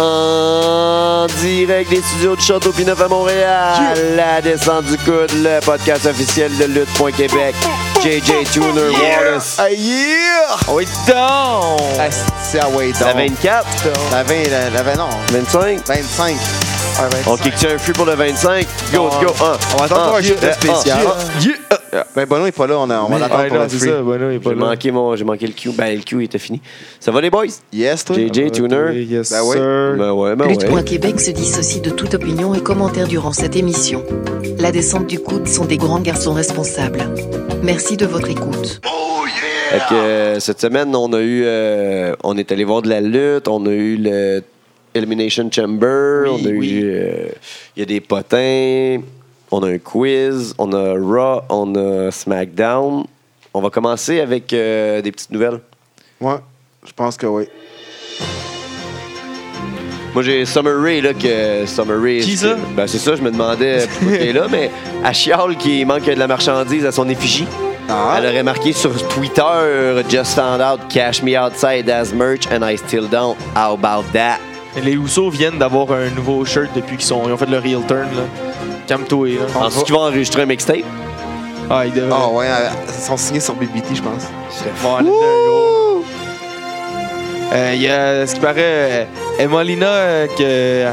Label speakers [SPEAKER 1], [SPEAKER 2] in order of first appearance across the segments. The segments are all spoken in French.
[SPEAKER 1] En direct des studios de Château Pinot à Montréal, la descente du coude, le podcast officiel de lutte.québec. JJ Tuner Wallace.
[SPEAKER 2] Ah, yeah!
[SPEAKER 1] Oui, donc!
[SPEAKER 2] Ah, c'est- ah ouais, donc.
[SPEAKER 1] La 24,
[SPEAKER 2] La 20, la, la 20, non.
[SPEAKER 1] 25.
[SPEAKER 2] 25. Ah, 25.
[SPEAKER 1] On kick un fût pour le 25. Go,
[SPEAKER 2] On-
[SPEAKER 1] go, un.
[SPEAKER 2] On va attendre
[SPEAKER 1] un,
[SPEAKER 2] pour un shoot
[SPEAKER 1] un,
[SPEAKER 2] spécial.
[SPEAKER 1] un.
[SPEAKER 2] ah, Ben, Bono est pas là, on, a- on va l'attendre
[SPEAKER 3] Ouais,
[SPEAKER 2] pour
[SPEAKER 3] non,
[SPEAKER 2] le
[SPEAKER 3] c'est
[SPEAKER 2] free.
[SPEAKER 3] ça, Bono, il est pas
[SPEAKER 1] J'ai
[SPEAKER 3] là.
[SPEAKER 1] manqué, mon, j'ai manqué le Q. Ben, le Q, il était fini. Ça va, les boys?
[SPEAKER 2] Yes, toi?
[SPEAKER 1] J'ai- JJ
[SPEAKER 3] Ah,
[SPEAKER 1] Tuner.
[SPEAKER 3] oui, Yes,
[SPEAKER 2] Ben oui.
[SPEAKER 3] sir.
[SPEAKER 1] Ben ouais, ben ouais.
[SPEAKER 4] Lutte.Québec se dissocie de toute opinion et commentaire durant cette émission. La descente du coude sont des grands garçons responsables. Merci de votre écoute.
[SPEAKER 1] Fait que, euh, cette semaine, on a eu. euh, on est allé voir de la lutte, on a eu le Elimination Chamber,
[SPEAKER 2] Oui,
[SPEAKER 1] on a
[SPEAKER 2] oui.
[SPEAKER 1] eu. euh, Il y a des potins, on a un quiz, on a Raw, on a SmackDown. On va commencer avec euh, des petites nouvelles.
[SPEAKER 2] Ouais, je pense que oui.
[SPEAKER 1] Moi, j'ai Summer Rae, là, que Summer Rae...
[SPEAKER 3] Qui,
[SPEAKER 1] c'est-
[SPEAKER 3] ça?
[SPEAKER 1] Ben, c'est ça, je me demandais pourquoi elle est là, mais à Chial, qui manque de la marchandise à son effigie,
[SPEAKER 2] Ah,
[SPEAKER 1] elle aurait marqué sur Twitter « Just stand out, cash me outside as merch, and I still don't. How about that?
[SPEAKER 3] Les Housseaux viennent d'avoir un nouveau shirt depuis qu'ils sont. Ils ont fait le real turn, là. Calme-toi, là. »
[SPEAKER 1] Penses-tu qu'ils vont enregistrer un mixtape?
[SPEAKER 3] Ah, ils devraient.
[SPEAKER 2] Ah ouais, euh, ils sont signés sur BBT, je pense.
[SPEAKER 3] Bon, là-dedans, gros. Euh, Il y a, ce qui paraît, euh, Emma Lina, euh, que euh,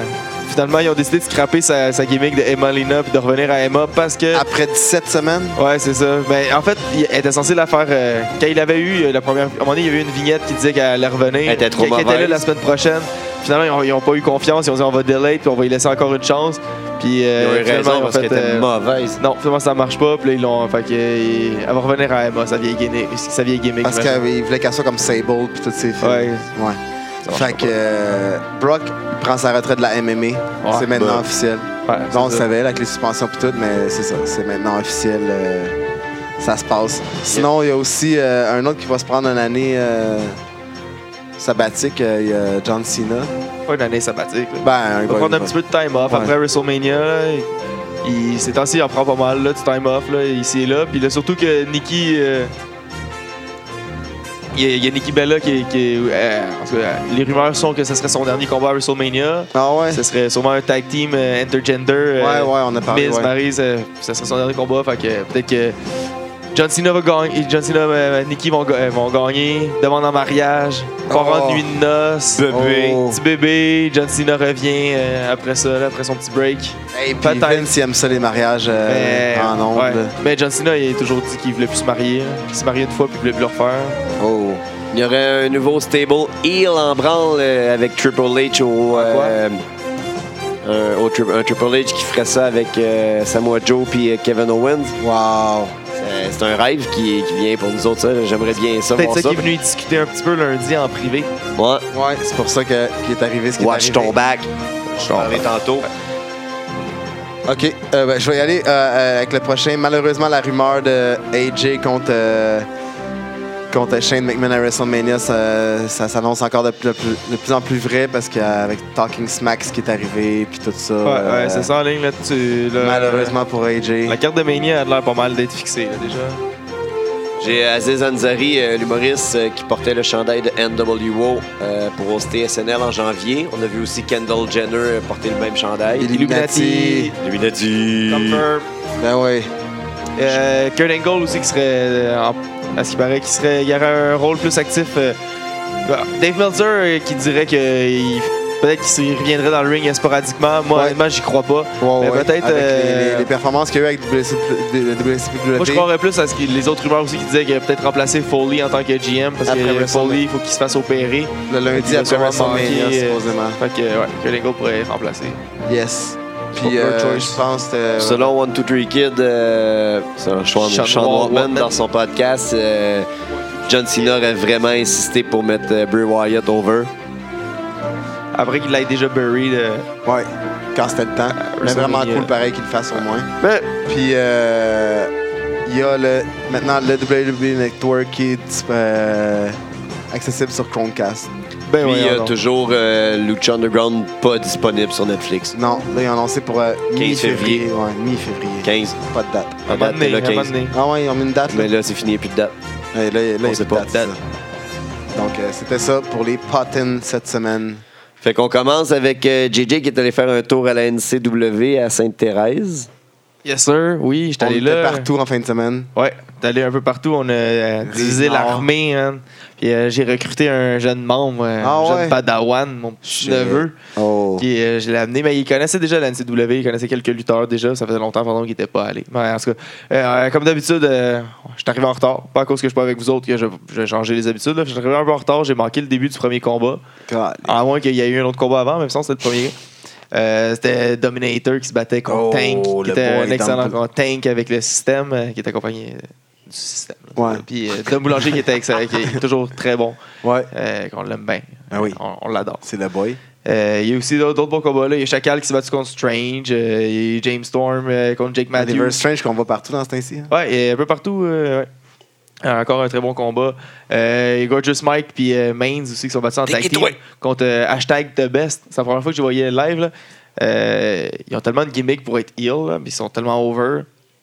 [SPEAKER 3] finalement, ils ont décidé de scraper sa, sa gimmick de Emma Lina puis de revenir à Emma parce que.
[SPEAKER 2] Après 17 semaines,
[SPEAKER 3] Ouais, c'est ça. Mais en fait, il elle était censée la faire. euh, quand il avait eu euh, la première. À un moment donné, il y avait eu une vignette qui disait qu'elle allait revenir.
[SPEAKER 1] Elle était trop
[SPEAKER 3] qu'elle- qu'elle était là
[SPEAKER 1] mauvaise.
[SPEAKER 3] la semaine prochaine. Finalement, ils ont- ils ont pas eu confiance. Ils ont dit on va delay puis on va y laisser encore une chance. Puis.
[SPEAKER 1] Ils ont
[SPEAKER 3] euh,
[SPEAKER 1] eu
[SPEAKER 3] finalement, ils
[SPEAKER 1] raison
[SPEAKER 3] ont
[SPEAKER 1] parce
[SPEAKER 3] fait,
[SPEAKER 1] qu'elle était
[SPEAKER 3] euh,
[SPEAKER 1] mauvaise.
[SPEAKER 3] Non, finalement, ça marche pas. Puis là, ils l'ont. Fait que. euh, Elle va revenir à Emma, sa vieille gimmick. Sa vieille gimmick
[SPEAKER 2] parce
[SPEAKER 3] j'imagine.
[SPEAKER 2] qu'ils voulaient qu'elle soit comme Sable puis toutes ces films.
[SPEAKER 3] Ouais.
[SPEAKER 2] Ouais. Fait que euh, Brock il prend sa retraite de la MMA. c'est maintenant
[SPEAKER 1] bah.
[SPEAKER 2] officiel.
[SPEAKER 3] Ouais, c'est
[SPEAKER 2] on le
[SPEAKER 3] ça.
[SPEAKER 2] savait là, avec les suspensions et tout, mais c'est ça, c'est maintenant officiel. euh, ça se passe. Sinon, il y a aussi euh, un autre qui va se prendre une année euh, sabbatique. euh, Il y a John Cena.
[SPEAKER 3] Pas une année sabbatique. là.
[SPEAKER 2] Ben, un
[SPEAKER 3] Il va
[SPEAKER 2] gars,
[SPEAKER 3] prendre
[SPEAKER 2] il
[SPEAKER 3] un
[SPEAKER 2] va-
[SPEAKER 3] petit peu de time off.
[SPEAKER 2] Ouais.
[SPEAKER 3] Après WrestleMania, là, il, il- ces temps-ci, il en prend pas mal, là, du time off, là, ici et là. Puis là, surtout que Nikki. euh, il y, a- il y a Nikki Bella qui. est- qui est- euh, en tout cas, les rumeurs sont que ce serait son dernier combat à WrestleMania.
[SPEAKER 2] Ah ouais?
[SPEAKER 3] Ce serait sûrement un tag team euh, intergender.
[SPEAKER 2] Ouais,
[SPEAKER 3] euh,
[SPEAKER 2] ouais, on a parlé.
[SPEAKER 3] Miz,
[SPEAKER 2] ouais.
[SPEAKER 3] Maryse, euh, ça serait son dernier combat. Fait que euh, peut-être que John Cena va gagner. John Cena, euh, Nikki vont, ga- euh, vont gagner. Demande en mariage. Parents
[SPEAKER 2] Oh.
[SPEAKER 3] de nuit de noces.
[SPEAKER 1] Bébé.
[SPEAKER 2] Oh.
[SPEAKER 3] Petit bébé. John Cena revient euh, après ça, là, après son petit break.
[SPEAKER 2] Hey, puis
[SPEAKER 3] Peut-être.
[SPEAKER 2] Vince, il aime ça, les mariages euh,
[SPEAKER 3] Mais,
[SPEAKER 2] en ondes.
[SPEAKER 3] ouais.
[SPEAKER 2] là.
[SPEAKER 3] Mais John Cena, il a toujours dit qu'il voulait plus se marier. hein. Il s'est marié une fois puis il voulait plus le refaire.
[SPEAKER 2] Oh.
[SPEAKER 1] Il y aurait un nouveau stable heel en branle euh, avec Triple H au. euh, un, au tri- un Triple H qui ferait ça avec euh, Samoa Joe puis euh, Kevin Owens.
[SPEAKER 2] Wow.
[SPEAKER 1] Euh, C'est un rêve qui, qui vient pour nous autres, ça. J'aimerais bien ça,
[SPEAKER 3] Peut-être
[SPEAKER 1] voir
[SPEAKER 3] ça
[SPEAKER 1] ça.
[SPEAKER 3] qu'il est venu y discuter un petit peu lundi en privé.
[SPEAKER 1] Ouais.
[SPEAKER 2] Ouais, c'est pour ça que- qu'il est arrivé ce qui
[SPEAKER 1] Watch
[SPEAKER 2] est arrivé.
[SPEAKER 1] ton back. Je t'en parlais tantôt.
[SPEAKER 2] OK, euh, ben, je vais y aller euh, euh, avec le prochain. Malheureusement, la rumeur de AJ contre, euh, contre Shane McMahon à WrestleMania, ça, ça s'annonce encore de, plus- de plus- de plus en plus vrai parce qu'avec Talking Smack, ce qui est arrivé, puis tout ça.
[SPEAKER 3] Ouais,
[SPEAKER 2] euh,
[SPEAKER 3] ouais, c'est ça en ligne. Là, tu, là,
[SPEAKER 2] Malheureusement pour
[SPEAKER 3] euh,
[SPEAKER 2] AJ.
[SPEAKER 3] La carte de Mania a l'air pas mal d'être fixée là, déjà.
[SPEAKER 1] J'ai Aziz Ansari, euh, l'humoriste euh, qui portait le chandail de NWO euh, pour hoster SNL en janvier. On a vu aussi Kendall Jenner euh, porter le même chandail. Euh,
[SPEAKER 2] Il- Illuminati.
[SPEAKER 1] Illuminati.
[SPEAKER 3] Confirm.
[SPEAKER 2] Ben oui.
[SPEAKER 3] Euh, Kurt Angle aussi qui serait, euh, en- à ce qui paraît, qui serait, il y aurait un rôle plus actif. euh, bah, Dave Meltzer euh, qui dirait que il- peut-être qu'il s'y reviendrait dans le ring euh, sporadiquement. Moi,
[SPEAKER 2] Ouais.
[SPEAKER 3] honnêtement, j'y crois pas.
[SPEAKER 2] Ouais,
[SPEAKER 3] Mais
[SPEAKER 2] ouais.
[SPEAKER 3] peut-être,
[SPEAKER 2] Avec
[SPEAKER 3] euh,
[SPEAKER 2] les, les- les performances qu'il y a eu avec WCW.
[SPEAKER 3] Moi, je croirais plus à ce que les autres rumeurs aussi qui disaient qu'il a peut-être remplacé Foley en tant que GM parce
[SPEAKER 2] Après
[SPEAKER 3] que
[SPEAKER 2] WrestleMania.
[SPEAKER 3] Foley, il faut qu'il se fasse opérer.
[SPEAKER 2] le lundi
[SPEAKER 3] Il va
[SPEAKER 2] après
[SPEAKER 3] sûrement
[SPEAKER 2] WrestleMania,
[SPEAKER 3] manquer, euh,
[SPEAKER 2] supposément.
[SPEAKER 3] Fait que, ouais, Kurt Angle pourrait remplacer.
[SPEAKER 2] Yes. Puis,
[SPEAKER 3] Pas
[SPEAKER 2] euh,
[SPEAKER 3] Pro Choice.
[SPEAKER 2] je pense que.
[SPEAKER 1] Selon One Two Three Kid, euh, selon Sean,
[SPEAKER 3] Sean
[SPEAKER 1] Sean
[SPEAKER 3] Wa-
[SPEAKER 1] Waltman,
[SPEAKER 3] Waltman.
[SPEAKER 1] dans son podcast, euh, John Cena aurait vraiment insisté pour mettre euh, Bray Wyatt over.
[SPEAKER 3] Après qu'il l'ait déjà buried. euh,
[SPEAKER 2] Ouais, quand c'était le temps. Mais vraiment
[SPEAKER 3] WrestleMania.
[SPEAKER 2] cool, pareil, qu'il le fasse au moins.
[SPEAKER 1] Mais
[SPEAKER 2] Puis, euh, il y a le, maintenant le WWE Network qui est disp- euh, accessible sur Chromecast.
[SPEAKER 3] ben
[SPEAKER 1] puis il y a
[SPEAKER 3] voyons donc.
[SPEAKER 1] toujours euh, Lucha Underground pas disponible sur Netflix.
[SPEAKER 2] Non, là, ils ont annoncé pour euh,
[SPEAKER 1] 15 février.
[SPEAKER 2] mi-février. Ouais, mi-février.
[SPEAKER 1] 15.
[SPEAKER 2] Pas de date.
[SPEAKER 3] À
[SPEAKER 1] La
[SPEAKER 3] un
[SPEAKER 1] date
[SPEAKER 3] moment
[SPEAKER 1] est
[SPEAKER 3] donné,
[SPEAKER 1] le
[SPEAKER 3] à un moment
[SPEAKER 1] 15.
[SPEAKER 3] donné.
[SPEAKER 2] Ah ouais, ils ont mis une date, là.
[SPEAKER 1] Mais là, c'est fini, il n'y a plus de date.
[SPEAKER 2] Ouais, là, il y a- là, il y a
[SPEAKER 1] on sait
[SPEAKER 2] plus de
[SPEAKER 1] pas.
[SPEAKER 2] date, c'est ça. Donc, euh, c'était ça pour les patins cette semaine.
[SPEAKER 1] Fait qu'on commence avec euh, JJ qui est allé faire un tour à la NCW à Sainte-Thérèse.
[SPEAKER 3] Yes, sir. Oui, j'étais
[SPEAKER 2] On
[SPEAKER 3] allé
[SPEAKER 2] était
[SPEAKER 3] là.
[SPEAKER 2] partout en fin de semaine.
[SPEAKER 3] Ouais, t'es allé un peu partout. On a euh, divisé
[SPEAKER 2] Nord.
[SPEAKER 3] l'armée. hein. Puis euh, j'ai recruté un jeune membre, euh,
[SPEAKER 2] Ah
[SPEAKER 3] un jeune
[SPEAKER 2] ouais?
[SPEAKER 3] padawan, mon petit neveu.
[SPEAKER 1] Oh.
[SPEAKER 3] Puis euh, je l'ai amené, mais il connaissait déjà la NCW, il connaissait quelques lutteurs déjà. Ça faisait longtemps pendant qu'il était pas allé. Mais en tout cas, euh, euh, comme d'habitude, euh, je suis arrivé en retard. Pas à cause que je suis pas avec vous autres que je- j'ai changé les habitudes. là. Je suis arrivé un peu en retard, j'ai manqué le début du premier combat.
[SPEAKER 2] God.
[SPEAKER 3] À moins qu'il y ait eu un autre combat avant, même si c'était le premier. Euh, c'était Dominator qui se battait
[SPEAKER 2] Oh,
[SPEAKER 3] contre Tank,
[SPEAKER 2] le
[SPEAKER 3] qui était
[SPEAKER 2] boy
[SPEAKER 3] un excellent
[SPEAKER 2] Dom-
[SPEAKER 3] contre Tank avec le système, euh, qui était accompagné euh, du système. là.
[SPEAKER 2] Ouais.
[SPEAKER 3] Puis euh, Dom Boulanger qui était excellent, qui est toujours très bon,
[SPEAKER 2] Ouais.
[SPEAKER 3] euh, qu'on l'aime bien.
[SPEAKER 2] Ah oui.
[SPEAKER 3] On, on l'adore.
[SPEAKER 2] C'est le boy.
[SPEAKER 3] Euh, Il y a aussi d'autres d'autres bons combats. là. Il y a Chacal qui s'est battu contre Strange, euh, il y a eu James Storm euh, contre Jake
[SPEAKER 2] Universe
[SPEAKER 3] Matthews.
[SPEAKER 2] Strange qu'on voit partout dans ce temps-ci. hein.
[SPEAKER 3] Ouais, et un peu partout. euh, ouais. Euh, Encore un très bon combat. Euh, il y a Gorgeous Mike puis euh, Mains aussi qui sont battus en tag team contre euh, hashtag The Best. C'est la première fois que je les voyais live. là. Euh, ils ont tellement de gimmicks pour être heel, là, puis ils sont tellement over.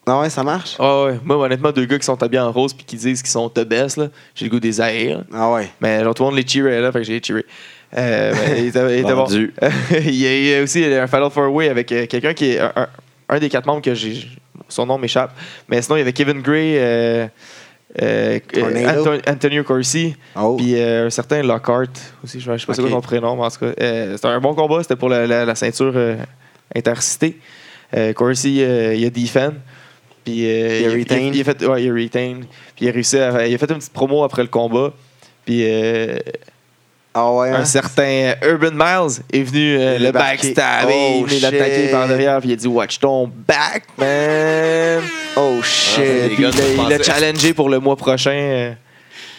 [SPEAKER 2] Non, ouais, ça marche?
[SPEAKER 3] Ah ouais, moi, honnêtement, deux gars qui sont habillés en rose puis qui disent qu'ils sont The Best, là, j'ai le goût des haïr.
[SPEAKER 2] Ah ouais.
[SPEAKER 3] Mais genre, tout le monde les cheerait, là, fait que j'ai cheeré. Euh, ben, il était, il était bon.
[SPEAKER 1] Vendu.
[SPEAKER 3] il y a eu aussi un Final Four Way avec euh, quelqu'un qui est un, un- un des quatre membres que j'ai. Son nom m'échappe. Mais sinon, il y avait Kevin Gray, euh, euh,
[SPEAKER 2] Tornado.
[SPEAKER 3] Anto- Antonio Corsi,
[SPEAKER 2] Oh.
[SPEAKER 3] puis euh, un certain Lockhart aussi. Je je sais pas c'est quoi
[SPEAKER 2] Ok.
[SPEAKER 3] son prénom, mais en tout cas, euh, c'était un bon combat. C'était pour la, la- la ceinture euh, intercité. Euh, Corsi, euh, il a defend. Puis euh,
[SPEAKER 2] Il a retain.
[SPEAKER 3] il a fait, ouais, il a retain. Puis il a réussi à- il a fait une petite promo après le combat. Puis euh,
[SPEAKER 2] Ah ouais. hein?
[SPEAKER 3] un certain Urban Miles est venu euh,
[SPEAKER 2] Il
[SPEAKER 3] le
[SPEAKER 2] l'a marqué.
[SPEAKER 3] backstabber,
[SPEAKER 2] Oh,
[SPEAKER 3] il est venu l'attaquer
[SPEAKER 2] shit.
[SPEAKER 3] par derrière, puis il a dit Watch ton back, man!
[SPEAKER 2] Oh
[SPEAKER 1] Ah, les
[SPEAKER 3] Et
[SPEAKER 2] shit.
[SPEAKER 1] gars, je
[SPEAKER 3] puis, il l'a- il l'a
[SPEAKER 1] pensais-
[SPEAKER 3] challengé pour le mois prochain. euh,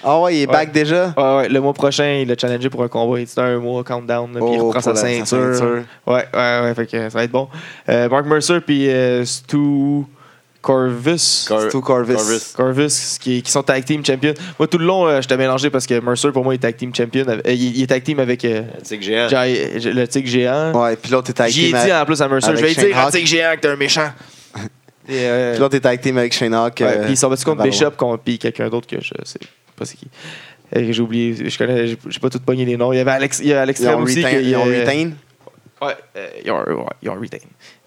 [SPEAKER 2] Ah ouais, il est
[SPEAKER 3] Ouais.
[SPEAKER 2] back déjà?
[SPEAKER 3] ouais, ouais, le mois prochain, il l'a challengé pour un combat. Il dit un mois, countdown, là, puis il
[SPEAKER 2] Oh,
[SPEAKER 3] reprend
[SPEAKER 2] pour
[SPEAKER 3] sa
[SPEAKER 2] la-
[SPEAKER 3] ceinture.
[SPEAKER 2] sa ceinture.
[SPEAKER 3] Ouais, ouais, ouais, fait que ça va être bon. Euh, Mark Mercer, puis euh, Stu Corvus.
[SPEAKER 1] Cor-
[SPEAKER 2] Stu Corvus.
[SPEAKER 3] Corvus qui, qui sont tag team champion. Moi tout le long euh, j'étais mélangé parce que Mercer pour moi il est tag team champion. avec- euh, il, il est tag team avec euh,
[SPEAKER 1] C'est que géant.
[SPEAKER 3] Jai- le tigre géant.
[SPEAKER 2] Ouais, puis l'autre est tag
[SPEAKER 3] J'ai
[SPEAKER 2] team.
[SPEAKER 3] dit
[SPEAKER 2] avec-
[SPEAKER 3] en plus à Mercer,
[SPEAKER 2] avec
[SPEAKER 3] je vais
[SPEAKER 2] Shane
[SPEAKER 3] dire à
[SPEAKER 2] Hawk.
[SPEAKER 3] Tigre Géant que t'es un méchant. Et, euh,
[SPEAKER 2] Puis l'autre est tag team avec Shane Hawk.
[SPEAKER 3] ouais,
[SPEAKER 2] euh,
[SPEAKER 3] puis ils sont battus contre
[SPEAKER 2] Valor.
[SPEAKER 3] Bishop, contre- puis quelqu'un d'autre que je sais pas c'est qui. Euh, que J'ai oublié, je connais, j'ai j'ai pas tout pogné les noms. Il y avait Alex, il y a Alex
[SPEAKER 2] Ils ont
[SPEAKER 3] aussi.
[SPEAKER 2] retain.
[SPEAKER 3] que-
[SPEAKER 2] Ils ont
[SPEAKER 3] euh,
[SPEAKER 2] retain.
[SPEAKER 3] Ouais, euh, ils ont, ouais, ils ont retain.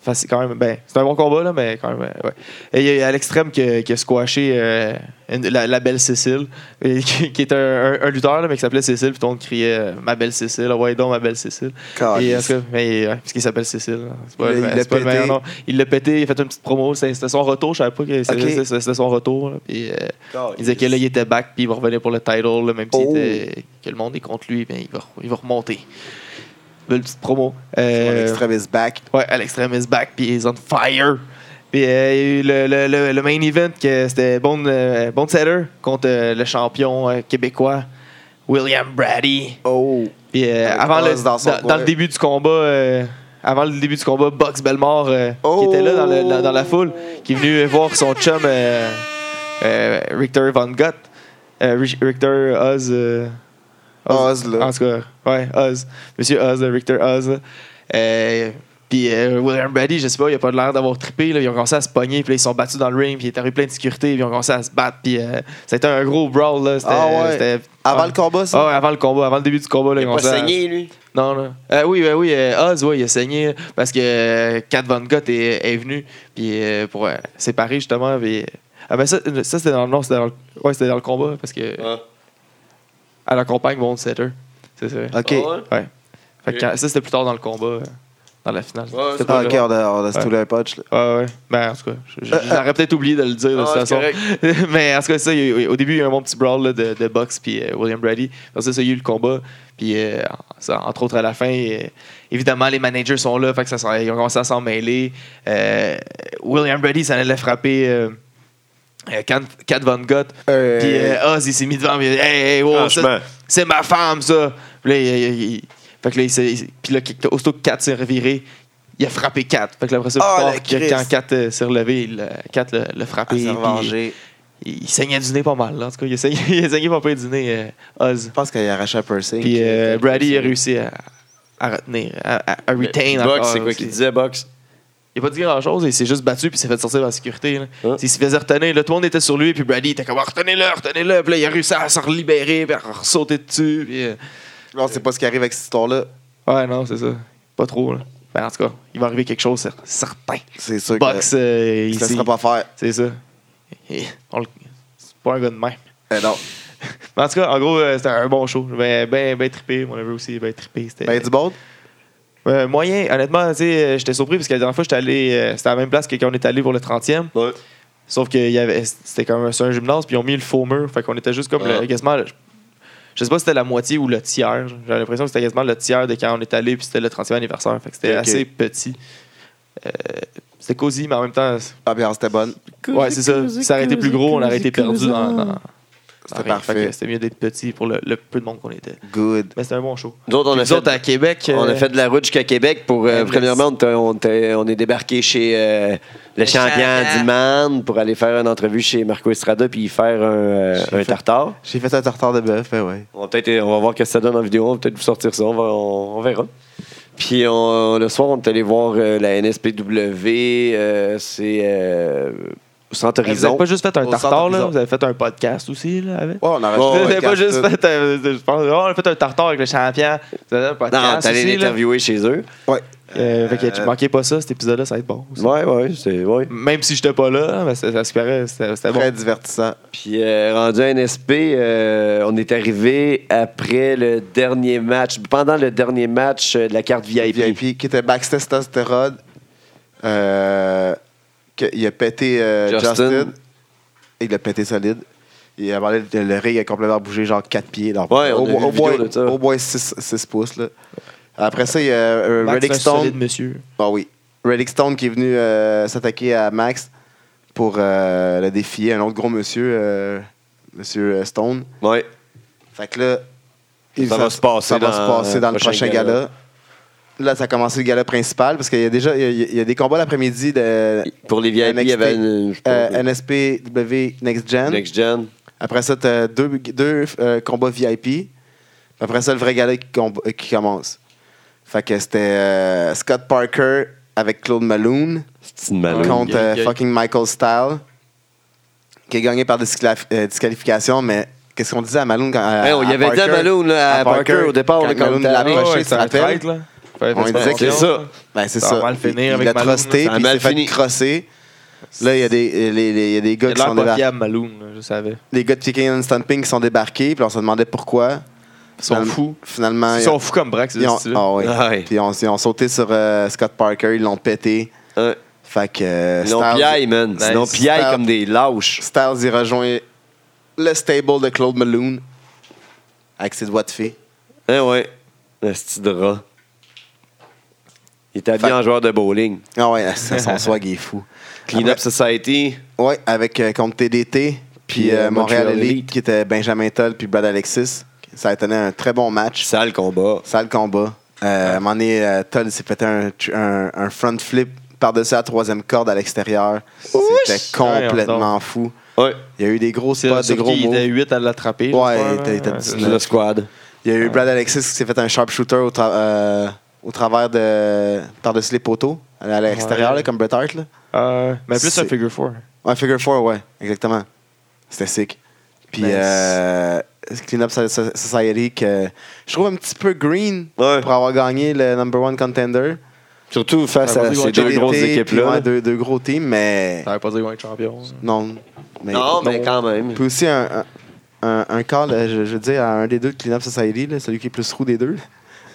[SPEAKER 3] Enfin, c'est quand même, ben, c'est un bon combat, là, mais quand même, euh, ouais. Et il y a, à l'extrême qui, a- qui a squashé euh, une- la, la belle Cécile, et qui, qui est un, un- un lutteur, là, mais qui s'appelait Cécile, puis tout le monde criait euh, Ma belle Cécile, ouais, donc ma belle Cécile.
[SPEAKER 2] Calice.
[SPEAKER 3] Et, en tout cas, mais, ouais, parce qu'il s'appelle Cécile. hein. C'est pas,
[SPEAKER 2] Il- il
[SPEAKER 3] c'est
[SPEAKER 2] l'a
[SPEAKER 3] pas
[SPEAKER 2] pété.
[SPEAKER 3] le meilleur nom. Il l'a pété, il a fait une petite promo, c'est- c'était son retour, je savais pas que c'était
[SPEAKER 2] Ok.
[SPEAKER 3] c'était- c'était son retour. là, puis, euh, il disait que là, il était back, puis il va revenir pour le title, là, même si
[SPEAKER 2] Oh.
[SPEAKER 3] que le monde est contre lui, ben, il, va, il va remonter. Belle petite promo.
[SPEAKER 2] Alex
[SPEAKER 3] Euh,
[SPEAKER 2] Travis back.
[SPEAKER 3] Ouais, Alex Trem is back, puis he's on fire. Puis euh, il y a eu le, le- le- le main event, que c'était Bone, euh, Bone Setter contre euh, le champion euh, québécois William Brady.
[SPEAKER 2] Oh.
[SPEAKER 3] Puis euh,
[SPEAKER 2] Avec
[SPEAKER 3] avant le,
[SPEAKER 2] Oz dans son
[SPEAKER 3] dans,
[SPEAKER 2] coin.
[SPEAKER 3] dans le début du combat, euh, avant le début du combat, Box Belmore, euh,
[SPEAKER 2] Oh!
[SPEAKER 3] qui était là dans, le- dans- dans la foule, qui est venu euh, voir son chum euh, euh, Richter Von Gott. Euh, Rich- Richter Oz. euh,
[SPEAKER 2] Oz, là.
[SPEAKER 3] En tout cas, ouais, Oz. Monsieur Oz, là, Richter Oz. là. Euh, puis euh, William Brady, je sais pas, il a pas l'air d'avoir trippé. là. Ils ont commencé à se pogner, puis là, ils sont battus dans le ring, puis il est arrivé plein de sécurité, puis ils ont commencé à se battre, puis euh, c'était un gros brawl. Là. C'était-
[SPEAKER 2] Ah ouais.
[SPEAKER 3] c'était-
[SPEAKER 2] Avant
[SPEAKER 3] ouais.
[SPEAKER 2] le combat,
[SPEAKER 3] Ah
[SPEAKER 2] ça?
[SPEAKER 3] ouais, avant le combat, avant le début du combat, là,
[SPEAKER 1] Il
[SPEAKER 3] ils
[SPEAKER 1] a
[SPEAKER 3] ont
[SPEAKER 1] pas
[SPEAKER 3] ça-
[SPEAKER 1] saigné, lui.
[SPEAKER 3] Non, non. Euh, oui, ben oui, euh, Oz, ouais, il a saigné parce que euh, Kat Von Gott est, est venu puis, euh, pour euh, séparer justement. puis, euh, ah ben ça, ça c'était dans, le- non, c'était dans, le- ouais, c'était dans le combat parce que
[SPEAKER 1] Ah.
[SPEAKER 3] elle accompagne Bone Setter. C'est ça.
[SPEAKER 1] Ah
[SPEAKER 2] Ok.
[SPEAKER 1] ouais?
[SPEAKER 3] Ouais. Fait que quand- ça, c'était plus tard dans le combat, euh, dans la finale.
[SPEAKER 1] Ouais,
[SPEAKER 3] C'était
[SPEAKER 1] c'est
[SPEAKER 2] Ah,
[SPEAKER 3] pas
[SPEAKER 2] ok,
[SPEAKER 3] là.
[SPEAKER 2] on a, on a stoulé un punch. Là.
[SPEAKER 3] Ouais, ouais. Ben, en tout cas, je- je- j'aurais peut-être oublié de le dire de
[SPEAKER 1] Euh, Ah,
[SPEAKER 3] toute
[SPEAKER 1] c'est
[SPEAKER 3] façon. Mais en tout cas, ça, il y a eu- au début, il y a eu un bon petit brawl là, de, de boxe puis euh, William Brady. Parce que ça, il y a eu le combat. Puis, euh, ça, entre autres, à la fin, euh, évidemment, les managers sont là. Fait que ça, s'en- ils ont commencé à s'en mêler. Euh, William Brady, ça allait frapper. euh, euh, Kat, Kat Von Gott.
[SPEAKER 2] Euh,
[SPEAKER 3] Puis euh, Oz, il s'est mis devant. puis, hey, hey, wow, ça,
[SPEAKER 1] Franchement.
[SPEAKER 3] c'est ma femme, ça. Puis là, il, il- il- fait que là, il s'est- il- puis là, que- aussitôt que 4 s'est reviré, il a frappé 4. Fait que là, après ça,
[SPEAKER 2] Ah,
[SPEAKER 3] plus
[SPEAKER 2] le
[SPEAKER 3] tard, que-
[SPEAKER 2] Christ. Ah,
[SPEAKER 3] quand 4 s'est relevé, il, euh, Kat l'a l'a frappé.
[SPEAKER 2] Il s'est
[SPEAKER 3] puis
[SPEAKER 2] revengé.
[SPEAKER 3] il, il saignait du nez pas mal. là. En tout cas, il a saigné, il a saigné pas peu du nez, euh, Oz.
[SPEAKER 2] Je pense qu'il a arraché un piercing.
[SPEAKER 3] Puis euh, Brady a réussi à, à retenir, à, à- à retain.
[SPEAKER 1] Box,
[SPEAKER 3] encore,
[SPEAKER 1] c'est quoi
[SPEAKER 3] aussi.
[SPEAKER 1] qu'il disait, Box?
[SPEAKER 3] Il a pas dit grand chose, il s'est juste battu puis il s'est fait sortir de la sécurité. là.
[SPEAKER 1] Hein?
[SPEAKER 3] Il se faisait retenir, là, tout le monde était sur lui, puis Brady était comme Ah, retenez-le, retenez-le, puis là, il a réussi à s'en libérer, puis à sauter dessus. puis, euh,
[SPEAKER 2] on sait pas ce qui arrive avec cette histoire-là.
[SPEAKER 3] Ouais, non, c'est ça. Pas trop, là. Ben, en tout cas, il va arriver quelque chose, c'est certain.
[SPEAKER 2] C'est sûr
[SPEAKER 3] Box, euh,
[SPEAKER 2] que
[SPEAKER 3] il
[SPEAKER 2] ça
[SPEAKER 3] s'est-
[SPEAKER 2] ne sera pas faire.
[SPEAKER 3] C'est ça. Et on le- C'est pas un gars de même.
[SPEAKER 2] Eh non.
[SPEAKER 3] Mais en tout cas, en gros, euh, c'était un bon show. Ben, ben, ben trippé. Mon neveu aussi, ben trippé. C'était-
[SPEAKER 2] Ben, du bon.
[SPEAKER 3] Euh, moyen, honnêtement, tu sais, euh, j'étais surpris parce que la dernière fois, j'étais allé, euh, c'était à la même place que quand on est allé pour le 30e.
[SPEAKER 1] Ouais.
[SPEAKER 3] Sauf que il y avait- c'était comme un- sur un gymnase, puis ils ont mis le faux mur. Fait qu'on était juste comme
[SPEAKER 1] Ah.
[SPEAKER 3] le- quasiment. le- je sais pas si c'était la moitié ou le tiers. J'avais l'impression que c'était quasiment le tiers de quand on est allé, puis c'était le 30e anniversaire. Fait que c'était
[SPEAKER 2] Ok.
[SPEAKER 3] assez petit. Euh, c'était cosy, mais en même temps,
[SPEAKER 2] L'ambiance était Ah, bonne.
[SPEAKER 3] ouais, c'est ça. Si ça aurait été plus gros, on aurait été perdu dans. dans- dans
[SPEAKER 2] C'était
[SPEAKER 3] rien. Fait que
[SPEAKER 2] parfait.
[SPEAKER 3] C'était mieux d'être petit pour le, le peu de monde qu'on était.
[SPEAKER 2] Good.
[SPEAKER 3] Mais c'était un bon show.
[SPEAKER 1] Nous autres, on a
[SPEAKER 3] Nous
[SPEAKER 1] fait
[SPEAKER 3] autres, à Québec.
[SPEAKER 1] On
[SPEAKER 3] euh,
[SPEAKER 1] a fait de la route jusqu'à Québec pour. euh,
[SPEAKER 3] Endless.
[SPEAKER 1] premièrement, on, était- on était- on est débarqué chez euh, le champion
[SPEAKER 3] champion.
[SPEAKER 1] du Man pour aller faire une entrevue chez Marco Estrada puis y faire un, euh,
[SPEAKER 2] J'ai
[SPEAKER 1] un
[SPEAKER 2] fait-
[SPEAKER 1] tartare.
[SPEAKER 2] J'ai fait un tartare de bœuf,
[SPEAKER 3] eh
[SPEAKER 2] ben ouais.
[SPEAKER 1] On va, peut-être- on va voir ce que ça donne en vidéo. On va peut-être vous sortir ça. On, va- on- on verra. Puis on- le soir, on est allé voir euh, la NSPW. euh, c'est euh, au Centre
[SPEAKER 3] Vous n'avez
[SPEAKER 1] Horizon.
[SPEAKER 3] pas juste fait un
[SPEAKER 2] Au
[SPEAKER 3] tartare,
[SPEAKER 2] centre
[SPEAKER 3] là,
[SPEAKER 2] Horizon.
[SPEAKER 3] vous avez fait un podcast aussi là, avec.
[SPEAKER 2] Ouais, on
[SPEAKER 1] Bon,
[SPEAKER 2] a
[SPEAKER 3] Vous
[SPEAKER 2] rajouté
[SPEAKER 3] n'avez
[SPEAKER 2] un
[SPEAKER 3] pas
[SPEAKER 2] casque,
[SPEAKER 3] juste
[SPEAKER 2] tout.
[SPEAKER 3] fait, un- je pense, oh, on a fait un tartare avec le champion. Vous avez fait un
[SPEAKER 1] Non,
[SPEAKER 3] podcast
[SPEAKER 1] t'es allé
[SPEAKER 3] aussi, là.
[SPEAKER 1] l'interviewer chez eux.
[SPEAKER 3] Euh, fait que tu
[SPEAKER 2] Euh,
[SPEAKER 3] manquais pas ça, cet épisode-là, ça va être bon. aussi.
[SPEAKER 1] Ouais, ouais, c'est. Ouais.
[SPEAKER 3] Même si j'étais pas là, mais ça, ça se paraît, c'était c'était bon.
[SPEAKER 2] Très divertissant.
[SPEAKER 1] Puis euh, rendu à NSP, euh, on est arrivé après le dernier match, pendant le dernier match euh, de la carte VIP.
[SPEAKER 2] VIP qui était backstage Testosterone. Euh, que- il a pété euh,
[SPEAKER 1] Justin.
[SPEAKER 2] Justin. Il l'a pété solide. Il a parlé de- le ring a complètement bougé genre 4 pieds. Alors,
[SPEAKER 1] Ouais, on a
[SPEAKER 2] au,
[SPEAKER 1] vu
[SPEAKER 2] au
[SPEAKER 1] une vidéo
[SPEAKER 2] moins,
[SPEAKER 1] de ça.
[SPEAKER 2] au moins 6, pouces. Là. Après ça, il y a euh,
[SPEAKER 3] Max,
[SPEAKER 2] Reddick
[SPEAKER 3] c'est un
[SPEAKER 2] Stone.
[SPEAKER 3] solide monsieur.
[SPEAKER 2] Ah oui. Reddick Stone qui est venu euh, s'attaquer à Max pour euh, le défier, un autre gros monsieur, euh, monsieur euh, Stone.
[SPEAKER 1] Ouais.
[SPEAKER 2] Fait que là, il-
[SPEAKER 1] va se passer
[SPEAKER 2] ça va
[SPEAKER 1] dans
[SPEAKER 2] se passer dans le prochain gala. Là, ça a commencé le gala principal parce qu'il y a déjà il y a, il y a des combats l'après-midi de
[SPEAKER 1] Pour les VIP, il y avait une, je sais pas,
[SPEAKER 2] euh, NSPW Next Gen.
[SPEAKER 1] Next Gen.
[SPEAKER 2] Après ça, tu as deux, deux, euh, combats VIP. Puis Après ça, le vrai gala qui, com- euh, qui commence. Fait que c'était euh, Scott Parker avec Claude Malone
[SPEAKER 1] C'est une malade.
[SPEAKER 2] contre
[SPEAKER 3] Yeah,
[SPEAKER 2] euh,
[SPEAKER 3] yeah.
[SPEAKER 2] fucking Michael Style qui a gagné par discla- euh, disqualification, mais qu'est-ce qu'on disait à Malone quand à-
[SPEAKER 1] Ouais, on y
[SPEAKER 2] à
[SPEAKER 1] avait dit à
[SPEAKER 2] Parker?
[SPEAKER 1] Malone, là, à Parker, au départ,
[SPEAKER 2] quand
[SPEAKER 1] là, quand
[SPEAKER 2] Malone
[SPEAKER 1] t'es
[SPEAKER 2] l'a
[SPEAKER 1] allé.
[SPEAKER 2] approché, tu te
[SPEAKER 3] c'est un
[SPEAKER 2] rappelles?
[SPEAKER 3] traître, là. Fallait
[SPEAKER 2] On
[SPEAKER 3] faire
[SPEAKER 2] disait que
[SPEAKER 1] C'est
[SPEAKER 3] attention.
[SPEAKER 1] ça.
[SPEAKER 2] Ben, c'est
[SPEAKER 3] Ça
[SPEAKER 2] ça.
[SPEAKER 3] va mal finir
[SPEAKER 2] il
[SPEAKER 3] avec
[SPEAKER 2] l'a
[SPEAKER 3] Malone,
[SPEAKER 2] trusté,
[SPEAKER 1] ça a
[SPEAKER 2] puis il
[SPEAKER 1] mal
[SPEAKER 2] s'est fait
[SPEAKER 1] fini.
[SPEAKER 2] crosser. Là, il y a des, les, les- il y a des
[SPEAKER 3] Il
[SPEAKER 2] gars
[SPEAKER 3] a
[SPEAKER 2] qui sont
[SPEAKER 3] l'air pas
[SPEAKER 2] débarqués.
[SPEAKER 3] fiable, Maloum, là, je savais.
[SPEAKER 2] Les gars de Kicking and Stamping qui sont débarqués, puis on se demandait pourquoi.
[SPEAKER 3] Ils sont
[SPEAKER 2] Finalement-
[SPEAKER 3] fous.
[SPEAKER 2] Finalement,
[SPEAKER 3] Ils sont fous comme Brax,
[SPEAKER 2] ils ont,
[SPEAKER 3] si tu veux.
[SPEAKER 2] ah ouais.
[SPEAKER 1] Ah ouais.
[SPEAKER 2] Puis ils ont, ils ont sauté sur euh, Scott Parker, ils l'ont pété.
[SPEAKER 1] Ouais.
[SPEAKER 2] Fait que. euh,
[SPEAKER 1] Ils l'ont
[SPEAKER 2] Styles-
[SPEAKER 1] piaille, man.
[SPEAKER 3] Ben,
[SPEAKER 1] Ils l'ont
[SPEAKER 2] Nice.
[SPEAKER 1] piaille
[SPEAKER 2] Star-
[SPEAKER 1] comme des lâches.
[SPEAKER 2] Styles, il rejoint le stable de Claude Malone avec ses doigts de fée.
[SPEAKER 1] Hein, ouais. Le petit drap. Il était habillé
[SPEAKER 2] Fait-
[SPEAKER 1] en joueur de bowling.
[SPEAKER 2] Ah ouais, ça, son swag, il est fou.
[SPEAKER 1] Clean Up Society.
[SPEAKER 2] Ouais, avec euh, contre TDT, puis
[SPEAKER 1] Puis, euh,
[SPEAKER 2] euh, Montréal
[SPEAKER 1] Montréal
[SPEAKER 2] Elite,
[SPEAKER 1] Elite.
[SPEAKER 2] qui était Benjamin Toll, puis Brad Alexis. Ça a donné un très bon match.
[SPEAKER 1] Sale combat.
[SPEAKER 2] Sale combat. Euh, à un moment donné, euh, Toll s'est fait un, un- un front flip par-dessus la troisième corde à l'extérieur. C'était complètement fou.
[SPEAKER 1] Ouais.
[SPEAKER 2] Il y a eu des gros
[SPEAKER 3] C'est
[SPEAKER 2] spots, des
[SPEAKER 3] surtout
[SPEAKER 2] gros
[SPEAKER 3] qu'il
[SPEAKER 2] mots.
[SPEAKER 3] était 8 à l'attraper. je
[SPEAKER 2] Ouais,
[SPEAKER 3] crois, hein.
[SPEAKER 2] il était- il était
[SPEAKER 3] là.
[SPEAKER 2] petit,
[SPEAKER 3] Ouais,
[SPEAKER 2] là.
[SPEAKER 1] Le squad.
[SPEAKER 2] Il y a eu
[SPEAKER 1] Ah.
[SPEAKER 2] Brad Alexis qui s'est fait un sharpshooter au, tra- euh, au travers de. par-dessus les poteaux, à l'extérieur,
[SPEAKER 3] Ouais.
[SPEAKER 2] là, comme Bret Hart. Là.
[SPEAKER 3] Euh, mais plus un
[SPEAKER 2] C'est-
[SPEAKER 3] figure 4.
[SPEAKER 2] Ouais, Figure 4, ouais, exactement. C'était sick. Puis,
[SPEAKER 3] Nice.
[SPEAKER 2] euh, Clean Up So- So- Society, que je trouve un petit peu green
[SPEAKER 1] Ouais.
[SPEAKER 2] pour avoir gagné le number one contender.
[SPEAKER 1] Surtout face
[SPEAKER 3] Ouais,
[SPEAKER 1] à
[SPEAKER 3] vas-y,
[SPEAKER 1] ces
[SPEAKER 3] ouais,
[SPEAKER 1] deux
[SPEAKER 2] TDT,
[SPEAKER 1] grosses
[SPEAKER 2] puis,
[SPEAKER 1] équipes-là.
[SPEAKER 2] ouais, deux, deux gros teams, mais.
[SPEAKER 3] Ça veut pas dire qu'ils vont être champions.
[SPEAKER 2] Non. Mais,
[SPEAKER 1] Non, mais quand même.
[SPEAKER 2] Puis aussi, un, un, un- un call, euh, je, je veux dire, à un des deux de Clean Up Society, là, celui qui est plus roux des deux.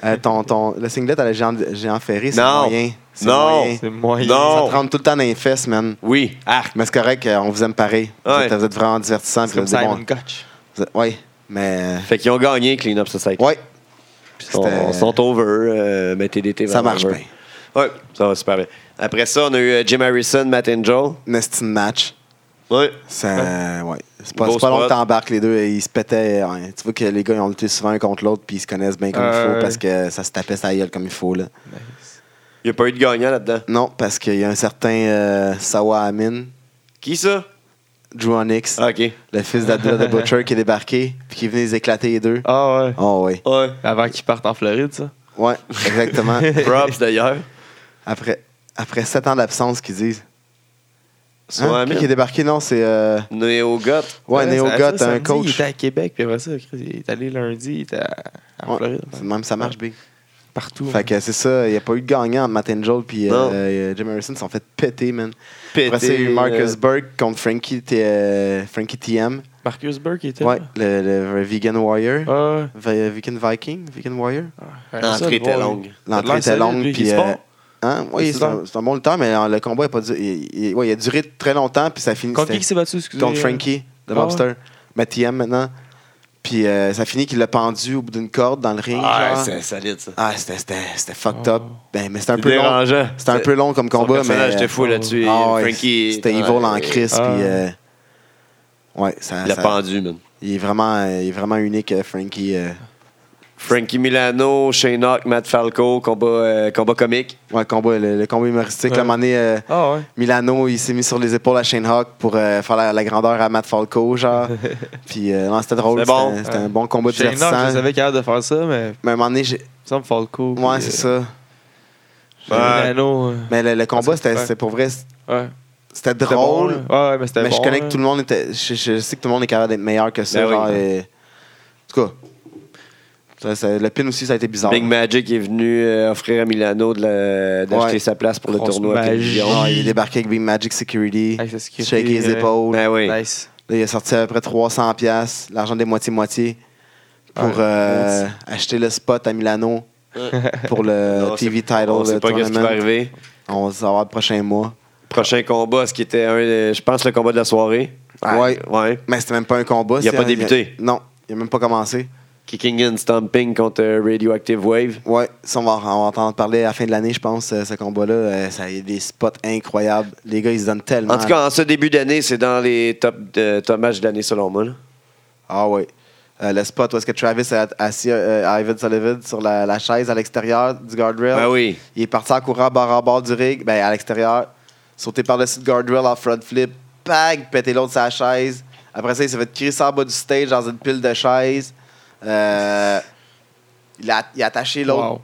[SPEAKER 2] euh, ton, ton, le singlet à la géant, géant ferré, c'est
[SPEAKER 1] Non.
[SPEAKER 2] moyen. C'est
[SPEAKER 1] Non.
[SPEAKER 2] moyen.
[SPEAKER 3] C'est moyen.
[SPEAKER 1] Non.
[SPEAKER 2] Ça te rentre tout le temps dans les fesses, man.
[SPEAKER 1] Oui, arc.
[SPEAKER 2] Mais c'est correct, euh, on vous aime pareil. Vous
[SPEAKER 1] Ouais.
[SPEAKER 2] êtes- Vous êtes vraiment divertissant.
[SPEAKER 3] C'est comme Simon Koch.
[SPEAKER 2] Oui, mais.
[SPEAKER 1] Fait qu'ils ont gagné Clean Up Society.
[SPEAKER 2] Ouais,
[SPEAKER 1] Ils sont-
[SPEAKER 2] c'était-
[SPEAKER 1] ils sont over, euh, mais TDT va
[SPEAKER 2] ça marche
[SPEAKER 1] over.
[SPEAKER 2] bien.
[SPEAKER 1] Ouais, ça va super bien. Après ça, on a eu euh, Jim Harrison, Matt Angel.
[SPEAKER 2] Nestin match.
[SPEAKER 1] Ouais.
[SPEAKER 2] Ça, ouais. C'est pas,
[SPEAKER 1] Beau
[SPEAKER 2] c'est pas long
[SPEAKER 1] spot.
[SPEAKER 2] que t'embarques les deux. et Ils se pétaient. ouais. Tu vois que les gars, ils ont lutté souvent un contre l'autre, puis ils se connaissent bien comme il
[SPEAKER 3] Euh.
[SPEAKER 2] faut, parce que ça se tapait sa gueule comme il faut, là.
[SPEAKER 1] Il n'y a pas eu de gagnant là-dedans.
[SPEAKER 2] Non, parce qu'il y a un certain euh, Sawa Amin,
[SPEAKER 1] Qui ça?
[SPEAKER 2] Drew Onyx,
[SPEAKER 1] Ah, OK. Ouais.
[SPEAKER 2] le fils d'Abdullah the Butcher, qui est débarqué, puis qui venait les éclater les deux.
[SPEAKER 3] Ah ouais.
[SPEAKER 2] Oh, ouais.
[SPEAKER 3] Avant qu'ils partent en Floride, ça.
[SPEAKER 2] Ouais, exactement.
[SPEAKER 1] Props d'ailleurs.
[SPEAKER 2] Après, après 7 ans d'absence, qu'ils disent. Hein?
[SPEAKER 1] Soit
[SPEAKER 2] Qui qui est débarqué? Non, c'est. euh,
[SPEAKER 1] Néo Got.
[SPEAKER 2] Ouais, Neo
[SPEAKER 3] ça-
[SPEAKER 2] Got,
[SPEAKER 3] ça,
[SPEAKER 2] un
[SPEAKER 3] samedi, Il
[SPEAKER 2] coach.
[SPEAKER 3] était à Québec, puis après ça, Chris, il est allé lundi, il était à- en
[SPEAKER 2] Ouais,
[SPEAKER 3] Floride. ben,
[SPEAKER 2] c'est de Même ça marche, B.
[SPEAKER 3] partout.
[SPEAKER 2] Fait que c'est ça, il n'y a pas eu de gagnant entre Matt Angel puis euh,
[SPEAKER 1] Non.
[SPEAKER 2] euh, Jim Harrison. Ils sont fait péter, man. Après,
[SPEAKER 1] Pété,
[SPEAKER 2] c'est eu Marcus
[SPEAKER 1] euh,
[SPEAKER 2] Burke contre Frankie, T- euh, Frankie TM.
[SPEAKER 3] hein. Marcus Burke était
[SPEAKER 2] Ouais,
[SPEAKER 3] là.
[SPEAKER 2] le, le Vegan Warrior.
[SPEAKER 3] Ah,
[SPEAKER 2] Vi-
[SPEAKER 3] ouais.
[SPEAKER 2] Vegan Viking, Vegan Warrior.
[SPEAKER 3] Ouais, ça,
[SPEAKER 1] L'entrée était
[SPEAKER 3] drôle.
[SPEAKER 1] longue.
[SPEAKER 3] Ça a
[SPEAKER 2] L'entrée
[SPEAKER 3] l'air
[SPEAKER 2] était
[SPEAKER 3] solide,
[SPEAKER 2] longue.
[SPEAKER 3] lui, il
[SPEAKER 2] Puis,
[SPEAKER 3] est
[SPEAKER 2] euh,
[SPEAKER 3] fort.
[SPEAKER 2] hein, oui, c'est un, c'est un bon lutteur, mais euh, le combat a pas du- il, il- ouais, il a duré très longtemps, puis ça finit.
[SPEAKER 3] Contre qui
[SPEAKER 2] c'était-
[SPEAKER 3] il s'est battu, excusez
[SPEAKER 2] contre Frankie,
[SPEAKER 3] Ah
[SPEAKER 2] le mobster. Mais TM maintenant. Puis euh, ça finit qu'il l'a pendu au bout d'une corde dans le ring.
[SPEAKER 1] Ah,
[SPEAKER 2] genre.
[SPEAKER 1] c'est solide, ça.
[SPEAKER 2] Ah, c'était- c'était c'était fucked
[SPEAKER 3] Oh.
[SPEAKER 2] up. Ben, mais c'était un
[SPEAKER 1] C'est
[SPEAKER 2] peu long.
[SPEAKER 1] dérangeant.
[SPEAKER 2] C'était un peu long comme
[SPEAKER 1] Son
[SPEAKER 2] combat, mais.
[SPEAKER 1] personnage était fou là-dessus. et
[SPEAKER 2] Ah ouais,
[SPEAKER 1] Frankie.
[SPEAKER 2] C'était
[SPEAKER 1] ouais,
[SPEAKER 2] evil en crise.
[SPEAKER 3] Ah.
[SPEAKER 2] Puis. euh, ouais, ça.
[SPEAKER 1] Il a
[SPEAKER 2] ça-
[SPEAKER 1] pendu, man.
[SPEAKER 2] il, est vraiment, euh, il est vraiment unique, euh, Frankie. euh.
[SPEAKER 1] Frankie Milano, Shane Hawk, Matt Falco, combat, euh, combat comique.
[SPEAKER 2] Ouais, le combat, le, le combat humoristique. Là,
[SPEAKER 3] Ouais.
[SPEAKER 2] à un moment donné, euh,
[SPEAKER 3] Ah ouais.
[SPEAKER 2] Milano, il s'est mis sur les épaules à Shane Hawk pour euh, faire la, la grandeur à Matt Falco, genre. Puis, euh, non, c'était drôle.
[SPEAKER 1] C'était bon.
[SPEAKER 2] C'était c'était un
[SPEAKER 3] Ouais.
[SPEAKER 2] bon combat
[SPEAKER 3] Shane Knox,
[SPEAKER 2] divertissant.
[SPEAKER 3] je savais qu'il avait de faire ça, mais
[SPEAKER 2] Mais à un moment donné, j'ai-
[SPEAKER 3] il me semble Falco. puis,
[SPEAKER 2] Ouais, c'est
[SPEAKER 3] euh,
[SPEAKER 2] ça.
[SPEAKER 1] Ouais.
[SPEAKER 3] Milano, euh,
[SPEAKER 2] Mais le, le combat,
[SPEAKER 3] c'est-
[SPEAKER 2] c'était
[SPEAKER 3] ouais.
[SPEAKER 2] c'était pour vrai, c'était
[SPEAKER 3] ouais.
[SPEAKER 2] c'était
[SPEAKER 3] C'était
[SPEAKER 2] drôle.
[SPEAKER 3] bon, là. ouais, mais c'était
[SPEAKER 2] mais je
[SPEAKER 3] bon,
[SPEAKER 2] connais que
[SPEAKER 3] là.
[SPEAKER 2] tout le monde était. Je, je sais que tout le monde est capable d'être meilleur que ça.
[SPEAKER 1] Ben oui.
[SPEAKER 2] genre, et- En tout cas, ça- ça- le pin aussi, ça a été bizarre.
[SPEAKER 1] Big Magic est venu euh, offrir à Milano de la- d'acheter
[SPEAKER 2] Ouais.
[SPEAKER 1] sa place pour le
[SPEAKER 3] Grosse
[SPEAKER 1] tournoi. à
[SPEAKER 3] magie.
[SPEAKER 1] Pavillon.
[SPEAKER 2] Ouais, il est débarqué avec Big Magic Security,
[SPEAKER 3] Avec sa sécurité,
[SPEAKER 2] shaké les
[SPEAKER 3] euh,
[SPEAKER 2] épaules.
[SPEAKER 1] Ben oui.
[SPEAKER 3] Nice.
[SPEAKER 2] Là, il a sorti à peu près 300$, piastres, l'argent des moitiés-moitiés, pour
[SPEAKER 3] Ouais.
[SPEAKER 2] euh, acheter le spot à Milano pour le
[SPEAKER 1] Non, on
[SPEAKER 2] TV title.
[SPEAKER 1] On sait
[SPEAKER 2] euh,
[SPEAKER 1] pas ce qui va
[SPEAKER 2] tournament.
[SPEAKER 1] arriver.
[SPEAKER 2] On va le savoir le prochain mois.
[SPEAKER 1] Prochain combat, ce qui était, un, euh, je pense, le combat de la soirée.
[SPEAKER 2] Ouais.
[SPEAKER 1] ouais.
[SPEAKER 2] Mais c'était même pas un combat.
[SPEAKER 1] Il a
[SPEAKER 2] c'est
[SPEAKER 1] pas
[SPEAKER 2] un-
[SPEAKER 1] débuté.
[SPEAKER 2] non, il a même pas commencé.
[SPEAKER 1] Kicking and Stomping contre euh, Radioactive Wave.
[SPEAKER 2] Ouais, ça, on va, on va entendre parler à la fin de l'année, je pense, euh, ce combat-là. Euh, ça y a des spots incroyables. Les gars, ils se donnent tellement.
[SPEAKER 1] En tout cas, en ce début d'année, c'est dans les top, de, top matchs de l'année, selon moi. là.
[SPEAKER 2] Ah ouais. Euh, le spot où est-ce que Travis a assis euh, euh, Ivan Sullivan sur la, la chaise à l'extérieur du guardrail.
[SPEAKER 1] Ben oui.
[SPEAKER 2] Il est parti en courant bord en bord du rig, ben à l'extérieur, sauté par-dessus le guardrail en front flip, bang, pété l'autre sa chaise. Après ça, il s'est fait crisser en bas du stage dans une pile de chaises. Euh, il, a, il a attaché l'autre
[SPEAKER 3] Wow.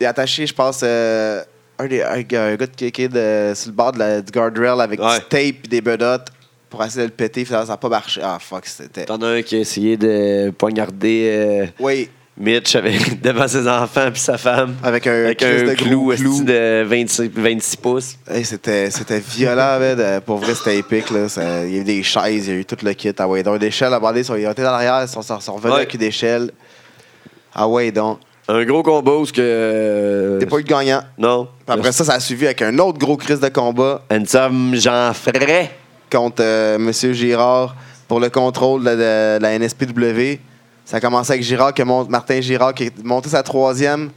[SPEAKER 2] il a attaché, je pense, euh, un, des, un gars- un gars de kéké de- sur le bord de la, du guardrail avec
[SPEAKER 1] Ouais.
[SPEAKER 2] du tape et des bedottes pour essayer de le péter. Finalement, ça n'a pas marché. Ah, fuck, c'était.
[SPEAKER 1] T'en as un qui a essayé de poignarder euh,
[SPEAKER 2] Oui,
[SPEAKER 1] Mitch avec- devant ses enfants puis sa femme.
[SPEAKER 2] avec un,
[SPEAKER 1] Avec
[SPEAKER 2] crise
[SPEAKER 1] un
[SPEAKER 2] de
[SPEAKER 1] clou,
[SPEAKER 2] gros
[SPEAKER 1] esti, de 26, 26 pouces.
[SPEAKER 2] Hey, c'était, c'était violent, man. Euh, Pour vrai, c'était épique. Là. Ça- il y a eu des chaises, il y a eu tout le kit. Ah ouais, donc, l'échelle, à bordée, ils sont- ils ont été dans l'arrière, ils sont, sont- sont revenus
[SPEAKER 1] Ouais.
[SPEAKER 2] avec une échelle. Ah ouais, donc.
[SPEAKER 1] Un gros combat où ce que... euh,
[SPEAKER 2] Il n'y a pas eu de gagnant.
[SPEAKER 1] Non.
[SPEAKER 2] Puis après ça, ça a suivi avec un autre gros crise de combat.
[SPEAKER 1] Handsome Jean Fray.
[SPEAKER 2] contre euh, Monsieur M. Girard pour le contrôle de, de- de la NSPW. Ça a commencé avec Girard, que mon- Martin Girard qui est monté sa troisième,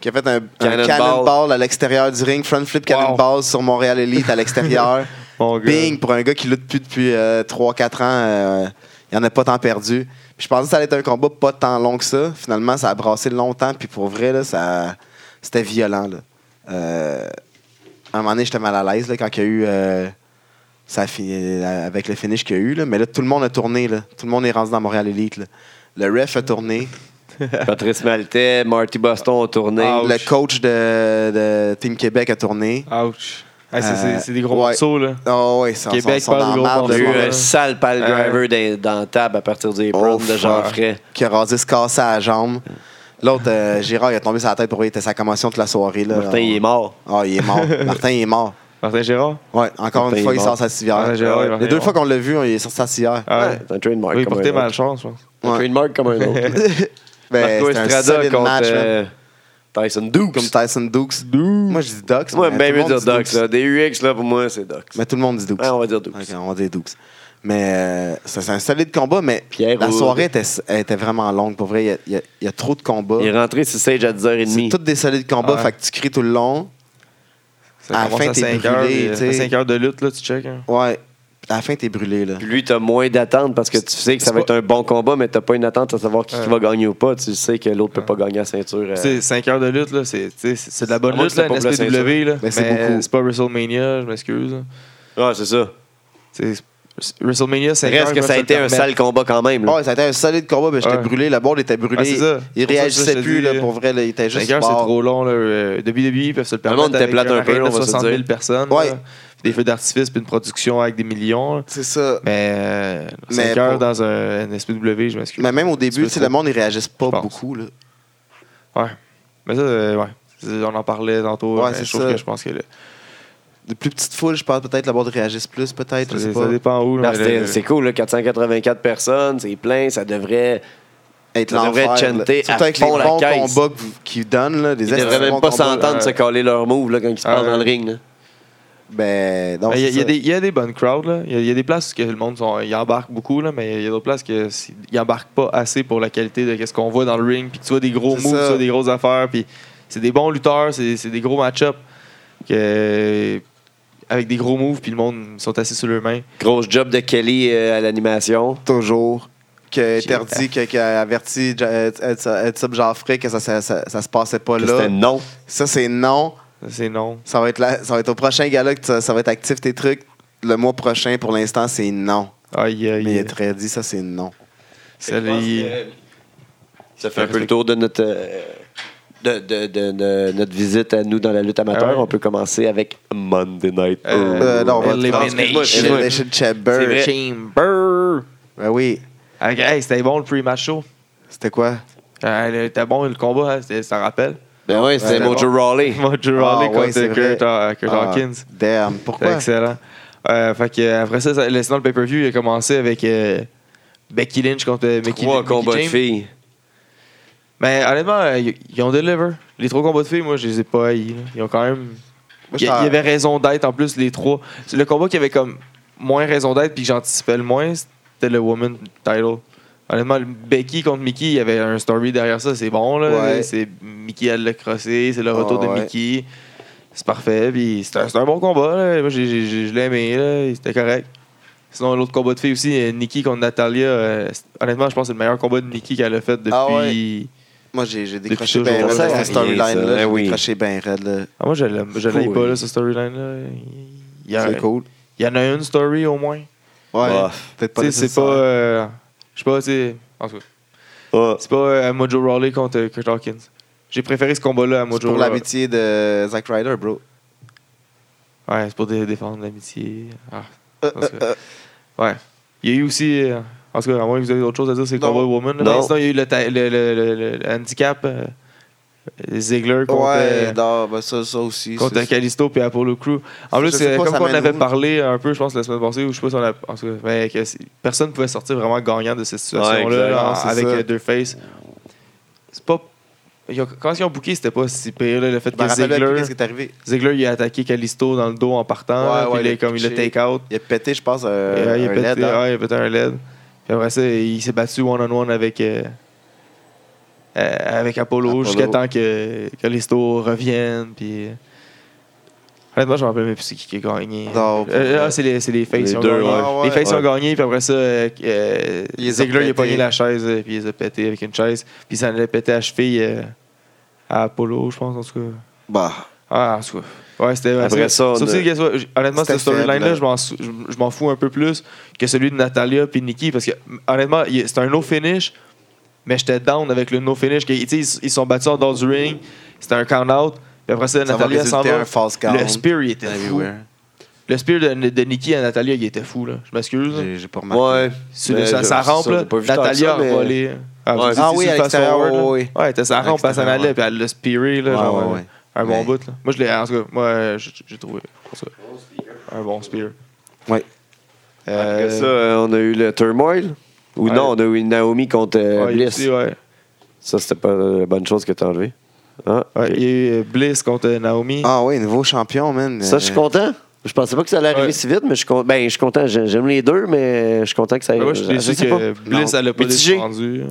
[SPEAKER 2] qui a fait un un
[SPEAKER 1] Cannonball.
[SPEAKER 2] cannonball, à l'extérieur du ring, front flip cannonball sur Montréal Elite à l'extérieur.
[SPEAKER 3] Mon gars.
[SPEAKER 2] Bing, pour un gars qui lutte plus depuis 3-4 ans, euh, il n'y en a pas tant perdu. Puis je pensais que ça allait être un combat pas tant long que ça. Finalement, ça a brassé longtemps, puis pour vrai, là, ça, c'était violent. là. Euh, à un moment donné, j'étais mal à l'aise là, quand il y a eu. euh, ça a fini euh, avec le finish qu'il y a eu, là. mais là, tout le monde a tourné. Là. Tout le monde est rendu dans Montréal Elite. là. Le ref a tourné.
[SPEAKER 1] Patrice Maltais, Marty Boston ont tourné.
[SPEAKER 3] Ah,
[SPEAKER 2] le
[SPEAKER 3] Ouch.
[SPEAKER 2] coach de, de Team Québec a tourné.
[SPEAKER 3] Ouch. Ah, c'est- c'est
[SPEAKER 2] Euh,
[SPEAKER 3] c'est des gros
[SPEAKER 2] ouais.
[SPEAKER 3] morceaux, là.
[SPEAKER 2] Oh, ouais, ça,
[SPEAKER 3] Québec
[SPEAKER 2] sont, sont
[SPEAKER 3] parle
[SPEAKER 2] dans
[SPEAKER 3] gros
[SPEAKER 2] la marde,
[SPEAKER 1] Il y a
[SPEAKER 2] là.
[SPEAKER 1] eu
[SPEAKER 3] Ouais.
[SPEAKER 1] un sale pal driver dans, dans la table à partir des proms de
[SPEAKER 2] Hein? Oh, fuck.
[SPEAKER 1] Jean Fray.
[SPEAKER 2] qui a rasé se casser à la jambe. L'autre, euh, Gérard, il a tombé sur la tête pour il était sa commotion toute la soirée. Là.
[SPEAKER 1] Martin, il est mort.
[SPEAKER 2] Ah, il est mort. Martin, il est mort.
[SPEAKER 3] Martin Gérard.
[SPEAKER 2] Ouais, encore
[SPEAKER 1] Martin,
[SPEAKER 2] une fois,
[SPEAKER 1] il est
[SPEAKER 2] il
[SPEAKER 1] mort.
[SPEAKER 2] sort sa civière.
[SPEAKER 3] Martin Gérard, il est
[SPEAKER 2] Les deux
[SPEAKER 3] mort.
[SPEAKER 2] fois qu'on l'a vu, il est sorti sa civière.
[SPEAKER 3] Ah,
[SPEAKER 1] Ouais, C'est un trademark.
[SPEAKER 3] Oui, il
[SPEAKER 1] comme euh,
[SPEAKER 3] portait
[SPEAKER 1] un autre.
[SPEAKER 3] malchance, je pense.
[SPEAKER 1] Un
[SPEAKER 2] Ouais.
[SPEAKER 1] trademark comme un autre.
[SPEAKER 2] Ben,
[SPEAKER 1] Marco
[SPEAKER 2] c'était un
[SPEAKER 1] Estrada
[SPEAKER 2] solide
[SPEAKER 1] contre
[SPEAKER 2] match, man.
[SPEAKER 1] euh, Tyson Dukes.
[SPEAKER 2] Comme Tyson Dukes. Moi, je dis Dukes.
[SPEAKER 1] Moi,
[SPEAKER 2] mais
[SPEAKER 1] j'aime bien
[SPEAKER 2] tout
[SPEAKER 1] mieux ben, dire
[SPEAKER 2] le monde dit
[SPEAKER 1] Dukes. là. DUX, là, pour moi, c'est Dukes.
[SPEAKER 2] Mais tout le monde dit Dukes.
[SPEAKER 1] Ouais, on va dire Dukes.
[SPEAKER 2] Ok, on va dire Dukes. Mais euh, ça, c'est un solide combat, mais
[SPEAKER 1] Pierre
[SPEAKER 2] la
[SPEAKER 1] Aude.
[SPEAKER 2] soirée était, elle était vraiment longue. Pour vrai, il y a- il y, a- il y a trop de combats.
[SPEAKER 1] Il est rentré sur stage à
[SPEAKER 2] C'est
[SPEAKER 1] 10h30.
[SPEAKER 2] tous des solides combats,
[SPEAKER 3] Ouais.
[SPEAKER 2] fait que tu cries tout le long. À la fin, t'es brûlé, tu sais.
[SPEAKER 3] 5 heures de lutte, là, tu check. hein.
[SPEAKER 2] Ouais. À la fin, t'es brûlé, là.
[SPEAKER 1] Puis lui, t'as moins d'attente parce que tu sais que ça
[SPEAKER 3] C'est
[SPEAKER 1] va être un bon combat, mais t'as pas une attente à savoir qui, qui
[SPEAKER 3] Ouais.
[SPEAKER 1] va gagner ou pas. Tu sais que l'autre peut pas gagner la ceinture. euh.
[SPEAKER 3] C'est 5 heures de lutte, là, c'est tu sais, c'est- c'est de la
[SPEAKER 1] À
[SPEAKER 3] bonne
[SPEAKER 1] moins
[SPEAKER 3] lutte,
[SPEAKER 1] que
[SPEAKER 3] là,
[SPEAKER 1] c'était pas pour la
[SPEAKER 3] NSPW, E, là.
[SPEAKER 2] Mais c'est beaucoup.
[SPEAKER 3] pas WrestleMania, je m'excuse. là.
[SPEAKER 1] Ouais, c'est ça.
[SPEAKER 3] C'est- WrestleMania, 5 heures.
[SPEAKER 1] Reste que ça a
[SPEAKER 3] ils peuvent
[SPEAKER 1] été
[SPEAKER 3] se le
[SPEAKER 1] un
[SPEAKER 3] permettre.
[SPEAKER 1] sale combat quand même. là.
[SPEAKER 2] Ouais, ça a été un solide combat, mais j'étais
[SPEAKER 3] Ouais.
[SPEAKER 2] brûlé. La board était brûlée.
[SPEAKER 3] Ouais, c'est ça.
[SPEAKER 2] il
[SPEAKER 3] Pour ça, ça,
[SPEAKER 2] réagissait
[SPEAKER 3] je te
[SPEAKER 2] plus,
[SPEAKER 3] dis,
[SPEAKER 2] là, pour vrai. là, il était juste.
[SPEAKER 3] 5 heures, c'est
[SPEAKER 2] mort.
[SPEAKER 3] trop long. Là. Euh, WWE peuvent se le permettre.
[SPEAKER 1] monde était
[SPEAKER 3] avec
[SPEAKER 1] plate un peu,
[SPEAKER 3] arène
[SPEAKER 1] on
[SPEAKER 3] de
[SPEAKER 1] va se
[SPEAKER 3] 60 000
[SPEAKER 1] dire.
[SPEAKER 3] personnes.
[SPEAKER 2] Ouais.
[SPEAKER 3] là, puis des feux d'artifice, puis une production avec des millions. là.
[SPEAKER 2] C'est ça.
[SPEAKER 3] Mais, euh,
[SPEAKER 2] Mais
[SPEAKER 3] 5
[SPEAKER 2] pour-
[SPEAKER 3] heures dans un NSPW, je m'excuse.
[SPEAKER 2] Mais même au
[SPEAKER 3] C'est
[SPEAKER 2] début,
[SPEAKER 3] peu
[SPEAKER 2] tu sais,
[SPEAKER 3] trop.
[SPEAKER 2] le monde, il réagissait pas
[SPEAKER 3] Je pense.
[SPEAKER 2] beaucoup. Là.
[SPEAKER 3] Ouais. Mais ça, euh, ouais. C'est- On en parlait tantôt.
[SPEAKER 2] Ouais,
[SPEAKER 3] mais
[SPEAKER 2] c'est
[SPEAKER 3] je trouve
[SPEAKER 2] ça.
[SPEAKER 3] que je pense que le-
[SPEAKER 2] De plus petites foules, je pense peut-être la boîte réagisse plus, peut-être, je sais
[SPEAKER 3] ça,
[SPEAKER 2] pas.
[SPEAKER 3] ça dépend où.
[SPEAKER 1] Non,
[SPEAKER 3] mais
[SPEAKER 1] c'était-
[SPEAKER 3] le-
[SPEAKER 1] C'est cool, là, 484 personnes, c'est plein, ça devrait.
[SPEAKER 2] Être
[SPEAKER 1] Ça devrait
[SPEAKER 2] l'enfer. là.
[SPEAKER 1] chanter
[SPEAKER 2] Surtout
[SPEAKER 1] à
[SPEAKER 2] avec les
[SPEAKER 1] fond la
[SPEAKER 2] bons
[SPEAKER 1] caisse.
[SPEAKER 2] combats que vous- qu'ils donnent, là, des
[SPEAKER 1] Ils devraient
[SPEAKER 2] estis de
[SPEAKER 1] même
[SPEAKER 2] bons
[SPEAKER 1] pas
[SPEAKER 2] combats, là.
[SPEAKER 1] s'entendre
[SPEAKER 3] euh,
[SPEAKER 1] se caler leur move là, quand ils se
[SPEAKER 3] Ah,
[SPEAKER 1] parlent dans le
[SPEAKER 3] ouais.
[SPEAKER 1] ring. là.
[SPEAKER 2] Ben, non,
[SPEAKER 3] Mais Il y a-
[SPEAKER 2] c'est
[SPEAKER 3] il y, a
[SPEAKER 2] ça.
[SPEAKER 3] des- il y a des bonnes crowds. là. Il y, a- il y a des places que le monde sont, ils embarquent beaucoup, là, mais il y a d'autres places que si- ils embarquent pas assez pour la qualité de ce qu'on voit dans le ring. Puis que tu vois des gros
[SPEAKER 2] C'est
[SPEAKER 3] moves,
[SPEAKER 2] ça.
[SPEAKER 3] tu vois des grosses affaires. Puis c'est des bons lutteurs, c'est c'est des gros match-ups. que- Avec des gros moves, puis le monde ils sont assis sur leurs mains.
[SPEAKER 1] Grosse job de Kelly euh, à l'animation.
[SPEAKER 2] toujours que
[SPEAKER 3] J'ai-
[SPEAKER 2] interdit que, que averti Ja- Ed- Ed- Ed Sub Jaffray que ça, ça, ça, ça se passait pas
[SPEAKER 1] Que C'était
[SPEAKER 2] là
[SPEAKER 1] non.
[SPEAKER 2] ça c'est non
[SPEAKER 3] C'est non.
[SPEAKER 2] ça va être là, ça va être au prochain gala que ça, ça va être actif tes trucs le mois prochain pour l'instant c'est non
[SPEAKER 3] Aïe, aïe,
[SPEAKER 2] mais il
[SPEAKER 3] aïe.
[SPEAKER 2] est très dit ça c'est non
[SPEAKER 3] Ça, les-
[SPEAKER 1] Ça fait un peu le tour de notre, euh, de, de- de- de notre visite à nous dans la lutte amateur.
[SPEAKER 3] Ah ouais.
[SPEAKER 1] On peut commencer avec Monday Night.
[SPEAKER 3] Euh,
[SPEAKER 1] Raw.
[SPEAKER 2] Euh, non, on va-
[SPEAKER 1] Elimination.
[SPEAKER 2] Ah, excuse-moi,
[SPEAKER 1] Excuse-moi.
[SPEAKER 2] Elimination
[SPEAKER 1] C'est
[SPEAKER 2] Chamber
[SPEAKER 1] vrai.
[SPEAKER 3] Chamber.
[SPEAKER 2] ben oui
[SPEAKER 3] Ok, hey, c'était bon le pre-match show.
[SPEAKER 2] c'était quoi
[SPEAKER 3] Euh, le- C'était bon le combat, hein, c'était- ça rappelle.
[SPEAKER 1] Ben ouais, c'était
[SPEAKER 2] Ouais,
[SPEAKER 1] Mojo Rawley.
[SPEAKER 3] Mojo
[SPEAKER 2] Ah,
[SPEAKER 3] Rawley
[SPEAKER 2] ouais, c'est
[SPEAKER 3] contre
[SPEAKER 2] vrai.
[SPEAKER 3] Kurt, euh, Kurt
[SPEAKER 2] Ah,
[SPEAKER 3] Hawkins.
[SPEAKER 2] damn
[SPEAKER 3] C'était
[SPEAKER 2] pourquoi
[SPEAKER 3] excellent. Euh, fait que, euh, après ça, ça- le- sinon, le pay-per-view il a commencé avec euh, Becky Lynch contre euh, Mickey
[SPEAKER 1] Trois
[SPEAKER 3] Mickey
[SPEAKER 1] combats de
[SPEAKER 3] James.
[SPEAKER 1] filles.
[SPEAKER 3] Mais honnêtement, euh, ils ils ont deliver. Les trois combats de filles, moi, je les ai pas haïs. là. Ils ont quand même.
[SPEAKER 2] Moi,
[SPEAKER 3] Il y
[SPEAKER 2] j'étais-
[SPEAKER 3] avait raison d'être en plus, les trois. C'est Le combat qui avait comme moins raison d'être puis que j'anticipais le moins, c'était le Woman Title. Honnêtement, le Becky contre Mickey, il y avait un story derrière ça, c'est bon. là.
[SPEAKER 2] Ouais.
[SPEAKER 3] C'est Mickey, elle l'a crossé, c'est le
[SPEAKER 2] Ah,
[SPEAKER 3] retour de
[SPEAKER 2] ouais.
[SPEAKER 3] Mickey. C'est parfait, puis c'est un, c'est un bon combat. là. Moi, j'ai- j'ai- j'ai- je l'ai aimé, là. c'était correct. Sinon, l'autre combat de filles aussi, euh, Nikki contre Natalia. euh, c'est- honnêtement, je pense que c'est le meilleur combat de Nikki qu'elle a fait depuis.
[SPEAKER 2] Ah moi j'ai j'ai décroché
[SPEAKER 3] toujours.
[SPEAKER 2] ben raide
[SPEAKER 3] Ça,
[SPEAKER 2] là,
[SPEAKER 3] ça
[SPEAKER 2] cette
[SPEAKER 1] sert à rien,
[SPEAKER 2] storyline
[SPEAKER 1] ça.
[SPEAKER 2] là
[SPEAKER 1] Ben oui.
[SPEAKER 2] j'ai décroché ben raide là
[SPEAKER 3] Ah, moi, je l'aime je l'aime
[SPEAKER 1] Fou,
[SPEAKER 3] pas,
[SPEAKER 1] oui.
[SPEAKER 3] là, ce storyline-là. Il y a-
[SPEAKER 2] c'est cool
[SPEAKER 3] il y en a une story au moins.
[SPEAKER 2] ouais
[SPEAKER 1] Bah,
[SPEAKER 2] peut-être
[SPEAKER 3] Tu
[SPEAKER 2] pas
[SPEAKER 3] sais, c'est pas.
[SPEAKER 2] nécessaire.
[SPEAKER 3] euh, je sais pas, tu sais. En tout cas,
[SPEAKER 1] Ah.
[SPEAKER 3] c'est pas euh, Mojo Rawley contre euh, Kurt Hawkins. J'ai préféré ce combat-là à
[SPEAKER 2] C'est
[SPEAKER 3] Mojo
[SPEAKER 2] pour
[SPEAKER 3] Rawley.
[SPEAKER 2] l'amitié de Zack Ryder bro
[SPEAKER 3] Ouais, c'est pour dé- défendre l'amitié. Ah,
[SPEAKER 2] Euh,
[SPEAKER 3] Parce
[SPEAKER 2] euh,
[SPEAKER 3] que- Ouais. Il y a eu aussi. euh, en tout cas, à moins que vous avez autre chose à dire, c'est le
[SPEAKER 2] Non.
[SPEAKER 3] combat Woman. là.
[SPEAKER 1] Non.
[SPEAKER 3] Mais Sinon, il y a eu le, ta- le- le- le- le handicap. euh, Ziggler contre.
[SPEAKER 2] Ouais,
[SPEAKER 3] euh,
[SPEAKER 2] non, ben ça, ça aussi.
[SPEAKER 3] contre
[SPEAKER 2] c'est-
[SPEAKER 3] Calisto puis Apollo Crew. En
[SPEAKER 2] Je
[SPEAKER 3] plus,
[SPEAKER 2] sais
[SPEAKER 3] euh,
[SPEAKER 2] pas,
[SPEAKER 3] comme
[SPEAKER 2] ça
[SPEAKER 3] on
[SPEAKER 2] mène
[SPEAKER 3] avait
[SPEAKER 2] où?
[SPEAKER 3] parlé un peu, je pense, la semaine passée, ou je sais pas si on a. En tout cas, mais que c'est- personne ne pouvait sortir vraiment gagnant de cette
[SPEAKER 1] Ouais,
[SPEAKER 3] situation-là
[SPEAKER 1] exact.
[SPEAKER 3] là,
[SPEAKER 2] Non, c'est
[SPEAKER 3] avec
[SPEAKER 2] ça.
[SPEAKER 3] euh, deux faces. C'est pas. ils ont- quand ils ont booké, c'était pas si pire. là, le fait
[SPEAKER 2] Je me
[SPEAKER 3] que
[SPEAKER 2] rappelle plus
[SPEAKER 3] Ziggler,
[SPEAKER 2] qu'est-ce qui est arrivé.
[SPEAKER 3] Ben, Ziggler il a attaqué Calisto dans le dos en partant,
[SPEAKER 2] Ouais,
[SPEAKER 3] là,
[SPEAKER 2] ouais,
[SPEAKER 3] puis il
[SPEAKER 2] il
[SPEAKER 3] a-
[SPEAKER 2] a
[SPEAKER 3] comme il le
[SPEAKER 2] pitché.
[SPEAKER 3] take out.
[SPEAKER 2] Il a pété, je pense,
[SPEAKER 3] Et,
[SPEAKER 2] euh,
[SPEAKER 3] euh, il, a
[SPEAKER 2] un
[SPEAKER 3] pété,
[SPEAKER 2] LED. hein.
[SPEAKER 3] ouais, il a pété un LED. Puis après ça, il s'est battu one-on-one avec, euh, euh, avec Apollo,
[SPEAKER 2] Apollo.
[SPEAKER 3] jusqu'à temps que Calisto revienne. Puis... euh, Honnêtement, je me rappelle même plus c'est qui qui a gagné.
[SPEAKER 2] Non,
[SPEAKER 3] Euh, euh, ah, c'est les, c'est les Faces
[SPEAKER 1] Les
[SPEAKER 3] qui ont
[SPEAKER 1] deux,
[SPEAKER 3] gagné.
[SPEAKER 1] ouais.
[SPEAKER 2] Ah, ouais.
[SPEAKER 3] les Faces
[SPEAKER 1] Ouais.
[SPEAKER 3] ont gagné, puis après ça, euh, euh,
[SPEAKER 2] Il les a
[SPEAKER 3] Ziggler il a
[SPEAKER 2] pété.
[SPEAKER 3] pogné la chaise, euh, puis il les a pété avec une chaise. Puis ça l'a pété à cheville euh, à Apollo, je pense, en tout cas.
[SPEAKER 2] Bah,
[SPEAKER 3] Ah, en tout cas. Ouais, c'était
[SPEAKER 1] Après ça, on
[SPEAKER 3] Sauf
[SPEAKER 1] a-
[SPEAKER 3] si, guess what, j- honnêtement,
[SPEAKER 2] C'était
[SPEAKER 3] cette storyline-là,
[SPEAKER 2] faible.
[SPEAKER 3] je m'en sou- je- je m'en fous un peu plus que celui de Natalia puis Nikki parce que, m- honnêtement, il- c'est un no-finish, mais j'étais down avec le no-finish. que- tu sais, Ils s- ils sont battus en dehors du ring, c'était un count-out, puis après ça,
[SPEAKER 2] ça va
[SPEAKER 3] Natalia s'en
[SPEAKER 2] résulter
[SPEAKER 3] va.
[SPEAKER 2] un false count.
[SPEAKER 3] Le spear, il était fou.
[SPEAKER 2] Everywhere.
[SPEAKER 3] Le spear de, de Nikki à Natalia, il était fou, là. Je m'excuse. là.
[SPEAKER 2] J'ai j'ai pas remarqué.
[SPEAKER 1] Ouais.
[SPEAKER 3] Sur
[SPEAKER 1] Mais
[SPEAKER 3] le-
[SPEAKER 1] je-
[SPEAKER 3] sa, sa
[SPEAKER 1] ça,
[SPEAKER 3] rampe,
[SPEAKER 1] on
[SPEAKER 3] là,
[SPEAKER 1] l'a pas vu tant que
[SPEAKER 3] Natalia
[SPEAKER 1] ça, mais-
[SPEAKER 3] a volé.
[SPEAKER 1] Ouais.
[SPEAKER 3] vous dites,
[SPEAKER 2] Ah
[SPEAKER 3] c'est
[SPEAKER 2] oui,
[SPEAKER 3] sur
[SPEAKER 2] à l'extérieur,
[SPEAKER 3] le fast forward,
[SPEAKER 2] oui,
[SPEAKER 3] là. Ouais, elle était sa
[SPEAKER 2] À
[SPEAKER 3] rampe, elle s'en
[SPEAKER 2] l'extérieur,
[SPEAKER 3] allait,
[SPEAKER 2] ouais.
[SPEAKER 3] puis elle l'a spearé, là,
[SPEAKER 2] Ouais,
[SPEAKER 3] genre,
[SPEAKER 2] ouais,
[SPEAKER 3] euh,
[SPEAKER 2] ouais.
[SPEAKER 3] un bon
[SPEAKER 2] Mais-
[SPEAKER 3] bout. Là. Moi, je l'ai, en tout cas, moi, j'ai j'ai trouvé. pour ça. Un bon spear.
[SPEAKER 2] Ouais.
[SPEAKER 3] Euh,
[SPEAKER 1] Après ça, euh, on a eu le Turmoil. Ou
[SPEAKER 3] Ouais.
[SPEAKER 1] non, on a eu Naomi contre euh,
[SPEAKER 3] ouais, il y a
[SPEAKER 1] Bliss.
[SPEAKER 3] aussi, ouais.
[SPEAKER 1] Ça, c'était pas la bonne chose que t'as enlevé. Ah,
[SPEAKER 3] Ouais,
[SPEAKER 1] ok.
[SPEAKER 3] Il y a eu euh, Bliss contre Naomi.
[SPEAKER 2] Ah oui, nouveau champion, man.
[SPEAKER 1] Ça, je suis
[SPEAKER 2] Euh,
[SPEAKER 1] content. Je pensais pas que ça allait arriver
[SPEAKER 3] Ouais.
[SPEAKER 1] si vite, mais je suis con- ben, je suis content. J'ai- J'aime les deux, mais je suis content que ça
[SPEAKER 3] Ouais,
[SPEAKER 1] arrive.
[SPEAKER 3] Ben moi, je
[SPEAKER 2] euh,
[SPEAKER 3] suis déçu
[SPEAKER 1] sais
[SPEAKER 3] que
[SPEAKER 1] pas.
[SPEAKER 3] Bliss, elle a pas
[SPEAKER 1] Mitigé.
[SPEAKER 3] défendu.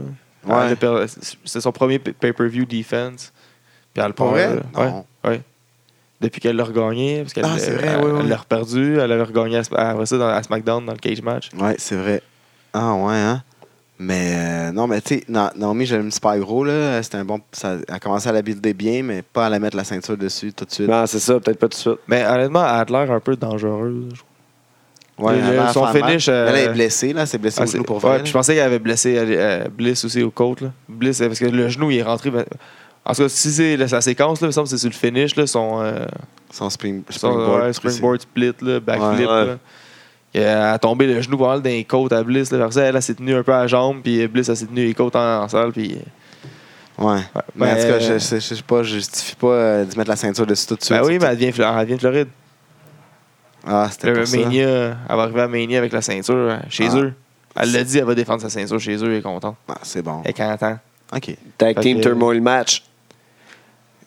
[SPEAKER 3] Elle
[SPEAKER 2] Ouais.
[SPEAKER 3] a perdu- C'est son premier p- pay-per-view defense. Puis elle le
[SPEAKER 2] Pour
[SPEAKER 3] perd,
[SPEAKER 2] vrai?
[SPEAKER 3] là. Ouais.
[SPEAKER 2] Non.
[SPEAKER 3] Ouais. Depuis qu'elle l'a regagné, parce qu'elle
[SPEAKER 2] Ah, c'est vrai,
[SPEAKER 3] elle-
[SPEAKER 2] oui, oui.
[SPEAKER 3] elle l'a reperdu, elle l'avait regagné à, après ça dans, à SmackDown dans le cage match.
[SPEAKER 2] Ouais, c'est vrai. Ah ouais, hein. Mais euh, non, mais tu sais, Na- Naomi, j'aime super gros, là. C'était un bon. Ça a commencé à la builder bien, mais pas à la mettre la ceinture dessus tout de suite.
[SPEAKER 1] Non, c'est ça, peut-être pas tout de suite.
[SPEAKER 3] Mais honnêtement, elle a l'air un peu dangereuse. je trouve.
[SPEAKER 2] Ouais,
[SPEAKER 3] Le-
[SPEAKER 2] elle a
[SPEAKER 3] son
[SPEAKER 2] fait mal.
[SPEAKER 3] finish, euh,
[SPEAKER 2] Elle est blessée, là. C'est blessé
[SPEAKER 3] Ah,
[SPEAKER 2] au
[SPEAKER 3] c'est-
[SPEAKER 2] genou pour
[SPEAKER 3] ouais,
[SPEAKER 2] vrai.
[SPEAKER 3] puis
[SPEAKER 2] là.
[SPEAKER 3] je pensais qu'elle avait blessé euh, euh, Bliss aussi au côte. Là. Bliss, euh, parce que le genou, il est rentré. ben, en tout cas, si c'est la- sa séquence, là, il me semble que c'est sur le finish, là, son, euh,
[SPEAKER 2] Son spring-
[SPEAKER 3] son,
[SPEAKER 2] springboard.
[SPEAKER 3] ouais,
[SPEAKER 2] précis.
[SPEAKER 3] springboard split, là, backflip.
[SPEAKER 1] Ouais, ouais.
[SPEAKER 3] là. Et, euh, Elle a tombé le genou pas mal dans les côtes à Bliss. Là, Après ça, elle, elle s'est tenue un peu à la jambe, puis Bliss elle s'est tenue les côtes en, en salle. Puis...
[SPEAKER 2] Ouais. Mais en
[SPEAKER 3] ben,
[SPEAKER 2] tout cas, je
[SPEAKER 3] euh,
[SPEAKER 2] ne je, je sais pas, je justifie pas euh, de mettre la ceinture dessus tout de suite.
[SPEAKER 3] Ben oui, mais elle vient, Flo- elle vient de Floride.
[SPEAKER 2] Ah, c'était
[SPEAKER 3] Le
[SPEAKER 2] pour ça.
[SPEAKER 3] Mania, elle va arriver à Mania avec la ceinture euh, chez
[SPEAKER 2] Ah.
[SPEAKER 3] eux. Elle l'a dit, elle va défendre sa ceinture chez eux, elle est contente.
[SPEAKER 2] Ah, c'est bon.
[SPEAKER 3] Elle est 40 ans.
[SPEAKER 2] OK.
[SPEAKER 1] Tag
[SPEAKER 3] Fait
[SPEAKER 1] Team
[SPEAKER 3] que-
[SPEAKER 1] Turmoil Match.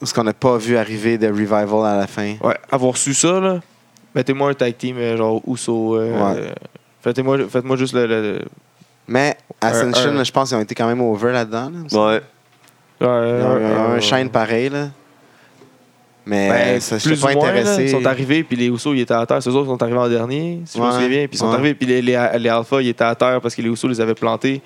[SPEAKER 2] Ce qu'on n'a pas vu arriver de Revival à la fin.
[SPEAKER 3] Ouais, avoir su ça, là, mettez-moi un tag team euh, genre Ousso.
[SPEAKER 2] Ouais.
[SPEAKER 3] Faites-moi faites-moi juste le, le- le-
[SPEAKER 2] Mais Ascension,
[SPEAKER 3] un-
[SPEAKER 2] je pense qu'ils ont été quand même over là-dedans. là,
[SPEAKER 1] Ouais.
[SPEAKER 2] Ils ont eu un, shine pareil, là. Mais
[SPEAKER 3] Ben,
[SPEAKER 2] euh, ça, je
[SPEAKER 3] plus
[SPEAKER 2] suis pas
[SPEAKER 3] ou moins, là,
[SPEAKER 2] intéressé.
[SPEAKER 3] ils sont arrivés, puis les Ousso, ils étaient à terre. Ceux autres sont arrivés en dernier, si
[SPEAKER 2] Ouais,
[SPEAKER 3] je me souviens bien. Puis ils sont
[SPEAKER 2] ouais.
[SPEAKER 3] arrivés, puis les, les, les Alpha, ils étaient à terre parce que les Ousso les avaient plantés.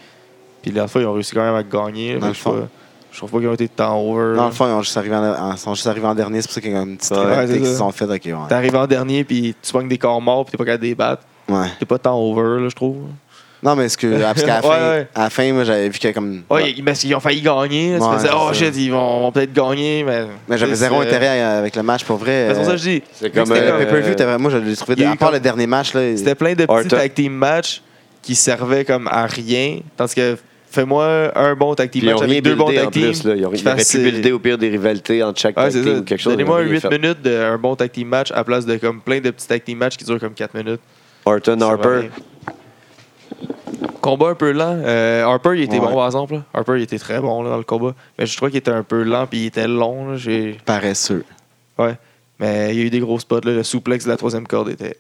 [SPEAKER 3] Puis les Alpha, ils ont réussi quand même à gagner.
[SPEAKER 2] Dans
[SPEAKER 3] Fait
[SPEAKER 2] le
[SPEAKER 3] que je
[SPEAKER 2] fond.
[SPEAKER 3] trouve pas- Je trouve pas qu'ils ont été tant over.
[SPEAKER 2] Dans
[SPEAKER 3] là.
[SPEAKER 2] le fond, ils ont juste arrivé en- en- sont juste arrivés en dernier. C'est pour ça qu'il y a une petite
[SPEAKER 1] Ouais,
[SPEAKER 2] rivalité
[SPEAKER 3] c'est
[SPEAKER 2] qui
[SPEAKER 3] ça.
[SPEAKER 2] se sont faites. OK, ouais.
[SPEAKER 3] T'arrives en dernier, puis tu pognes des corps morts, puis t'es pas capable de débattre.
[SPEAKER 2] Ouais.
[SPEAKER 3] T'es pas tant over, là, je trouve.
[SPEAKER 2] Non, mais ce que, ah, parce qu'à la,
[SPEAKER 3] Ouais,
[SPEAKER 2] fin-
[SPEAKER 3] ouais.
[SPEAKER 2] à la fin, moi, j'avais vu que comme.
[SPEAKER 3] Ouais, ils- parce qu'ils ont failli gagner. là,
[SPEAKER 2] Ouais,
[SPEAKER 3] tu faisais,
[SPEAKER 2] c'est
[SPEAKER 3] oh
[SPEAKER 2] ça.
[SPEAKER 3] shit, ils vont, vont peut-être gagner, mais.
[SPEAKER 2] mais j'avais zéro
[SPEAKER 3] c'est-
[SPEAKER 2] intérêt à- avec le match pour vrai.
[SPEAKER 3] euh, C'est pour ça que
[SPEAKER 2] Euh,
[SPEAKER 3] je dis,
[SPEAKER 1] C'est
[SPEAKER 2] vu que
[SPEAKER 1] comme.
[SPEAKER 2] c'était
[SPEAKER 1] euh,
[SPEAKER 2] le pay-per-view, t'avais- moi, je l'ai trouvé.
[SPEAKER 3] il y a
[SPEAKER 2] à
[SPEAKER 3] eu
[SPEAKER 2] part
[SPEAKER 3] comme-
[SPEAKER 2] le dernier match, là.
[SPEAKER 3] c'était plein de petits
[SPEAKER 1] Orton.
[SPEAKER 3] tag team matchs qui servaient comme à rien. Tandis que fais-moi un bon tag team
[SPEAKER 1] Puis ils ont
[SPEAKER 3] match
[SPEAKER 1] rien
[SPEAKER 3] avec deux bons
[SPEAKER 1] buildé
[SPEAKER 3] tag
[SPEAKER 1] en
[SPEAKER 3] teams.
[SPEAKER 1] plus. Là. Ils, auraient,
[SPEAKER 3] qui
[SPEAKER 1] ils auraient
[SPEAKER 3] fassent,
[SPEAKER 1] pu builder au pire des rivalités entre chaque
[SPEAKER 3] Ouais,
[SPEAKER 1] tag
[SPEAKER 3] c'est
[SPEAKER 1] team
[SPEAKER 3] ça.
[SPEAKER 1] ou quelque chose.
[SPEAKER 3] Donnez-moi
[SPEAKER 1] ils ont rien
[SPEAKER 3] 8
[SPEAKER 1] fait.
[SPEAKER 3] minutes d'un bon tag team match à la place de comme plein de petits tag team matchs qui durent comme 4 minutes.
[SPEAKER 1] Orton
[SPEAKER 3] Ça va
[SPEAKER 1] Harper.
[SPEAKER 3] bien. Combat un peu lent. Euh, Harper, il était
[SPEAKER 2] Ouais.
[SPEAKER 3] bon, par exemple. là. Harper, il était très bon là, dans le combat. Mais je trouvais qu'il était un peu lent, puis il était long. là. J'ai-
[SPEAKER 2] paresseux.
[SPEAKER 3] Ouais. Mais il y a eu des gros spots. Là. Le souplex de la troisième corde était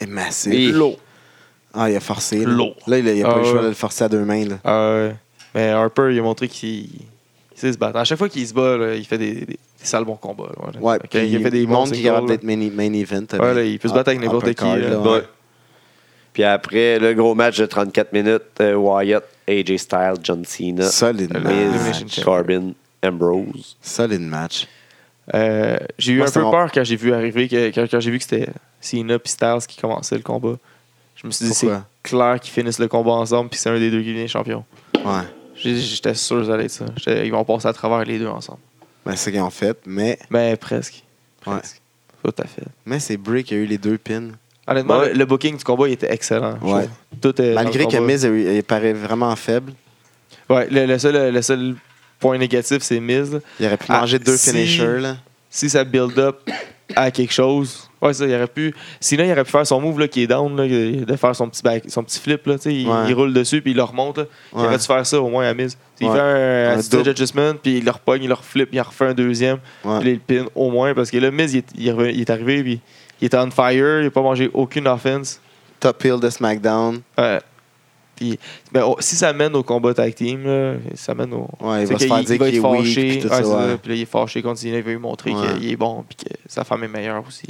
[SPEAKER 2] Et massif.
[SPEAKER 1] Et-
[SPEAKER 3] lourd.
[SPEAKER 2] Ah, il a forcé. Là,
[SPEAKER 3] Lourd.
[SPEAKER 2] Là, il a, il a
[SPEAKER 3] Ah,
[SPEAKER 2] pas eu le choix
[SPEAKER 3] ouais.
[SPEAKER 2] de le forcer à deux mains. Là.
[SPEAKER 3] Euh, mais Harper, il a montré qu'il il sait se battre. À chaque fois qu'il se bat, là, il fait des, des, des sales bons combats. là. Voilà.
[SPEAKER 2] Ouais,
[SPEAKER 3] Fait que
[SPEAKER 2] puis
[SPEAKER 3] il a fait des bons
[SPEAKER 2] montre qu'il est capable
[SPEAKER 3] singles,
[SPEAKER 2] d'être main, main event.
[SPEAKER 3] là. Ouais, là, il peut se battre avec n'importe qui.
[SPEAKER 2] uppercard,
[SPEAKER 3] là.
[SPEAKER 2] là,
[SPEAKER 1] Ouais. Puis après, le gros match de 34 minutes, euh, Wyatt, AJ Styles, John Cena,
[SPEAKER 2] Solide
[SPEAKER 3] Le
[SPEAKER 2] match.
[SPEAKER 3] Elimination
[SPEAKER 1] Miz,
[SPEAKER 3] Chamber.
[SPEAKER 1] Corbin, Ambrose.
[SPEAKER 2] Solide match.
[SPEAKER 3] Euh, j'ai eu
[SPEAKER 2] Moi,
[SPEAKER 3] un
[SPEAKER 2] c'était
[SPEAKER 3] peu
[SPEAKER 2] mon-
[SPEAKER 3] peur quand j'ai vu arriver que, quand, quand j'ai vu que c'était Cena puis Styles qui commençaient le combat. Je me suis dit c'est
[SPEAKER 2] Pourquoi?
[SPEAKER 3] clair qu'ils finissent le combat ensemble puis c'est un des deux qui devient champion.
[SPEAKER 2] Ouais.
[SPEAKER 3] J'ai- J'étais sûr que ça allait être ça. J'étais- Ils vont passer à travers les deux ensemble.
[SPEAKER 2] Ben, c'est ce qu'ils ont fait, mais,
[SPEAKER 3] Mais presque.
[SPEAKER 2] Ouais.
[SPEAKER 3] Presque. Euh, Tout à fait.
[SPEAKER 2] mais c'est Brie qui a eu les deux pins.
[SPEAKER 3] Honnêtement,
[SPEAKER 1] Ouais.
[SPEAKER 3] le, le booking du combat il était excellent. je
[SPEAKER 2] Ouais.
[SPEAKER 3] trouve. Tout est
[SPEAKER 2] Malgré
[SPEAKER 3] dans le
[SPEAKER 2] que
[SPEAKER 3] combat.
[SPEAKER 2] Miz il, il paraît vraiment faible,
[SPEAKER 3] Ouais, le, le seul, le seul point négatif, c'est Miz. là.
[SPEAKER 2] il aurait pu
[SPEAKER 3] Ah,
[SPEAKER 2] manger deux
[SPEAKER 3] si.
[SPEAKER 2] finishers. Là.
[SPEAKER 3] Si ça build up à quelque chose, ouais, ça, il aurait pu. Sinon, il aurait pu faire son move là, qui est down, là, de faire son petit, back- son petit flip. Là, tu sais, il,
[SPEAKER 2] Ouais.
[SPEAKER 3] il roule dessus puis il le remonte. là. Il
[SPEAKER 2] Ouais.
[SPEAKER 3] aurait dû faire ça au moins à Miz. Il
[SPEAKER 2] Ouais.
[SPEAKER 3] fait un,
[SPEAKER 2] Un
[SPEAKER 3] attitude
[SPEAKER 2] double.
[SPEAKER 3] adjustment, puis il le repogne, il le reflip, il en refait un deuxième,
[SPEAKER 2] Ouais.
[SPEAKER 3] puis il le pin au moins. Parce que là, Miz, il est, il est revenu- il est arrivé, puis il est on fire, il n'a pas mangé aucune offense.
[SPEAKER 2] Top heel de SmackDown.
[SPEAKER 3] Ouais. Puis, ben, oh, si ça mène au combat tag team, là, ça mène au.
[SPEAKER 2] Ouais, il va se
[SPEAKER 3] C'est qu'il-
[SPEAKER 2] faire dire
[SPEAKER 3] va
[SPEAKER 2] qu'il est
[SPEAKER 3] être
[SPEAKER 2] weak.
[SPEAKER 3] fâché.
[SPEAKER 2] Puis tout
[SPEAKER 3] Ouais,
[SPEAKER 2] ça,
[SPEAKER 3] c'est ça.
[SPEAKER 2] ouais.
[SPEAKER 3] Puis là, il est fâché contre Cena. Il veut lui montrer
[SPEAKER 2] Ouais.
[SPEAKER 3] qu'il est bon puis que sa femme est meilleure aussi.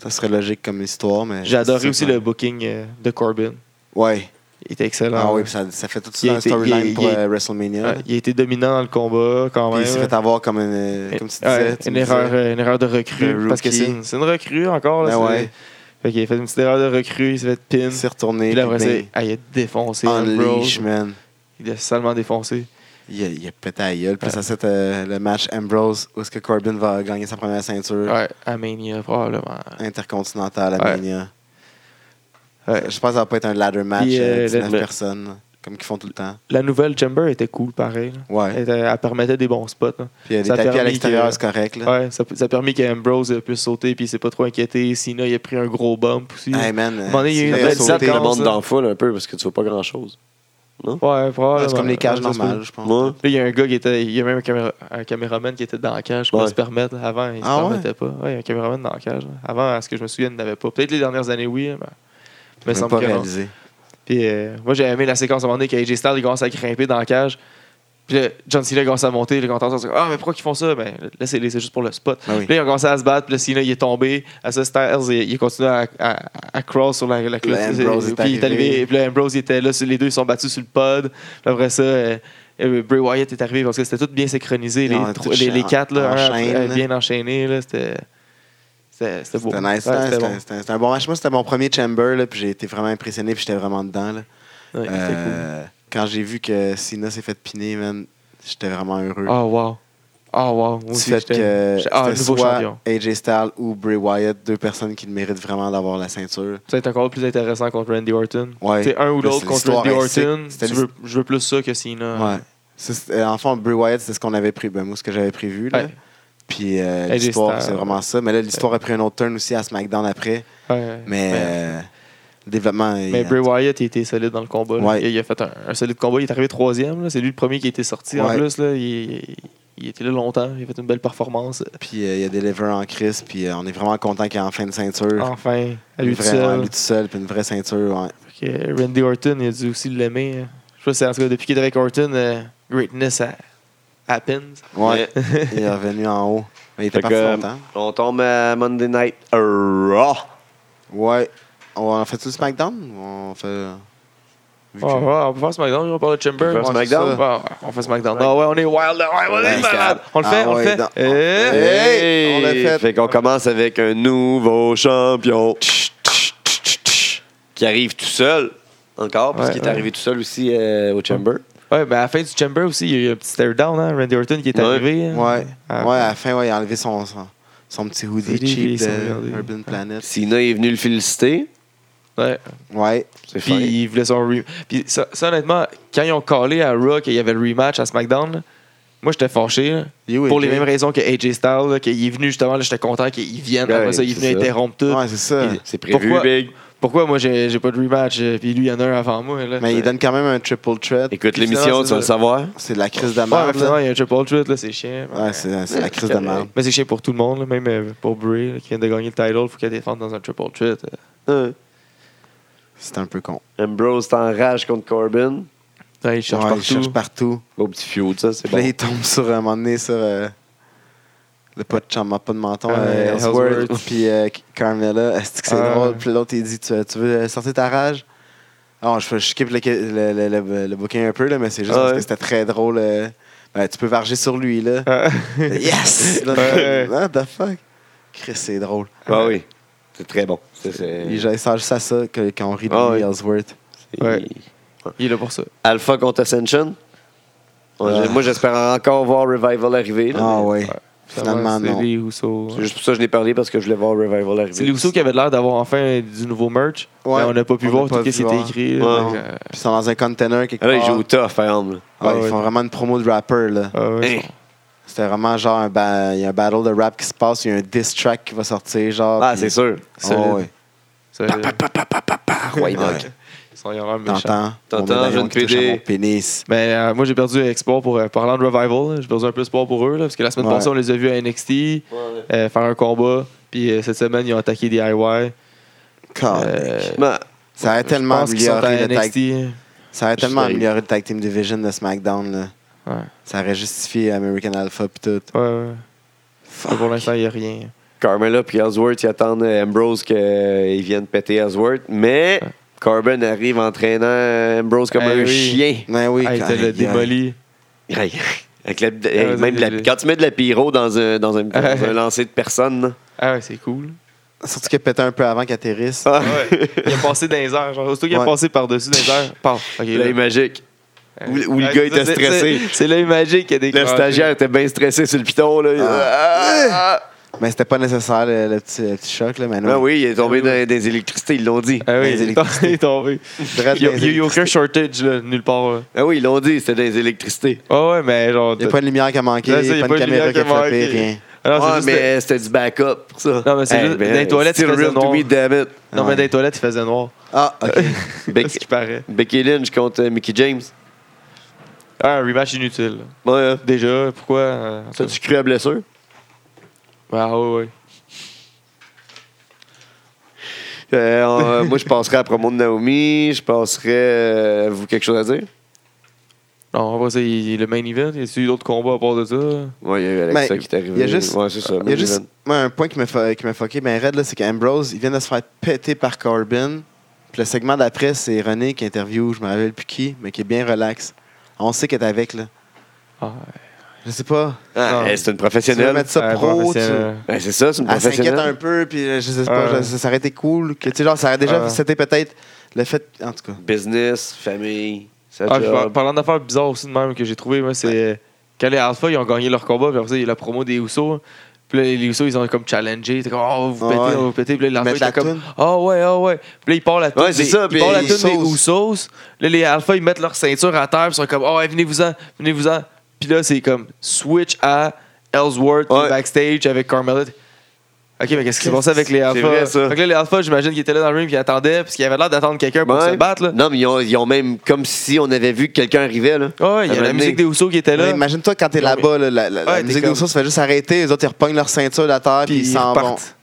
[SPEAKER 2] Ça serait logique comme histoire. mais
[SPEAKER 3] J'ai adoré
[SPEAKER 2] c'est
[SPEAKER 3] aussi
[SPEAKER 2] pas-
[SPEAKER 3] le booking euh, de Corbin.
[SPEAKER 2] Ouais.
[SPEAKER 3] Il était excellent.
[SPEAKER 2] Ah oui, puis ça, ça fait tout
[SPEAKER 3] Il
[SPEAKER 2] ça
[SPEAKER 3] a
[SPEAKER 2] dans le
[SPEAKER 3] été- il
[SPEAKER 2] storyline
[SPEAKER 3] a-
[SPEAKER 2] pour
[SPEAKER 3] il a-
[SPEAKER 2] euh, WrestleMania.
[SPEAKER 3] Ouais,
[SPEAKER 2] là.
[SPEAKER 3] il a été dominant dans le combat quand
[SPEAKER 2] Puis
[SPEAKER 3] même.
[SPEAKER 2] il s'est fait avoir comme, une, euh, comme tu disais.
[SPEAKER 3] Ouais,
[SPEAKER 2] tu
[SPEAKER 3] une,
[SPEAKER 2] me
[SPEAKER 3] erreur,
[SPEAKER 2] disais.
[SPEAKER 3] euh, une erreur de recrue.
[SPEAKER 2] Le
[SPEAKER 3] parce que c'est
[SPEAKER 2] rookie.
[SPEAKER 3] une, c'est une recrue encore. Là,
[SPEAKER 2] Ben
[SPEAKER 3] c'est-
[SPEAKER 2] ouais.
[SPEAKER 3] Fait qu'il a fait une petite erreur de recrue. Il s'est fait pin.
[SPEAKER 2] Il s'est retourné.
[SPEAKER 3] Puis là, après,
[SPEAKER 2] puis
[SPEAKER 3] c'est-
[SPEAKER 2] ben,
[SPEAKER 3] ah, il a défoncé.
[SPEAKER 2] Unleash,
[SPEAKER 3] Ambrose.
[SPEAKER 2] man.
[SPEAKER 3] Il a salement défoncé.
[SPEAKER 2] Il a, il a pété à gueule. Puis ça, c'est euh, le match Ambrose où est-ce que Corbin va gagner sa première ceinture
[SPEAKER 3] Ouais, à Mania, probablement.
[SPEAKER 2] intercontinentale à
[SPEAKER 3] Ouais.
[SPEAKER 2] Mania.
[SPEAKER 3] Ouais.
[SPEAKER 2] Je pense que ça va pas être un ladder match,
[SPEAKER 3] Puis,
[SPEAKER 2] euh,
[SPEAKER 3] euh,
[SPEAKER 2] 19
[SPEAKER 3] le-
[SPEAKER 2] personnes, là, comme qu'ils font tout le temps.
[SPEAKER 3] La nouvelle Chamber était cool, pareil. là. Elle,
[SPEAKER 2] Ouais.
[SPEAKER 3] était- elle permettait des bons spots. là.
[SPEAKER 2] Puis il y a des
[SPEAKER 3] ça a
[SPEAKER 2] tapis à
[SPEAKER 3] permis
[SPEAKER 2] l'extérieur,
[SPEAKER 3] que-
[SPEAKER 2] c'est correct. Là.
[SPEAKER 3] Ouais, ça, ça a permis qu'Ambrose puisse sauter puis il s'est pas trop inquiété. Sina, il a pris un gros bump aussi.
[SPEAKER 2] Hey man,
[SPEAKER 3] moment donné, il y a eu
[SPEAKER 2] euh,
[SPEAKER 3] une
[SPEAKER 2] il a
[SPEAKER 3] belle
[SPEAKER 1] Ça
[SPEAKER 2] sauté.
[SPEAKER 1] met
[SPEAKER 3] séquence.
[SPEAKER 1] le monde
[SPEAKER 3] Eh, ça.
[SPEAKER 1] dans la foule un peu parce que tu vois pas grand chose.
[SPEAKER 3] Ouais, probablement.
[SPEAKER 2] Ouais, C'est comme les cages
[SPEAKER 3] Ouais, ça se peut.
[SPEAKER 2] normales, je pense.
[SPEAKER 1] Moi,
[SPEAKER 3] Là, il y a un gars qui était. Il y a même un, caméra- un caméraman qui était dans la cage. Je
[SPEAKER 1] Ouais.
[SPEAKER 3] peux se permettre. Avant, il
[SPEAKER 2] Ah
[SPEAKER 3] se
[SPEAKER 2] ouais?
[SPEAKER 3] permettait pas. Ouais, il y a un caméraman dans la cage. là. Avant, à ce que je me souviens, il n'avait pas. Peut-être les dernières années, oui. Mais, mais
[SPEAKER 2] Même
[SPEAKER 3] semble
[SPEAKER 2] pas
[SPEAKER 3] que non.
[SPEAKER 2] réalisé.
[SPEAKER 3] Puis euh, moi, j'ai aimé la séquence à un moment donné qu'AJ Styles il commence à grimper dans la cage. Puis là, John Cena commence à monter. Les commentateurs sont comme, Ah, mais pourquoi ils font ça Ben là, c'est c'est juste pour le spot.
[SPEAKER 2] Ah oui.
[SPEAKER 3] Puis là, ils ont commencé à se battre. Puis là, Cena, il est tombé. À ça, Styles, il, il continue à, à, à crawl sur la, la clôture.
[SPEAKER 2] Là, Ambrose est
[SPEAKER 3] puis il est
[SPEAKER 2] arrivé.
[SPEAKER 3] arrivé. Puis là, Ambrose, il était là. sur- Les deux, ils sont battus sur le pod. Puis après ça, euh, euh, Bray Wyatt est arrivé parce que c'était tout bien synchronisé. Les,
[SPEAKER 2] Ils ont
[SPEAKER 3] trois-
[SPEAKER 2] tout
[SPEAKER 3] les, les
[SPEAKER 2] en-
[SPEAKER 3] quatre,
[SPEAKER 2] en
[SPEAKER 3] là, un
[SPEAKER 2] chaîne,
[SPEAKER 3] après-
[SPEAKER 2] là.
[SPEAKER 3] bien enchaînés. là, C'était c'était- c'était beau.
[SPEAKER 2] C'était nice.
[SPEAKER 3] Ouais,
[SPEAKER 2] hein,
[SPEAKER 3] c'était
[SPEAKER 2] C'était
[SPEAKER 3] bon.
[SPEAKER 2] c'était- c'était un bon match. Moi, c'était mon premier Chamber, là, puis j'ai été vraiment impressionné, puis j'étais vraiment dedans. Là.
[SPEAKER 3] Ouais, c'était cool.
[SPEAKER 2] Euh, Quand j'ai vu que Sina s'est fait piner, man, j'étais vraiment heureux.
[SPEAKER 3] Oh, wow. Oh, wow. Moi
[SPEAKER 2] du
[SPEAKER 3] aussi,
[SPEAKER 2] fait
[SPEAKER 3] j'étais-
[SPEAKER 2] que
[SPEAKER 3] j'étais- ah,
[SPEAKER 2] c'était
[SPEAKER 3] nouveau
[SPEAKER 2] soit
[SPEAKER 3] champion.
[SPEAKER 2] AJ Styles ou Bray Wyatt, deux personnes qui méritent vraiment d'avoir la ceinture.
[SPEAKER 3] Ça va être encore plus intéressant contre Randy Orton.
[SPEAKER 2] Ouais.
[SPEAKER 3] C'est un ou
[SPEAKER 2] Là,
[SPEAKER 3] l'autre
[SPEAKER 2] c'est
[SPEAKER 3] contre
[SPEAKER 2] l'histoire
[SPEAKER 3] Randy
[SPEAKER 2] est sick.
[SPEAKER 3] Orton.
[SPEAKER 2] C'était
[SPEAKER 3] tu veux- je veux plus ça que Cena.
[SPEAKER 2] Ouais. Ça, c'est- euh, en fond, Bray Wyatt, c'est ce qu'on avait prévu. Ben, moi, ce que j'avais prévu. Là.
[SPEAKER 3] Ouais.
[SPEAKER 2] Puis euh,
[SPEAKER 3] AJ
[SPEAKER 2] l'histoire,
[SPEAKER 3] Styles.
[SPEAKER 2] c'est vraiment ça. Mais là, l'histoire a pris un autre turn aussi à SmackDown après.
[SPEAKER 3] Ouais.
[SPEAKER 2] Mais euh, le développement. il-
[SPEAKER 3] Mais Bray Wyatt, il était solide dans le combat. là.
[SPEAKER 2] Ouais.
[SPEAKER 3] Il, il a fait un, un solide combat. Il est arrivé troisième. là. C'est lui le premier qui a été sorti. En
[SPEAKER 2] Ouais.
[SPEAKER 3] plus, là, il, il était là longtemps. Il a fait une belle performance.
[SPEAKER 2] Puis euh, il y a des levers en crise. Puis euh, on est vraiment content qu'il y ait enfin une ceinture.
[SPEAKER 3] Enfin, Ah, à lui
[SPEAKER 2] Une
[SPEAKER 3] tout
[SPEAKER 2] vraie- ouais,
[SPEAKER 3] seul.
[SPEAKER 2] lui tout seul, puis une vraie ceinture. ouais.
[SPEAKER 3] Fait que Randy Orton, il a dû aussi l'aimer. hein. Je sais pas si, en tout cas, depuis qu'il est avec Orton, euh, greatness ha- happens.
[SPEAKER 2] Ouais, il est revenu en haut. Mais il était hein?
[SPEAKER 1] Fait
[SPEAKER 2] parti
[SPEAKER 1] que,
[SPEAKER 3] euh,
[SPEAKER 1] euh,
[SPEAKER 2] longtemps.
[SPEAKER 1] on tombe à Monday Night Raw.
[SPEAKER 2] Ouais. On fait-tu le SmackDown? ou On fait. Vu que-
[SPEAKER 3] Ouais, ouais, Ah, on peut faire SmackDown, on parle de
[SPEAKER 1] On
[SPEAKER 3] Chamber.
[SPEAKER 1] peut faire
[SPEAKER 3] Ouais,
[SPEAKER 1] SmackDown.
[SPEAKER 3] c'est ça. Ouais, on fait SmackDown. Ah ouais, on est wild. là. Ouais, on est
[SPEAKER 2] Ouais,
[SPEAKER 3] malade. On le
[SPEAKER 2] ah
[SPEAKER 3] fait, on le
[SPEAKER 2] ouais,
[SPEAKER 3] fait.
[SPEAKER 2] donc-
[SPEAKER 3] Eh,
[SPEAKER 2] Eh. Hey, on l'a fait.
[SPEAKER 1] qu'on commence avec un nouveau champion Tch, tch, tch, tch, tch, qui arrive tout seul. Encore, parce
[SPEAKER 3] Ouais,
[SPEAKER 1] qu'il
[SPEAKER 3] ouais.
[SPEAKER 1] est arrivé tout seul aussi euh, au Chamber.
[SPEAKER 3] Ouais, ben à la fin du Chamber aussi, il y a eu un petit stare down, hein, Randy Orton qui est
[SPEAKER 1] Ouais.
[SPEAKER 3] arrivé. hein.
[SPEAKER 2] Ouais.
[SPEAKER 3] Ah,
[SPEAKER 2] ouais, à la fin, ouais, il a enlevé son, son, son petit hoodie
[SPEAKER 3] Hoodie,
[SPEAKER 2] cheap
[SPEAKER 3] il s'est
[SPEAKER 2] de
[SPEAKER 3] regardé. Ah.
[SPEAKER 2] Urban Planet.
[SPEAKER 1] Sina est venu le féliciter.
[SPEAKER 3] ouais.
[SPEAKER 2] Ouais.
[SPEAKER 1] C'est
[SPEAKER 3] Puis
[SPEAKER 1] fait.
[SPEAKER 3] ils voulaient son rematch. Puis ça, ça, honnêtement, quand ils ont collé à Raw qu'il y avait le rematch à SmackDown, là, moi j'étais fâché. là.
[SPEAKER 2] Il est où,
[SPEAKER 3] pour
[SPEAKER 2] AJ?
[SPEAKER 3] les mêmes raisons que AJ Styles, là, qu'il est venu justement, là, j'étais content qu'il vienne.
[SPEAKER 1] Ouais,
[SPEAKER 3] Après ça, il est
[SPEAKER 1] c'est
[SPEAKER 3] venu
[SPEAKER 1] ça.
[SPEAKER 3] interrompre tout.
[SPEAKER 2] Ouais, c'est ça.
[SPEAKER 3] Il-
[SPEAKER 1] C'est prévu,
[SPEAKER 3] Pourquoi?
[SPEAKER 1] Big.
[SPEAKER 3] Pourquoi moi j'ai j'ai pas de rematch, euh, puis lui il y en a un avant moi. Là,
[SPEAKER 2] Mais il donne quand même un triple threat.
[SPEAKER 1] Écoute
[SPEAKER 3] Puis
[SPEAKER 1] l'émission,
[SPEAKER 3] finalement,
[SPEAKER 1] tu vas le
[SPEAKER 3] c'est-
[SPEAKER 1] savoir.
[SPEAKER 2] C'est de la crise de
[SPEAKER 3] Ouais, mais
[SPEAKER 2] merde.
[SPEAKER 3] finalement,
[SPEAKER 2] là.
[SPEAKER 3] il y a un triple threat, là, c'est chiant.
[SPEAKER 2] Ouais, c'est c'est la crise de merde.
[SPEAKER 3] Mais c'est chiant pour tout le monde, là, même euh, pour Bray, là, qui vient de gagner le title, faut qu'il défende dans un triple threat. euh.
[SPEAKER 2] C'est un peu con.
[SPEAKER 1] Ambrose t'enrage contre Corbin.
[SPEAKER 3] Ouais, il cherche
[SPEAKER 2] Ouais,
[SPEAKER 3] partout.
[SPEAKER 2] Il cherche partout.
[SPEAKER 1] Beau petit feud, ça, c'est
[SPEAKER 2] Puis là,
[SPEAKER 1] bon.
[SPEAKER 2] il tombe sur un moment donné sur euh, le pas de chambre, pas de menton,
[SPEAKER 3] Ouais,
[SPEAKER 2] euh, Ellsworth,
[SPEAKER 3] Ellsworth.
[SPEAKER 2] puis euh, Carmella. Est-ce que c'est
[SPEAKER 3] Ah.
[SPEAKER 2] drôle? Puis l'autre, il dit Tu tu veux sortir ta rage Alors, je, je skip le, le, le- le- le bouquin un peu, là, mais c'est juste
[SPEAKER 1] Ah
[SPEAKER 2] parce
[SPEAKER 1] ouais.
[SPEAKER 2] que c'était très drôle. euh, ben, tu peux varger sur lui, là.
[SPEAKER 3] Ah.
[SPEAKER 2] yes Là,
[SPEAKER 3] Ouais.
[SPEAKER 2] What the fuck Chris, c'est drôle.
[SPEAKER 1] Ah oui. C'est très bon. Ça, c'est-
[SPEAKER 2] Il gère- il sert juste à ça que- quand on rit de
[SPEAKER 1] Euh. Ah
[SPEAKER 2] lui,
[SPEAKER 1] ouais.
[SPEAKER 2] Ellsworth.
[SPEAKER 1] c'est-
[SPEAKER 3] Ouais. il est là pour ça.
[SPEAKER 1] Alpha contre Ascension. Ouais,
[SPEAKER 2] Ah.
[SPEAKER 1] j'ai- Moi, j'espère encore voir Revival arriver. là,
[SPEAKER 2] Ah
[SPEAKER 1] mais
[SPEAKER 2] ouais. Finalement,
[SPEAKER 3] C'est
[SPEAKER 2] non.
[SPEAKER 3] les Usos.
[SPEAKER 1] C'est juste pour ça que je n'ai parlé parce que je voulais voir Revival arriver.
[SPEAKER 3] C'est les Usos qui avaient l'air d'avoir enfin du nouveau merch.
[SPEAKER 2] Ouais.
[SPEAKER 3] mais on n'a pas pu
[SPEAKER 2] On
[SPEAKER 3] voir
[SPEAKER 2] n'a pas
[SPEAKER 3] tout
[SPEAKER 2] pu
[SPEAKER 3] ce qui était
[SPEAKER 2] voir.
[SPEAKER 3] écrit. là.
[SPEAKER 1] Ouais.
[SPEAKER 3] Donc, euh,
[SPEAKER 2] Puis ils sont dans un container quelque
[SPEAKER 1] Ah, Là, ils
[SPEAKER 2] part.
[SPEAKER 1] jouent au tough, par exemple. là.
[SPEAKER 2] Ouais,
[SPEAKER 3] Ah ouais.
[SPEAKER 2] Ils font vraiment une promo de rapper, là.
[SPEAKER 3] ah ouais.
[SPEAKER 1] Hein.
[SPEAKER 2] C'était vraiment genre un ba- il y a un battle de rap qui se passe, il y a un diss track qui va sortir, genre.
[SPEAKER 1] Ah,
[SPEAKER 2] puis-
[SPEAKER 1] c'est sûr.
[SPEAKER 2] Ah,
[SPEAKER 3] Solide.
[SPEAKER 2] ouais.
[SPEAKER 3] Ça- Ah
[SPEAKER 1] Roy Mock.
[SPEAKER 3] Ils sont vraiment méchants.
[SPEAKER 2] T'entends.
[SPEAKER 1] T'entends,
[SPEAKER 2] mon médaillon
[SPEAKER 1] jeune
[SPEAKER 2] qui touche à
[SPEAKER 1] PD.
[SPEAKER 2] mon pénis.
[SPEAKER 3] Mais euh, moi, j'ai perdu espoir pour. euh, parlant de Revival, là, j'ai perdu un peu espoir pour eux. là, parce que la semaine
[SPEAKER 2] Ouais.
[SPEAKER 3] passée, on les a vus à NXT euh, faire un combat. Puis euh, cette semaine, ils ont attaqué DIY.
[SPEAKER 2] God.
[SPEAKER 3] Euh,
[SPEAKER 1] Ben,
[SPEAKER 2] ça a tellement
[SPEAKER 3] je pense qu'ils sont
[SPEAKER 2] amélioré
[SPEAKER 3] à
[SPEAKER 2] le tag,
[SPEAKER 3] NXT.
[SPEAKER 2] ça a tellement
[SPEAKER 1] Je sais.
[SPEAKER 2] amélioré le tag team division de SmackDown là.
[SPEAKER 3] Ouais.
[SPEAKER 2] Ça aurait justifié American Alpha pis tout.
[SPEAKER 3] Ouais, ouais. Mais Pour l'instant, il n'y a rien.
[SPEAKER 1] Carmella puis Ellsworth, ils attendent euh, Ambrose qu'ils viennent péter Ellsworth. Mais Corbin arrive entraînant euh, Ambrose comme
[SPEAKER 3] Eh
[SPEAKER 1] un
[SPEAKER 3] oui.
[SPEAKER 1] chien.
[SPEAKER 2] Mais oui,
[SPEAKER 3] Ah, il était
[SPEAKER 2] aïe,
[SPEAKER 3] le
[SPEAKER 2] aïe.
[SPEAKER 3] démoli.
[SPEAKER 1] Aïe. Avec la- hey,
[SPEAKER 3] ouais,
[SPEAKER 1] même de la-
[SPEAKER 3] j'ai-
[SPEAKER 1] quand tu mets de la pyro dans un, dans un, dans un lancer de personne, là.
[SPEAKER 3] Ah ouais, c'est cool.
[SPEAKER 2] Surtout qu'il a pété un peu avant qu'il atterrisse.
[SPEAKER 1] Ah.
[SPEAKER 3] Ouais. Il a passé dans les airs. Genre, aussitôt qu'il a
[SPEAKER 2] Ouais.
[SPEAKER 3] passé par-dessus dans les airs, paf. Ok,
[SPEAKER 1] l'œil magique.
[SPEAKER 3] là.
[SPEAKER 1] Où, où
[SPEAKER 3] Ouais,
[SPEAKER 1] le gars était
[SPEAKER 3] c'est-
[SPEAKER 1] stressé.
[SPEAKER 3] c'est- C'est l'œil magique qui a déclenché.
[SPEAKER 1] Le stagiaire était bien stressé sur le piton. Là. Ah. Ah.
[SPEAKER 2] Mais c'était pas nécessaire le, le petit, le petit choc là, mais non.
[SPEAKER 1] Ah oui, il est tombé dans des électricités, ils l'ont dit.
[SPEAKER 3] Ah oui,
[SPEAKER 2] Dans les
[SPEAKER 3] il est tombé- il est tombé.
[SPEAKER 2] Drette
[SPEAKER 3] Il y a-
[SPEAKER 2] dans
[SPEAKER 3] il y a
[SPEAKER 2] les
[SPEAKER 3] eu aucun shortage là, nulle part. là.
[SPEAKER 1] Ah oui, ils l'ont dit, c'était des électricités.
[SPEAKER 3] Ah ouais, mais genre.
[SPEAKER 2] Il n'y a pas de lumière qui a manqué,
[SPEAKER 3] Ouais, ça,
[SPEAKER 2] il
[SPEAKER 3] y
[SPEAKER 2] n'y a pas de caméra qui a
[SPEAKER 3] manqué.
[SPEAKER 2] frappé, rien.
[SPEAKER 3] Ah non, c'est
[SPEAKER 1] ouais,
[SPEAKER 3] juste-
[SPEAKER 1] mais c'était du backup pour ça. Eh ben,
[SPEAKER 3] Non, mais c'est juste- dans les toilettes,
[SPEAKER 1] still
[SPEAKER 3] il faisait
[SPEAKER 1] real to
[SPEAKER 3] noir.
[SPEAKER 1] me, damn it.
[SPEAKER 3] Non,
[SPEAKER 2] Ouais.
[SPEAKER 3] mais dans les toilettes, il faisait noir.
[SPEAKER 2] Ah, ok.
[SPEAKER 1] Bec-
[SPEAKER 3] ce qui paraît.
[SPEAKER 1] Becky Lynch contre euh, Mickey James.
[SPEAKER 3] Ah, un rematch inutile. là.
[SPEAKER 1] Ouais, hein.
[SPEAKER 3] Déjà, pourquoi. euh, en tout
[SPEAKER 1] ça, tu cru à blessure?
[SPEAKER 3] cas. Ah ouais, ouais.
[SPEAKER 1] Euh, on- euh, moi, je passerais à la promo de Naomi. Je passerais. euh, Avez-vous quelque chose à dire?
[SPEAKER 3] Non, après ça, il, il- le main event, il y a eu d'autres combats à part de ça.
[SPEAKER 1] Ouais, il y a eu Alexa
[SPEAKER 2] Mais,
[SPEAKER 1] qui est arrivée.
[SPEAKER 2] Ben, il y a juste-
[SPEAKER 1] Ouais, c'est ça.
[SPEAKER 2] Il y a
[SPEAKER 1] main
[SPEAKER 2] juste
[SPEAKER 1] event.
[SPEAKER 2] moi, un point qui m'a fa- qui m'a fucké, ben Red, là, c'est qu'Ambrose, il vient de se faire péter par Corbin. Puis le segment d'après, c'est René qui interview, je me rappelle plus qui, mais qui est bien relax. On sait qu'elle est avec, là.
[SPEAKER 3] Ah,
[SPEAKER 2] Je sais pas.
[SPEAKER 1] Ah,
[SPEAKER 3] Non.
[SPEAKER 1] elle, c'est une
[SPEAKER 2] Tu veux
[SPEAKER 1] professionnelle.
[SPEAKER 2] mettre ça
[SPEAKER 3] ouais,
[SPEAKER 2] pro, tu...
[SPEAKER 3] professionnel.
[SPEAKER 1] Ouais, c'est ça, c'est une
[SPEAKER 2] Elle s'inquiète
[SPEAKER 1] professionnelle.
[SPEAKER 2] un peu, puis euh, je sais pas,
[SPEAKER 3] Ah Ouais. Ah.
[SPEAKER 2] je- ça aurait été cool. Que, tu sais, genre, ça aurait déjà
[SPEAKER 3] Ouais.
[SPEAKER 2] c'était peut-être le fait. En tout cas.
[SPEAKER 1] Business, famille, sa
[SPEAKER 3] Ah, puis par-
[SPEAKER 1] job.
[SPEAKER 3] parlant d'affaires bizarres aussi de même que j'ai trouvé, moi, c'est euh, quand les Alpha ils ont gagné leur combat, puis après ça, il y a eu la promo des Usos. Puis là, les Usos, ils ont comme challengé. Ils étaient comme, oh, vous pétez,
[SPEAKER 2] Ah ouais.
[SPEAKER 3] on va vous péter. Puis là, l'alpha,
[SPEAKER 2] Mettre
[SPEAKER 3] il était
[SPEAKER 2] la
[SPEAKER 3] comme,
[SPEAKER 2] toune.
[SPEAKER 3] oh, ouais, oh, ouais. Puis là, ils partent la toune.
[SPEAKER 1] Ouais, c'est
[SPEAKER 3] des-
[SPEAKER 1] ça,
[SPEAKER 3] Ils
[SPEAKER 1] puis
[SPEAKER 3] partent la
[SPEAKER 1] ils
[SPEAKER 3] toune des
[SPEAKER 1] saucent.
[SPEAKER 3] Usos. Là, les alphas, ils mettent leur ceinture à terre. Puis ils sont comme, oh, ouais, venez-vous-en, venez-vous-en. Puis là, c'est comme, switch à Ellsworth qui est
[SPEAKER 1] Ouais.
[SPEAKER 3] backstage avec Carmella. Ok, mais qu'est-ce qui s'est passé avec les alphas?
[SPEAKER 1] vrai, ça.
[SPEAKER 3] Fait que là, les alphas, j'imagine qu'ils étaient là dans le ring puis ils attendaient, parce qu'ils avaient l'air d'attendre quelqu'un pour
[SPEAKER 1] Ouais.
[SPEAKER 3] se battre. Là.
[SPEAKER 1] Non, mais ils ont, ils ont même comme si on avait vu que quelqu'un arrivait. Là.
[SPEAKER 3] Ah Ouais, ouais,
[SPEAKER 1] À
[SPEAKER 3] il y a
[SPEAKER 1] un
[SPEAKER 3] la
[SPEAKER 1] moment
[SPEAKER 3] musique des
[SPEAKER 1] donné.
[SPEAKER 3] Usos qui était là.
[SPEAKER 2] Là, Imagine-toi quand t'es
[SPEAKER 3] Non, mais-
[SPEAKER 2] là-bas, là, la, la- la
[SPEAKER 3] Ouais, t'es
[SPEAKER 2] musique
[SPEAKER 3] comme-
[SPEAKER 2] des ours, ça fait juste arrêter. Les autres, ils repognent leur ceinture de la terre, puis ils s'en vont. Hmm,
[SPEAKER 3] repartent.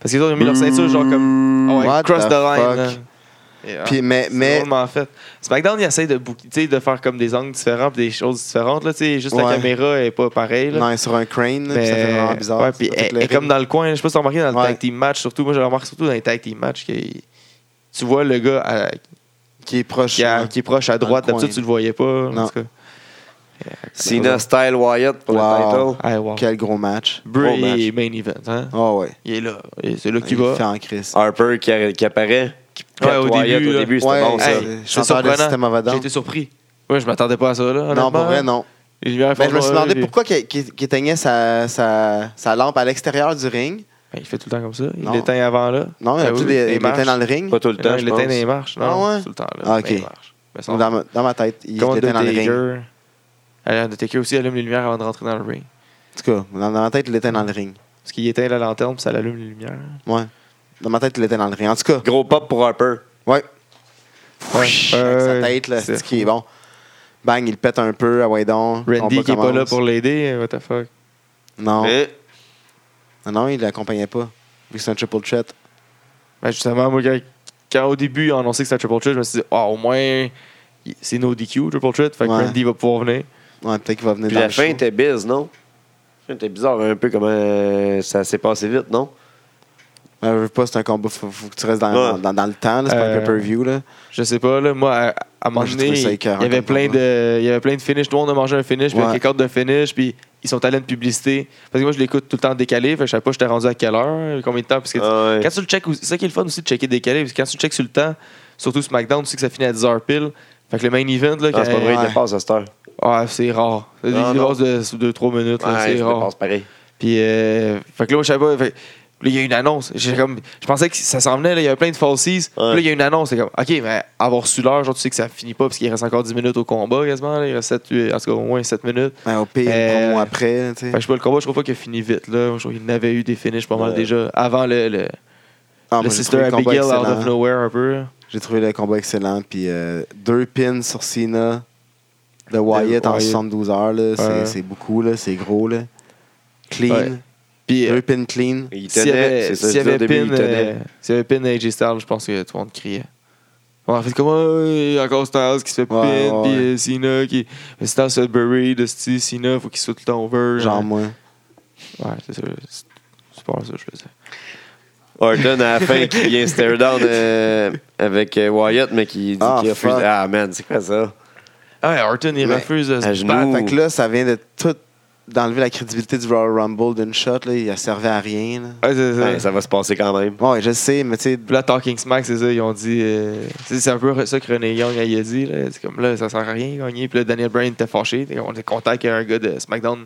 [SPEAKER 3] Parce qu'ils ont mis leur ceinture genre comme Ah ouais,
[SPEAKER 2] What
[SPEAKER 3] cross
[SPEAKER 2] the
[SPEAKER 3] the line.
[SPEAKER 2] fuck?
[SPEAKER 3] là. Et, ah,
[SPEAKER 2] Puis, mais,
[SPEAKER 3] c'est
[SPEAKER 2] mais
[SPEAKER 3] drôlement fait. SmackDown, il essaie de, bouc- tu sais, de faire comme des angles différents puis des choses différentes. Là, tu sais, juste la
[SPEAKER 2] Ouais.
[SPEAKER 3] caméra est pas pareille. là.
[SPEAKER 2] non, elle est sur un crane, là,
[SPEAKER 3] Mais-
[SPEAKER 2] puis ça fait vraiment bizarre.
[SPEAKER 3] ouais, puis
[SPEAKER 2] Ça,
[SPEAKER 3] elle,
[SPEAKER 2] tout le
[SPEAKER 3] elle est comme
[SPEAKER 2] ring.
[SPEAKER 3] dans le coin. Je sais pas si t'as remarqué dans le
[SPEAKER 2] Ouais.
[SPEAKER 3] tag team match, surtout. Moi, je le remarque surtout dans les tag team match. que tu vois le gars à-
[SPEAKER 2] qui est proche. hein.
[SPEAKER 3] qui, a-
[SPEAKER 2] ouais.
[SPEAKER 3] qui est proche à
[SPEAKER 2] Dans le
[SPEAKER 3] droite. D'habitude,
[SPEAKER 2] coin.
[SPEAKER 3] tu le voyais pas.
[SPEAKER 2] Non.
[SPEAKER 3] En tout cas. euh,
[SPEAKER 1] Cena Style Wyatt pour
[SPEAKER 2] Wow.
[SPEAKER 1] le title.
[SPEAKER 3] Hey, wow.
[SPEAKER 2] Quel gros match.
[SPEAKER 3] Bray
[SPEAKER 1] gros match.
[SPEAKER 3] est main event. hein.
[SPEAKER 2] Oh ouais.
[SPEAKER 3] Il est là. Et C'est là qu'il
[SPEAKER 2] Il
[SPEAKER 3] va.
[SPEAKER 2] fait en crise.
[SPEAKER 1] Harper qui, arri- qui apparaît. Qui
[SPEAKER 3] Ouais,
[SPEAKER 1] pète
[SPEAKER 3] au
[SPEAKER 1] Wyatt
[SPEAKER 3] début,
[SPEAKER 1] au
[SPEAKER 3] là.
[SPEAKER 1] début, c'était
[SPEAKER 2] Ouais,
[SPEAKER 1] bon ça.
[SPEAKER 2] hey. chanteur de System of a Down.
[SPEAKER 3] J'ai été surpris. Ouais, je m'attendais pas à ça, là.
[SPEAKER 2] Non,
[SPEAKER 3] Ah, honnêtement.
[SPEAKER 2] pour vrai, non.
[SPEAKER 3] Les lumières
[SPEAKER 2] Mais
[SPEAKER 3] font
[SPEAKER 2] je me suis
[SPEAKER 3] noir,
[SPEAKER 2] demandé
[SPEAKER 3] puis-
[SPEAKER 2] pourquoi qu'il qu'il- qu'il éteignait sa, sa, sa lampe à l'extérieur du ring.
[SPEAKER 3] Ben, il fait tout le temps comme ça. Il
[SPEAKER 2] Non.
[SPEAKER 3] l'éteint avant, là.
[SPEAKER 2] Non, il y a
[SPEAKER 3] Ben
[SPEAKER 2] plus
[SPEAKER 3] oui,
[SPEAKER 2] des-
[SPEAKER 3] les
[SPEAKER 2] il l'éteint
[SPEAKER 3] marches.
[SPEAKER 2] dans le ring.
[SPEAKER 1] Pas tout le
[SPEAKER 3] Non,
[SPEAKER 1] temps,
[SPEAKER 3] il
[SPEAKER 1] je
[SPEAKER 3] l'éteint dans les
[SPEAKER 1] pense.
[SPEAKER 3] marches. Non,
[SPEAKER 2] Ah ouais?
[SPEAKER 3] tout le temps, là.
[SPEAKER 2] Ah,
[SPEAKER 3] dans les
[SPEAKER 2] ok.
[SPEAKER 3] marches. Mais ça,
[SPEAKER 2] Ou Dans ma, dans ma tête, il
[SPEAKER 3] Comme
[SPEAKER 2] l'éteint dans le ring. En
[SPEAKER 3] Undertaker. Ah, Undertaker aussi allume les lumières avant de rentrer dans le ring.
[SPEAKER 2] tout cas, dans, dans ma tête, il l'éteint dans le ring.
[SPEAKER 3] Parce qu'il éteint la lanterne, puis ça allume les lumières.
[SPEAKER 2] Ouais. Dans ma tête, il l'éteint dans le ring. En tout cas,
[SPEAKER 1] Gros pop pour Harper.
[SPEAKER 2] ouais.
[SPEAKER 3] Ouais.
[SPEAKER 2] Avec sa
[SPEAKER 3] Ouais,
[SPEAKER 2] tête, là,
[SPEAKER 3] c'est
[SPEAKER 2] c'est qui est bon. Bang, il pète un peu ah à Waydon.
[SPEAKER 3] Randy qui est pas là pour l'aider, what the fuck.
[SPEAKER 2] Non,
[SPEAKER 1] Hein?
[SPEAKER 2] non, non, il l'accompagnait pas. Vu que c'est un triple threat.
[SPEAKER 3] Ben justement, moi, quand, quand au début, ils ont annoncé que c'était un Triple Threat, je me suis dit, ah, au moins, il- c'est nos DQ, Triple Threat, fait que
[SPEAKER 2] Ouais.
[SPEAKER 3] Randy va pouvoir venir.
[SPEAKER 2] Ouais, peut-être qu'il va venir
[SPEAKER 1] Puis
[SPEAKER 2] dans
[SPEAKER 1] la
[SPEAKER 2] le
[SPEAKER 1] fin
[SPEAKER 2] show.
[SPEAKER 1] était biz, non? La fin était bizarre un peu comment euh, ça s'est passé vite, non?
[SPEAKER 2] Ouais, Euh, je veux pas, c'est un combat. Faut, faut que tu restes dans,
[SPEAKER 1] Ouais.
[SPEAKER 2] dans, dans le temps. là, C'est pas
[SPEAKER 3] Euh,
[SPEAKER 2] un pay-per-view. là.
[SPEAKER 3] Je sais pas, là, moi, à, à un moment
[SPEAKER 2] j'ai
[SPEAKER 3] donné,
[SPEAKER 2] trouvé ça
[SPEAKER 3] il y
[SPEAKER 2] écœurant
[SPEAKER 3] avait
[SPEAKER 2] comme
[SPEAKER 3] plein
[SPEAKER 2] combat.
[SPEAKER 3] de, il y avait plein de finish. Tout le monde a mangé un finish, puis
[SPEAKER 2] Ouais.
[SPEAKER 3] quelqu'un de finish, puis ils sont allés à une publicité. Parce que moi, je l'écoute tout le temps décalé, fait que je savais pas j'étais rendu à quelle heure, combien de temps. Parce que
[SPEAKER 1] Ah ouais.
[SPEAKER 3] quand tu le check, c'est ça qui est le fun aussi de checker décalé, parce que quand tu le check sur le temps, surtout SmackDown, tu sais que ça finit à 10h pile. Fait que le main event, là,
[SPEAKER 1] Ah, c'est pas
[SPEAKER 3] quand-
[SPEAKER 1] vrai, il
[SPEAKER 2] ouais.
[SPEAKER 1] dépasse à cette heure.
[SPEAKER 3] ah, c'est rare. Il
[SPEAKER 1] Ah, non.
[SPEAKER 3] dépasse de 2-3 minutes, là,
[SPEAKER 1] Ouais,
[SPEAKER 3] c'est
[SPEAKER 1] il
[SPEAKER 3] rare.
[SPEAKER 1] dépasse pareil.
[SPEAKER 3] Puis, euh, fait que là, moi, je savais pas. fait- là, il y a une annonce. J'ai comme, je pensais que ça s'en venait, là, il y avait plein de falsies. Puis là, il y a une annonce. C'est comme, OK, mais avoir su l'heure, genre, tu sais que ça finit pas, parce qu'il reste encore 10 minutes au combat, quasiment. là. il reste 7, en tout cas, au moins 7 minutes.
[SPEAKER 2] Ouais, au pire,
[SPEAKER 3] Euh,
[SPEAKER 2] une promo après. tu sais.
[SPEAKER 3] Fait que je sais pas, le combat, je trouve pas qu'il a fini vite, là. Je trouve qu'il n'avait eu des finishes pas mal
[SPEAKER 1] Ouais.
[SPEAKER 3] déjà avant le, le,
[SPEAKER 2] Ah,
[SPEAKER 3] le
[SPEAKER 2] moi, j'ai
[SPEAKER 3] Sister
[SPEAKER 2] trouvé le combat
[SPEAKER 3] Abigail out of
[SPEAKER 2] excellent.
[SPEAKER 3] nowhere un peu. là.
[SPEAKER 2] J'ai trouvé le combat excellent. Puis euh, deux pins sur Cena de Wyatt en
[SPEAKER 3] Wyatt.
[SPEAKER 2] 72 heures. là, c'est-
[SPEAKER 3] Ouais.
[SPEAKER 2] C'est beaucoup. là, C'est gros. là. Clean.
[SPEAKER 3] Ouais. Puis, euh,
[SPEAKER 2] Deux pins clean.
[SPEAKER 1] Il
[SPEAKER 3] s'il y
[SPEAKER 1] tenait,
[SPEAKER 3] avait,
[SPEAKER 1] c'est ça, je disais
[SPEAKER 3] s'il y
[SPEAKER 1] au
[SPEAKER 3] avait
[SPEAKER 1] début, il
[SPEAKER 3] pin, euh,
[SPEAKER 1] tenait.
[SPEAKER 3] s'il y avait pin AJ Styles, je pense que tout le monde criait. On a fait comme Ah, encore Styles qui se fait
[SPEAKER 2] Ouais,
[SPEAKER 3] pin,
[SPEAKER 2] ouais,
[SPEAKER 3] puis
[SPEAKER 2] ouais.
[SPEAKER 3] euh, Cena qui. Mais Styles se fait bury de style Cena, faut qu'il soit tout le temps over. euh.
[SPEAKER 2] Genre, moi.
[SPEAKER 3] Ouais, c'est ça. c'est- C'est pas mal ça, je le sais.
[SPEAKER 1] Orton à la fin qui vient stare down euh, avec euh, Wyatt, mais qui dit
[SPEAKER 2] Ah,
[SPEAKER 1] qu'il refuse.
[SPEAKER 2] fuck.
[SPEAKER 1] Ah man, c'est quoi ça?
[SPEAKER 3] Ah, ouais, Orton, il
[SPEAKER 2] Mais,
[SPEAKER 3] refuse de se
[SPEAKER 1] à
[SPEAKER 3] battre.
[SPEAKER 1] genoux.
[SPEAKER 2] Ah,
[SPEAKER 1] Ouh.
[SPEAKER 2] fait que là, ça vient de tout d'enlever la crédibilité du Royal Rumble d'une shot. Là. Il a servi à rien. Là.
[SPEAKER 3] Ouais, c'est ça.
[SPEAKER 1] Ouais, Ben, ça va se passer quand même.
[SPEAKER 2] Ouais, je sais, mais tu sais,
[SPEAKER 3] Puis là, Talking Smack, c'est ça, ils ont dit. euh, c'est c'est un peu ça que René Young il a dit. Là. C'est comme là, ça sert à rien de gagner. Puis là, Daniel Bryan était fâché. On était content qu'il y ait un gars de SmackDown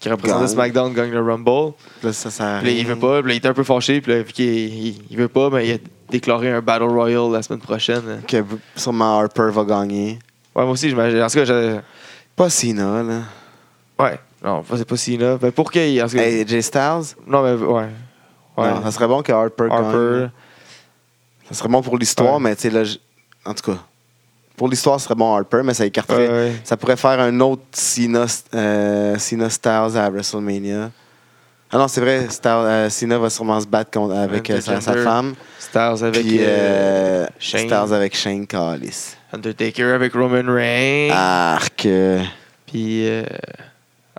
[SPEAKER 3] qui représentait
[SPEAKER 2] Gagne.
[SPEAKER 3] SmackDown gagne le Rumble.
[SPEAKER 2] là, ça sert à
[SPEAKER 3] Puis là,
[SPEAKER 2] rien.
[SPEAKER 3] il veut pas, puis là, il était un peu fâché, puis là, vu qu'il il, il veut pas, mais il a déclaré un Battle Royale la semaine prochaine.
[SPEAKER 2] Que sûrement Harper va gagner.
[SPEAKER 3] Ouais, moi aussi, j'imagine. En tout cas, j'ai-
[SPEAKER 2] Pas Cena, là.
[SPEAKER 3] ouais, non, pas- c'est pas si là. Mais pour qu'il. en tout cas-
[SPEAKER 2] Hey, Jay Styles?
[SPEAKER 3] Non, mais ouais. Ouais.
[SPEAKER 2] Non, ça serait bon que Harper, gagne.
[SPEAKER 3] Harper.
[SPEAKER 2] là. Ça serait bon pour l'histoire,
[SPEAKER 3] Ouais.
[SPEAKER 2] mais tu sais, là, j- en tout cas, pour l'histoire, ce serait bon Harper, mais ça écarterait.
[SPEAKER 3] Ouais, ouais.
[SPEAKER 2] Ça pourrait faire un autre Cena, euh, Cena Styles à WrestleMania. Ah non, c'est vrai, Styles- euh, Cena va sûrement se battre contre- avec euh, sa, sa
[SPEAKER 3] Intergender.
[SPEAKER 2] femme.
[SPEAKER 3] Stars avec
[SPEAKER 2] Puis
[SPEAKER 3] euh,
[SPEAKER 2] euh,
[SPEAKER 3] Shane.
[SPEAKER 2] Styles avec Shane Callis.
[SPEAKER 3] Undertaker, avec Roman Reigns.
[SPEAKER 2] Arc. euh,
[SPEAKER 3] Puis. euh,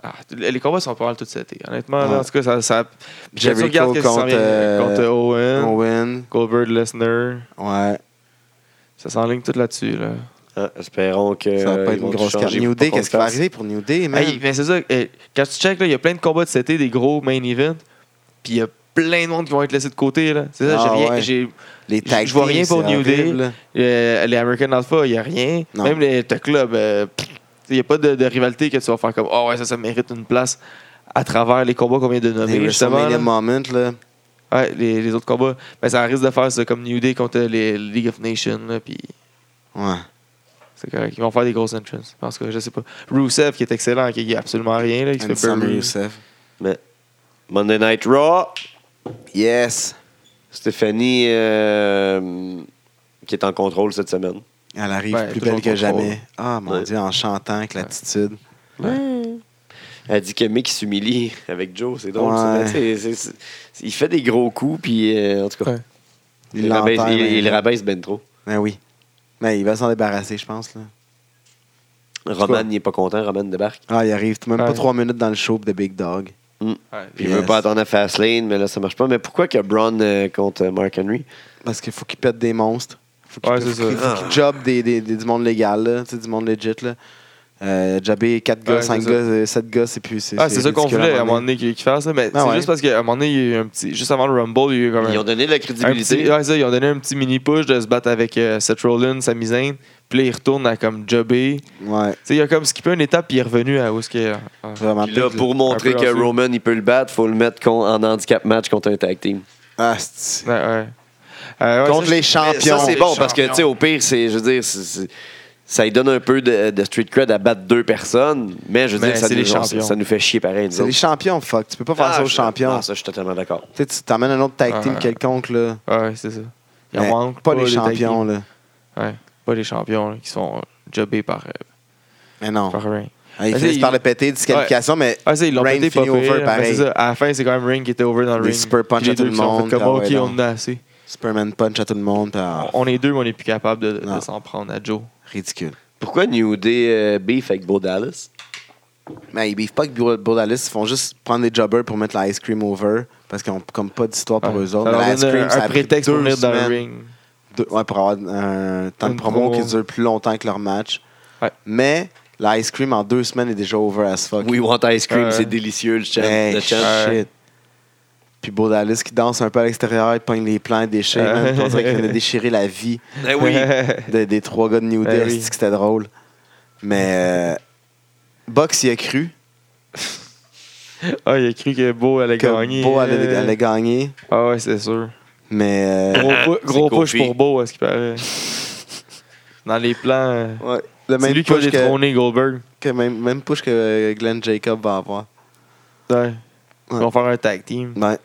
[SPEAKER 3] ah, les combats sont pas mal tout cet été. Honnêtement, là,
[SPEAKER 2] Ouais.
[SPEAKER 3] en tout cas, ça. ça Puis quand tu
[SPEAKER 2] Jericho
[SPEAKER 3] regardes qu'est-ce qui s'en
[SPEAKER 2] contre,
[SPEAKER 3] vient,
[SPEAKER 2] euh,
[SPEAKER 3] contre Owen,
[SPEAKER 2] Owen.
[SPEAKER 3] Goldberg, Lesnar.
[SPEAKER 2] Ouais.
[SPEAKER 3] Ça s'enligne tout là-dessus, là.
[SPEAKER 1] Ah, espérons que.
[SPEAKER 2] Ça va
[SPEAKER 1] euh,
[SPEAKER 2] pas
[SPEAKER 1] ils
[SPEAKER 2] être
[SPEAKER 1] vont
[SPEAKER 2] une grosse
[SPEAKER 1] tout changer
[SPEAKER 2] carte. New
[SPEAKER 1] pour
[SPEAKER 2] Day,
[SPEAKER 1] qu'on
[SPEAKER 2] qu'est-ce qui va
[SPEAKER 1] fasse.
[SPEAKER 2] arriver pour New Day, man?
[SPEAKER 3] Hey, mais c'est ça, euh, quand tu check, il y a plein de combats de cet été, des gros main events, puis il y a plein de monde qui vont être laissés de côté. là. C'est ça,
[SPEAKER 2] Ah,
[SPEAKER 3] j'ai rien.
[SPEAKER 2] ouais.
[SPEAKER 3] j'ai-
[SPEAKER 2] Les
[SPEAKER 3] je-
[SPEAKER 2] tag
[SPEAKER 3] je vois rien
[SPEAKER 2] teams,
[SPEAKER 3] pour
[SPEAKER 2] c'est
[SPEAKER 3] New Day.
[SPEAKER 2] horrible, là.
[SPEAKER 3] euh, les American Alpha, il n'y a rien.
[SPEAKER 2] Non.
[SPEAKER 3] Même euh, ah les, le club, il n'y a pas de, de rivalité que tu vas faire comme, oh ouais, ça, ça mérite une place à travers les combats qu'on vient de nommer,
[SPEAKER 2] Les
[SPEAKER 3] justement.
[SPEAKER 2] WrestleMania
[SPEAKER 3] là.
[SPEAKER 2] Moment, là.
[SPEAKER 3] Ouais, les, les autres combats. Mais ça risque de faire ça, comme New Day contre les League of Nations. là, Puis
[SPEAKER 2] Ouais.
[SPEAKER 3] c'est correct. Ils vont faire des grosses entrances. Parce que je sais pas. Rusev, qui est excellent, qui n'a absolument rien. Là, qui se fait
[SPEAKER 2] Alexander
[SPEAKER 3] burner.
[SPEAKER 2] Rusev.
[SPEAKER 1] Mais Monday Night Raw,
[SPEAKER 2] Yes.
[SPEAKER 1] Stéphanie euh, qui est en contrôle cette semaine.
[SPEAKER 2] Elle arrive
[SPEAKER 3] Ouais,
[SPEAKER 2] plus
[SPEAKER 3] toujours
[SPEAKER 2] belle que
[SPEAKER 3] contrôle.
[SPEAKER 2] jamais. Ah, mon
[SPEAKER 1] Ouais.
[SPEAKER 2] Dieu, en chantant avec l'attitude.
[SPEAKER 1] Elle dit que Mick il s'humilie avec Joe, c'est drôle.
[SPEAKER 2] Ouais.
[SPEAKER 1] ça. Ben, C'est- c'est- c'est- il fait des gros coups, puis euh, en tout cas,
[SPEAKER 3] Ouais.
[SPEAKER 1] il, rabaisse,
[SPEAKER 2] l'enterre,
[SPEAKER 1] il-
[SPEAKER 2] mais-
[SPEAKER 1] il le rabaisse ben trop.
[SPEAKER 2] Ben oui. Mais il va s'en débarrasser, je pense. Là.
[SPEAKER 1] Roman, il est pas content, Roman débarque.
[SPEAKER 2] Ah, il arrive même
[SPEAKER 3] Ouais.
[SPEAKER 2] pas trois minutes dans le show de Big Dog.
[SPEAKER 3] Ouais,
[SPEAKER 1] Puis il
[SPEAKER 2] Yes.
[SPEAKER 1] veut pas attendre à Fastlane, mais là, ça marche pas. Mais pourquoi que Braun euh, contre Mark Henry?
[SPEAKER 2] Parce qu'il faut qu'il pète des monstres. Faut qu'il
[SPEAKER 3] Ouais, c'est
[SPEAKER 2] faut qu'il-
[SPEAKER 3] ça.
[SPEAKER 2] faut qu'il job des, des- des- du monde légal, là, tu sais, du monde legit. Là. Euh, jobber 4 gars,
[SPEAKER 3] Ouais,
[SPEAKER 2] 5
[SPEAKER 3] c'est ça.
[SPEAKER 2] gars, euh, 7 gars, c'est plus.
[SPEAKER 3] Ah, c'est ça qu'on
[SPEAKER 2] ridicule
[SPEAKER 3] voulait à un moment
[SPEAKER 2] donné.
[SPEAKER 3] donné qu'ils qu'ils fassent. là, Mais
[SPEAKER 2] Ah
[SPEAKER 3] c'est
[SPEAKER 2] ouais.
[SPEAKER 3] juste parce qu'à un moment donné, il y a eu un petit. Juste avant le Rumble, il y a eu comme
[SPEAKER 1] Ils
[SPEAKER 3] un-
[SPEAKER 1] ont donné de la
[SPEAKER 3] un petit-
[SPEAKER 1] crédibilité.
[SPEAKER 3] ouais, ça, ils ont donné un petit mini push de se battre avec euh, Seth Rollins, Sami Zayn. Puis là, il retourne à comme jobber. Tu
[SPEAKER 2] Ouais,
[SPEAKER 3] sais, il a comme skippé une étape, puis il est revenu à où est-ce que. ah.
[SPEAKER 2] vraiment.
[SPEAKER 1] Puis là, pour montrer
[SPEAKER 3] peu
[SPEAKER 1] que
[SPEAKER 3] lancé.
[SPEAKER 1] Roman, il peut le battre, faut le mettre con- en handicap match contre un tag team.
[SPEAKER 2] Ah, c'est-
[SPEAKER 3] Ouais, ouais. Euh, ouais,
[SPEAKER 2] Contre
[SPEAKER 3] ça,
[SPEAKER 2] les champions.
[SPEAKER 1] Ça, c'est bon parce que,
[SPEAKER 3] Champion.
[SPEAKER 1] tu sais, au pire, c'est, je veux dire, c'est- c'est- ça lui donne un peu de, de street cred à battre deux personnes, mais je veux
[SPEAKER 3] Mais
[SPEAKER 1] dire, ça
[SPEAKER 3] c'est
[SPEAKER 1] nous,
[SPEAKER 3] les champions.
[SPEAKER 1] ça nous fait chier pareil. nous
[SPEAKER 2] C'est les
[SPEAKER 1] autres.
[SPEAKER 2] champions, fuck. Tu peux pas faire
[SPEAKER 1] Ah,
[SPEAKER 2] ça aux
[SPEAKER 1] je-
[SPEAKER 2] champions.
[SPEAKER 1] non, ça, je suis totalement d'accord.
[SPEAKER 2] Tu sais, tu t'emmènes un autre tag team
[SPEAKER 3] Ouais.
[SPEAKER 2] quelconque, là.
[SPEAKER 3] je- Ouais, c'est ça. Il en
[SPEAKER 2] Mais
[SPEAKER 3] manque
[SPEAKER 2] pas, les
[SPEAKER 3] des
[SPEAKER 2] champions,
[SPEAKER 3] tag
[SPEAKER 2] là.
[SPEAKER 3] teams. Ouais, pas les champions là, qui sont euh, jobbés par, euh,
[SPEAKER 2] Mais non.
[SPEAKER 3] par Rain.
[SPEAKER 2] Ah, il
[SPEAKER 3] Vas-y,
[SPEAKER 2] finit
[SPEAKER 3] il-
[SPEAKER 2] par le péter, disqualification, mais
[SPEAKER 3] Ah, c'est, ils l'ont
[SPEAKER 2] Reign
[SPEAKER 3] pété pas
[SPEAKER 2] finit over
[SPEAKER 3] pire, mais
[SPEAKER 2] pareil.
[SPEAKER 3] c'est ça. À la fin, c'est quand même Rain qui était over dans le
[SPEAKER 2] Des
[SPEAKER 3] ring.
[SPEAKER 2] super punch
[SPEAKER 3] Puis les
[SPEAKER 2] à tout
[SPEAKER 3] deux
[SPEAKER 2] le
[SPEAKER 3] qui sont
[SPEAKER 2] monde,
[SPEAKER 3] fait
[SPEAKER 2] ah
[SPEAKER 3] Comme,
[SPEAKER 2] ouais,
[SPEAKER 3] ok,
[SPEAKER 2] donc.
[SPEAKER 3] on en a assez.
[SPEAKER 2] Superman punch à tout le monde, puis ah,
[SPEAKER 3] On est deux, mais on n'est plus capable de, de
[SPEAKER 2] Non.
[SPEAKER 3] s'en prendre à Joe.
[SPEAKER 2] ridicule.
[SPEAKER 1] Pourquoi New Day euh, beef avec Bo Dallas?
[SPEAKER 2] Mais ils bivent pas que Bo- Bo Dallas, ils font juste prendre des jobbers pour mettre la ice cream over, parce qu'ils ont comme pas d'histoire pour
[SPEAKER 3] Ouais.
[SPEAKER 2] eux autres.
[SPEAKER 3] Ça
[SPEAKER 2] Mais
[SPEAKER 3] leur
[SPEAKER 2] la ice
[SPEAKER 3] donne
[SPEAKER 2] cream,
[SPEAKER 3] un,
[SPEAKER 2] ça
[SPEAKER 3] un
[SPEAKER 2] a pris
[SPEAKER 3] prétexte pour
[SPEAKER 2] deux
[SPEAKER 3] venir dans le
[SPEAKER 2] semaines.
[SPEAKER 3] ring.
[SPEAKER 2] Deux- ouais, pour avoir un temps de
[SPEAKER 3] Une
[SPEAKER 2] promo
[SPEAKER 3] promo.
[SPEAKER 2] qui dure plus longtemps que leur match.
[SPEAKER 3] Ouais.
[SPEAKER 2] Mais la ice cream en deux semaines est déjà over as fuck.
[SPEAKER 1] We want ice cream,
[SPEAKER 3] Ouais.
[SPEAKER 1] c'est délicieux, le chant.
[SPEAKER 2] Hey,
[SPEAKER 1] le chant.
[SPEAKER 3] Euh.
[SPEAKER 2] shit. Puis Bo Dallas qui danse un peu à l'extérieur, il pogne les plans, il déchire,
[SPEAKER 3] Ouais.
[SPEAKER 2] man. Puis on dirait qu'il venait déchirer la vie
[SPEAKER 1] Eh oui,
[SPEAKER 2] de- des trois gars de New Day.
[SPEAKER 3] Ouais, Ah oui.
[SPEAKER 2] c'est que C'était drôle. Mais euh, Box y a cru
[SPEAKER 3] ah, il a euh. cru que Beau allait
[SPEAKER 2] que
[SPEAKER 3] gagner.
[SPEAKER 2] Bo allait, allait gagner.
[SPEAKER 3] Ah, ouais, c'est sûr.
[SPEAKER 2] Mais euh,
[SPEAKER 3] Gros, pu- gros
[SPEAKER 1] Kofi.
[SPEAKER 3] push pour Beau, à ce qu'il paraît. Dans les plans, euh,
[SPEAKER 2] ouais, le
[SPEAKER 3] c'est
[SPEAKER 2] même
[SPEAKER 3] lui qui va
[SPEAKER 2] push que,
[SPEAKER 3] détrôner Goldberg.
[SPEAKER 2] que même, même push que euh, Glenn Jacob va avoir.
[SPEAKER 3] Ouais. Ils vont faire un tag team.
[SPEAKER 2] Ouais.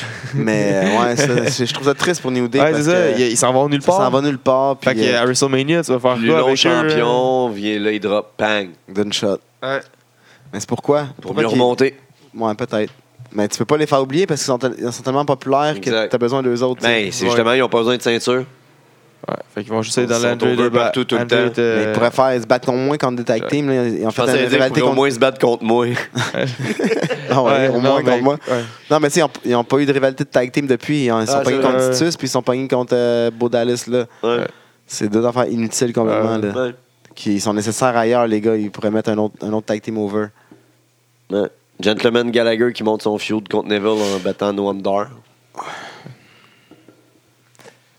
[SPEAKER 2] Mais euh, ouais, ça, c'est- je trouve ça triste pour New Day.
[SPEAKER 3] Ouais,
[SPEAKER 2] parce
[SPEAKER 3] c'est ça.
[SPEAKER 2] que
[SPEAKER 3] Ils ils s'en vont nulle
[SPEAKER 2] ça
[SPEAKER 3] part.
[SPEAKER 2] s'en va nulle part. Puis
[SPEAKER 3] Fait
[SPEAKER 2] euh,
[SPEAKER 3] qu'à WrestleMania, tu vas faire
[SPEAKER 1] plus
[SPEAKER 3] quoi
[SPEAKER 1] long
[SPEAKER 3] avec eux,
[SPEAKER 1] champion, vient là, il drop, bang,
[SPEAKER 2] d'une shot.
[SPEAKER 3] euh? Ouais.
[SPEAKER 2] Mais c'est pourquoi
[SPEAKER 1] pour
[SPEAKER 2] Pourquoi
[SPEAKER 1] mieux
[SPEAKER 2] qu'ils-
[SPEAKER 1] remonter.
[SPEAKER 2] Ouais, peut-être. Mais tu peux pas les faire oublier parce qu'ils sont, tel- ils sont tellement populaires que
[SPEAKER 1] Exact.
[SPEAKER 2] t'as besoin d'eux autres. tu sais.
[SPEAKER 1] Ben, c'est justement, ils n'ont pas besoin de ceinture.
[SPEAKER 3] Ouais, Fait qu'ils vont juste aller
[SPEAKER 1] Ils
[SPEAKER 3] dans
[SPEAKER 1] sont
[SPEAKER 3] l'Android
[SPEAKER 1] over
[SPEAKER 3] de ba-
[SPEAKER 1] partout, tout le
[SPEAKER 3] Android,
[SPEAKER 1] temps.
[SPEAKER 3] euh,
[SPEAKER 2] Mais ils pourraient faire, ils se battent au moins contre des tag teams. là. Ils ont
[SPEAKER 1] Je
[SPEAKER 2] fait
[SPEAKER 1] pensais
[SPEAKER 2] une
[SPEAKER 1] dire qu'ils
[SPEAKER 2] rivalité
[SPEAKER 1] pourraient au
[SPEAKER 2] contre
[SPEAKER 1] moins se battre contre moi.
[SPEAKER 2] Ah ouais,
[SPEAKER 3] ouais,
[SPEAKER 2] au
[SPEAKER 3] non,
[SPEAKER 2] moins
[SPEAKER 3] mais-
[SPEAKER 2] contre moi.
[SPEAKER 3] ouais.
[SPEAKER 2] Non, mais tu sais, ils ont- ils ont pas eu de rivalité de tag team depuis. Ils ont- ils sont
[SPEAKER 1] Ah,
[SPEAKER 2] pognés
[SPEAKER 1] c'est
[SPEAKER 2] contre
[SPEAKER 3] vrai.
[SPEAKER 2] Titus, puis ils sont pognés contre euh, Bo Dallas, là.
[SPEAKER 1] Ouais.
[SPEAKER 2] C'est deux affaires inutiles complètement,
[SPEAKER 3] Ouais.
[SPEAKER 2] là. Qui sont nécessaires ailleurs, les gars. Ils pourraient mettre un autre, un autre tag team over.
[SPEAKER 1] Ouais. Gentleman Gallagher qui monte son feud contre Neville en battant Noam Dar.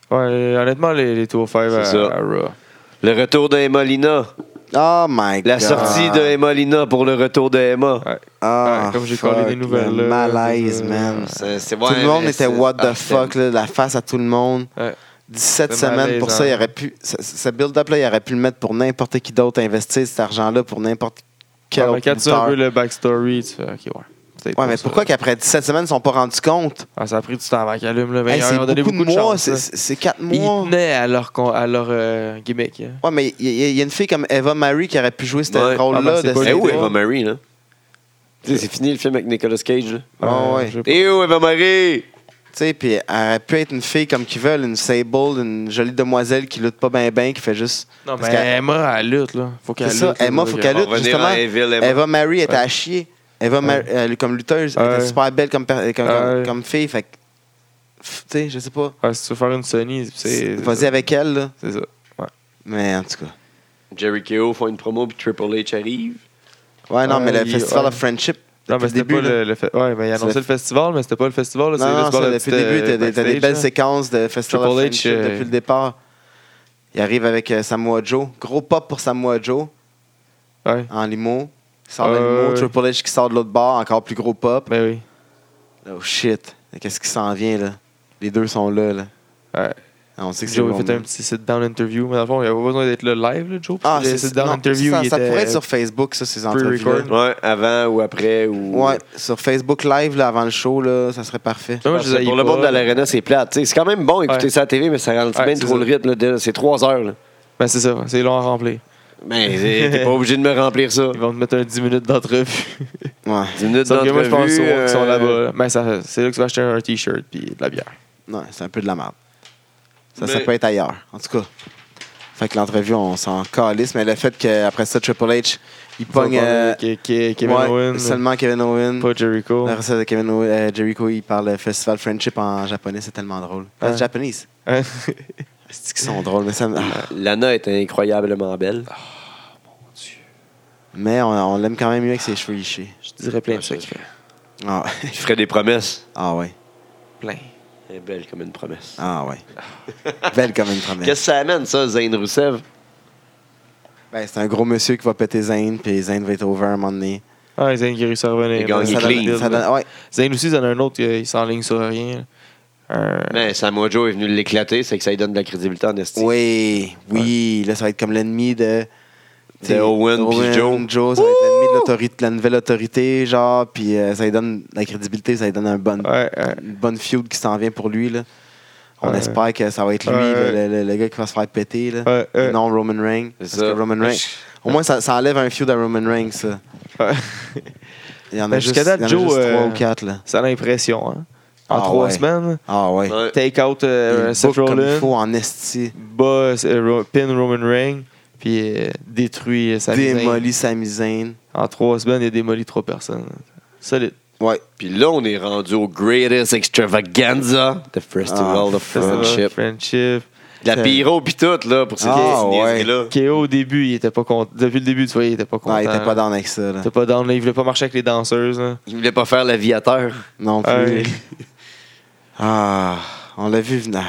[SPEAKER 3] Ouais, honnêtement, les, les 205
[SPEAKER 1] C'est
[SPEAKER 3] à,
[SPEAKER 1] ça.
[SPEAKER 3] à Raw.
[SPEAKER 1] Le retour de Molina.
[SPEAKER 2] Oh my god.
[SPEAKER 1] La sortie de Emma Lina pour le retour de Emma.
[SPEAKER 3] Ouais.
[SPEAKER 2] Ah,
[SPEAKER 3] Ouais, comme j'ai
[SPEAKER 2] fuck,
[SPEAKER 3] collé des nouvelles,
[SPEAKER 2] Le
[SPEAKER 3] là, euh,
[SPEAKER 2] malaise,
[SPEAKER 3] c'est-
[SPEAKER 2] man.
[SPEAKER 1] C'est- c'est-
[SPEAKER 2] tout
[SPEAKER 1] ouais,
[SPEAKER 2] le monde
[SPEAKER 1] mais
[SPEAKER 2] était
[SPEAKER 1] c'est-
[SPEAKER 2] what the
[SPEAKER 1] ah, c'était-
[SPEAKER 2] fuck, là, la face à tout le monde.
[SPEAKER 3] Ouais.
[SPEAKER 2] 17
[SPEAKER 3] C'était
[SPEAKER 2] semaines pour ça,
[SPEAKER 3] malaisant.
[SPEAKER 2] il aurait pu. Ce, ce build-up-là, il aurait pu le mettre pour n'importe qui d'autre, investir cet argent-là pour n'importe quel
[SPEAKER 3] Ah, mais
[SPEAKER 2] autre
[SPEAKER 3] quand tu as un
[SPEAKER 2] lutteur.
[SPEAKER 3] peu le backstory, tu fais OK, ouais. Peut-être
[SPEAKER 2] Ouais, mais
[SPEAKER 3] pas
[SPEAKER 2] pourquoi
[SPEAKER 3] ça.
[SPEAKER 2] qu'après 17 semaines, ils ne sont pas rendus compte?
[SPEAKER 3] Ah, ça a pris du temps avant qu'il allume, là. Mais
[SPEAKER 2] Hey,
[SPEAKER 3] ils
[SPEAKER 2] c'est
[SPEAKER 3] ont donné
[SPEAKER 2] beaucoup, de mois,
[SPEAKER 3] chance. hein.
[SPEAKER 2] c'est-
[SPEAKER 3] là.
[SPEAKER 2] c'est 4
[SPEAKER 3] Ils
[SPEAKER 2] mois.
[SPEAKER 3] tenaient à leur, con- à leur euh, gimmick. hein.
[SPEAKER 2] Ouais, mais il y, a- il y a une fille comme Eva Marie qui aurait pu jouer ce
[SPEAKER 1] Ouais.
[SPEAKER 2] rôle-là.
[SPEAKER 3] Ah, ben, c'est
[SPEAKER 2] de-
[SPEAKER 3] pas
[SPEAKER 1] Eh où
[SPEAKER 3] Ouais.
[SPEAKER 1] Eva Marie, là? Tu sais, C'est fini le film avec Nicolas Cage. là.
[SPEAKER 2] Ah,
[SPEAKER 3] Euh,
[SPEAKER 2] ouais.
[SPEAKER 3] je sais pas.
[SPEAKER 1] Eh où Eva Marie?
[SPEAKER 2] Tu sais, puis elle aurait pu être une fille comme qu'ils veulent, une Sable, une jolie demoiselle qui lutte pas bien, bien, qui fait juste.
[SPEAKER 3] Non, ben,
[SPEAKER 2] Parce
[SPEAKER 3] mais
[SPEAKER 2] qu'elle-
[SPEAKER 3] Emma, elle lutte, là. Faut qu'elle
[SPEAKER 2] C'est ça,
[SPEAKER 3] lutte. là,
[SPEAKER 2] Emma,
[SPEAKER 3] là,
[SPEAKER 2] faut
[SPEAKER 3] que-
[SPEAKER 2] qu'elle
[SPEAKER 1] On
[SPEAKER 2] lutte,
[SPEAKER 1] va venir
[SPEAKER 2] justement.
[SPEAKER 1] dans Evil, Emma.
[SPEAKER 2] Eva Marie était à chier. Eva Mar- euh, comme lutteuse, elle était
[SPEAKER 3] Ouais.
[SPEAKER 2] super belle comme, per- comme, comme-
[SPEAKER 3] Ouais.
[SPEAKER 2] comme fille. Fait que, pff, tu sais, je sais pas.
[SPEAKER 3] Ouais, si tu veux faire une Sony, c'est. euh,
[SPEAKER 2] Vas-y avec elle, là.
[SPEAKER 3] C'est ça.
[SPEAKER 2] Mais en tout cas.
[SPEAKER 1] Jerry Keo font une promo, puis Triple H arrive.
[SPEAKER 2] Ouais, non,
[SPEAKER 3] Ouais,
[SPEAKER 2] mais le
[SPEAKER 3] il-
[SPEAKER 2] Festival
[SPEAKER 3] ouais.
[SPEAKER 2] of Friendship.
[SPEAKER 3] Non,
[SPEAKER 2] depuis
[SPEAKER 3] mais c'était
[SPEAKER 2] le début,
[SPEAKER 3] pas
[SPEAKER 2] là.
[SPEAKER 3] le, le fait. Ouais, mais ils
[SPEAKER 2] C'est
[SPEAKER 3] annonçaient
[SPEAKER 2] le-
[SPEAKER 3] le festival, mais c'était pas le festival. Là, c'est
[SPEAKER 2] Non, non,
[SPEAKER 3] juste par
[SPEAKER 2] ça,
[SPEAKER 3] la
[SPEAKER 2] depuis le
[SPEAKER 3] petite,
[SPEAKER 2] début,
[SPEAKER 3] euh,
[SPEAKER 2] t'as des, t'as des
[SPEAKER 3] backstage,
[SPEAKER 2] belles
[SPEAKER 3] là.
[SPEAKER 2] séquences de Festival of
[SPEAKER 3] Triple H,
[SPEAKER 2] Friendship
[SPEAKER 3] euh,
[SPEAKER 2] depuis le départ. Il arrive avec euh, Samoa Joe. Gros pop pour Samoa Joe
[SPEAKER 3] Ouais.
[SPEAKER 2] en limo. Il sort
[SPEAKER 3] Ouais,
[SPEAKER 2] d'animaux.
[SPEAKER 3] ouais.
[SPEAKER 2] Triple H qui sort de l'autre bord, encore plus gros pop.
[SPEAKER 3] Ben oui.
[SPEAKER 2] Oh shit. Qu'est-ce qui s'en vient, là? Les deux sont là, là.
[SPEAKER 3] Ouais.
[SPEAKER 2] Ah, On sait que c'est
[SPEAKER 3] Joe a
[SPEAKER 2] bon,
[SPEAKER 3] fait
[SPEAKER 2] mais-
[SPEAKER 3] un petit sit-down interview, mais dans le fond, il avait pas besoin d'être là live, là, Joe. parce
[SPEAKER 2] Ah,
[SPEAKER 3] que le
[SPEAKER 2] c'est
[SPEAKER 3] sit-down
[SPEAKER 2] non,
[SPEAKER 3] interview,
[SPEAKER 2] ça,
[SPEAKER 3] il
[SPEAKER 2] ça
[SPEAKER 3] était- euh,
[SPEAKER 2] pourrait être sur Facebook, ça, ces entrevues
[SPEAKER 3] pre-record.
[SPEAKER 1] Ouais, avant ou après. Ou...
[SPEAKER 2] Ouais, sur Facebook Live, là, avant le show, là, ça serait parfait.
[SPEAKER 3] Moi,
[SPEAKER 1] Parce
[SPEAKER 3] je les
[SPEAKER 1] que
[SPEAKER 3] haïs
[SPEAKER 1] pour le
[SPEAKER 3] pas.
[SPEAKER 1] monde de l'arena, c'est plate. t'sais. C'est quand même bon écouter
[SPEAKER 3] Ouais.
[SPEAKER 1] ça à la TV, mais ça ralentit
[SPEAKER 3] Ouais,
[SPEAKER 1] bien
[SPEAKER 3] c'est
[SPEAKER 1] trop le
[SPEAKER 3] ça.
[SPEAKER 1] rythme. là, de- C'est trois heures. Là.
[SPEAKER 3] Ben c'est ça, c'est long à remplir.
[SPEAKER 1] Mais t'es t'es pas obligé de me remplir ça.
[SPEAKER 3] Ils vont te mettre un 10 minutes d'entrevue.
[SPEAKER 2] Ouais.
[SPEAKER 1] 10 minutes
[SPEAKER 3] Sauf que moi, je pense
[SPEAKER 1] d'entrevue,
[SPEAKER 3] qu'ils sont- qu'ils sont
[SPEAKER 1] euh,
[SPEAKER 3] là-bas. là. Ben, ça- c'est là que tu vas acheter un t-shirt puis de la bière.
[SPEAKER 2] Non, c'est un peu de la merde. Ça, ça
[SPEAKER 1] Mais-
[SPEAKER 2] peut être ailleurs, en tout cas. Fait que l'entrevue, on s'en calisse, mais le fait qu'après ça, Triple H, il pogne euh,
[SPEAKER 3] Ke- Ke- Kevin
[SPEAKER 2] ouais,
[SPEAKER 3] Owens,
[SPEAKER 2] seulement Kevin Owen.
[SPEAKER 3] pas Jericho.
[SPEAKER 2] Après ça, Kevin Owen, euh, Jericho, il parle euh, Festival Friendship en japonais, c'est tellement drôle.
[SPEAKER 3] Ouais.
[SPEAKER 2] En japonais, c'est
[SPEAKER 3] Hein?
[SPEAKER 2] qu'ils sont drôles, mais ça me- ah.
[SPEAKER 1] Lana est incroyablement belle.
[SPEAKER 3] Ah,
[SPEAKER 2] Mais on, on l'aime quand même mieux avec ses cheveux lichés.
[SPEAKER 3] je dirais plein de
[SPEAKER 1] ça,
[SPEAKER 3] choses.
[SPEAKER 2] Ah,
[SPEAKER 1] Je ferais des promesses.
[SPEAKER 2] ah ouais,
[SPEAKER 3] Plein.
[SPEAKER 1] Elle est belle comme une promesse.
[SPEAKER 2] ah ouais. Belle comme une promesse.
[SPEAKER 1] Qu'est-ce que ça amène, ça, Zayn Rousseff?
[SPEAKER 2] Ben, c'est un gros monsieur qui va péter Zane, puis Zane va être over à un moment donné.
[SPEAKER 3] Ah, Zane qui réussit à revenir.
[SPEAKER 1] Il gagne,
[SPEAKER 2] Ça
[SPEAKER 1] il
[SPEAKER 2] donne-
[SPEAKER 1] clean.
[SPEAKER 2] ça donne- ouais.
[SPEAKER 3] Zane aussi, il en a un autre qui s'enligne sur rien. Un-
[SPEAKER 2] Ben.
[SPEAKER 1] Mais Ben, Samoa Joe est venu l'éclater, c'est que ça lui donne de la crédibilité en estime.
[SPEAKER 2] Oui, oui, là, ça va être comme l'ennemi de. t'sais,
[SPEAKER 1] Owen puis Joe.
[SPEAKER 2] ça va être l'ennemi de l'autorité- de la nouvelle autorité, genre, puis euh, ça lui donne de la crédibilité, ça lui donne un bon,
[SPEAKER 3] Ouais, ouais.
[SPEAKER 2] une bonne feud qui s'en vient pour lui, là. On
[SPEAKER 3] Ouais.
[SPEAKER 2] espère que ça va être lui,
[SPEAKER 3] Ouais.
[SPEAKER 2] le, le- le gars qui va se faire péter, là.
[SPEAKER 3] Ouais, Ben, ouais.
[SPEAKER 2] Non, Roman Reigns.
[SPEAKER 1] C'est
[SPEAKER 2] Parce
[SPEAKER 1] ça.
[SPEAKER 2] que Roman Reigns. Au moins, ça, ça enlève un feud à Roman Reigns, ça.
[SPEAKER 3] Ouais.
[SPEAKER 2] Il y en a
[SPEAKER 3] Ben,
[SPEAKER 2] juste,
[SPEAKER 3] jusqu'à date,
[SPEAKER 2] il y en a
[SPEAKER 3] Joe,
[SPEAKER 2] juste
[SPEAKER 3] euh,
[SPEAKER 2] trois ou quatre, là.
[SPEAKER 3] Ça a l'impression, hein. En
[SPEAKER 2] Ah,
[SPEAKER 3] trois
[SPEAKER 2] ouais.
[SPEAKER 3] semaines,
[SPEAKER 2] Ah ouais.
[SPEAKER 1] Ouais.
[SPEAKER 3] take out
[SPEAKER 2] Il
[SPEAKER 3] euh,
[SPEAKER 2] book
[SPEAKER 3] Seth
[SPEAKER 2] comme il
[SPEAKER 3] Rollins,
[SPEAKER 2] faut en esti.
[SPEAKER 3] bat, euh, Ro- pin Roman Reigns, puis euh, détruit sa
[SPEAKER 2] Démolit sa misaine.
[SPEAKER 3] En trois semaines, il a démoli trois personnes. Solide.
[SPEAKER 2] Ouais.
[SPEAKER 1] Puis là, on est rendu au Greatest Extravaganza, The Festival
[SPEAKER 2] Ah,
[SPEAKER 1] of Friendship.
[SPEAKER 3] Friendship.
[SPEAKER 1] De La pyro pis tout, là, pour ces
[SPEAKER 2] Ah, ouais.
[SPEAKER 1] là
[SPEAKER 3] KO au début, il était pas content. Depuis le début, tu vois, il était pas content.
[SPEAKER 2] Non, il était pas Ah, down avec ça. Là.
[SPEAKER 3] Il était pas down, là. Il voulait pas marcher avec les danseuses. là.
[SPEAKER 1] Il voulait pas faire l'aviateur.
[SPEAKER 2] Non plus.
[SPEAKER 3] Ouais.
[SPEAKER 2] Ah, on l'a vu venir.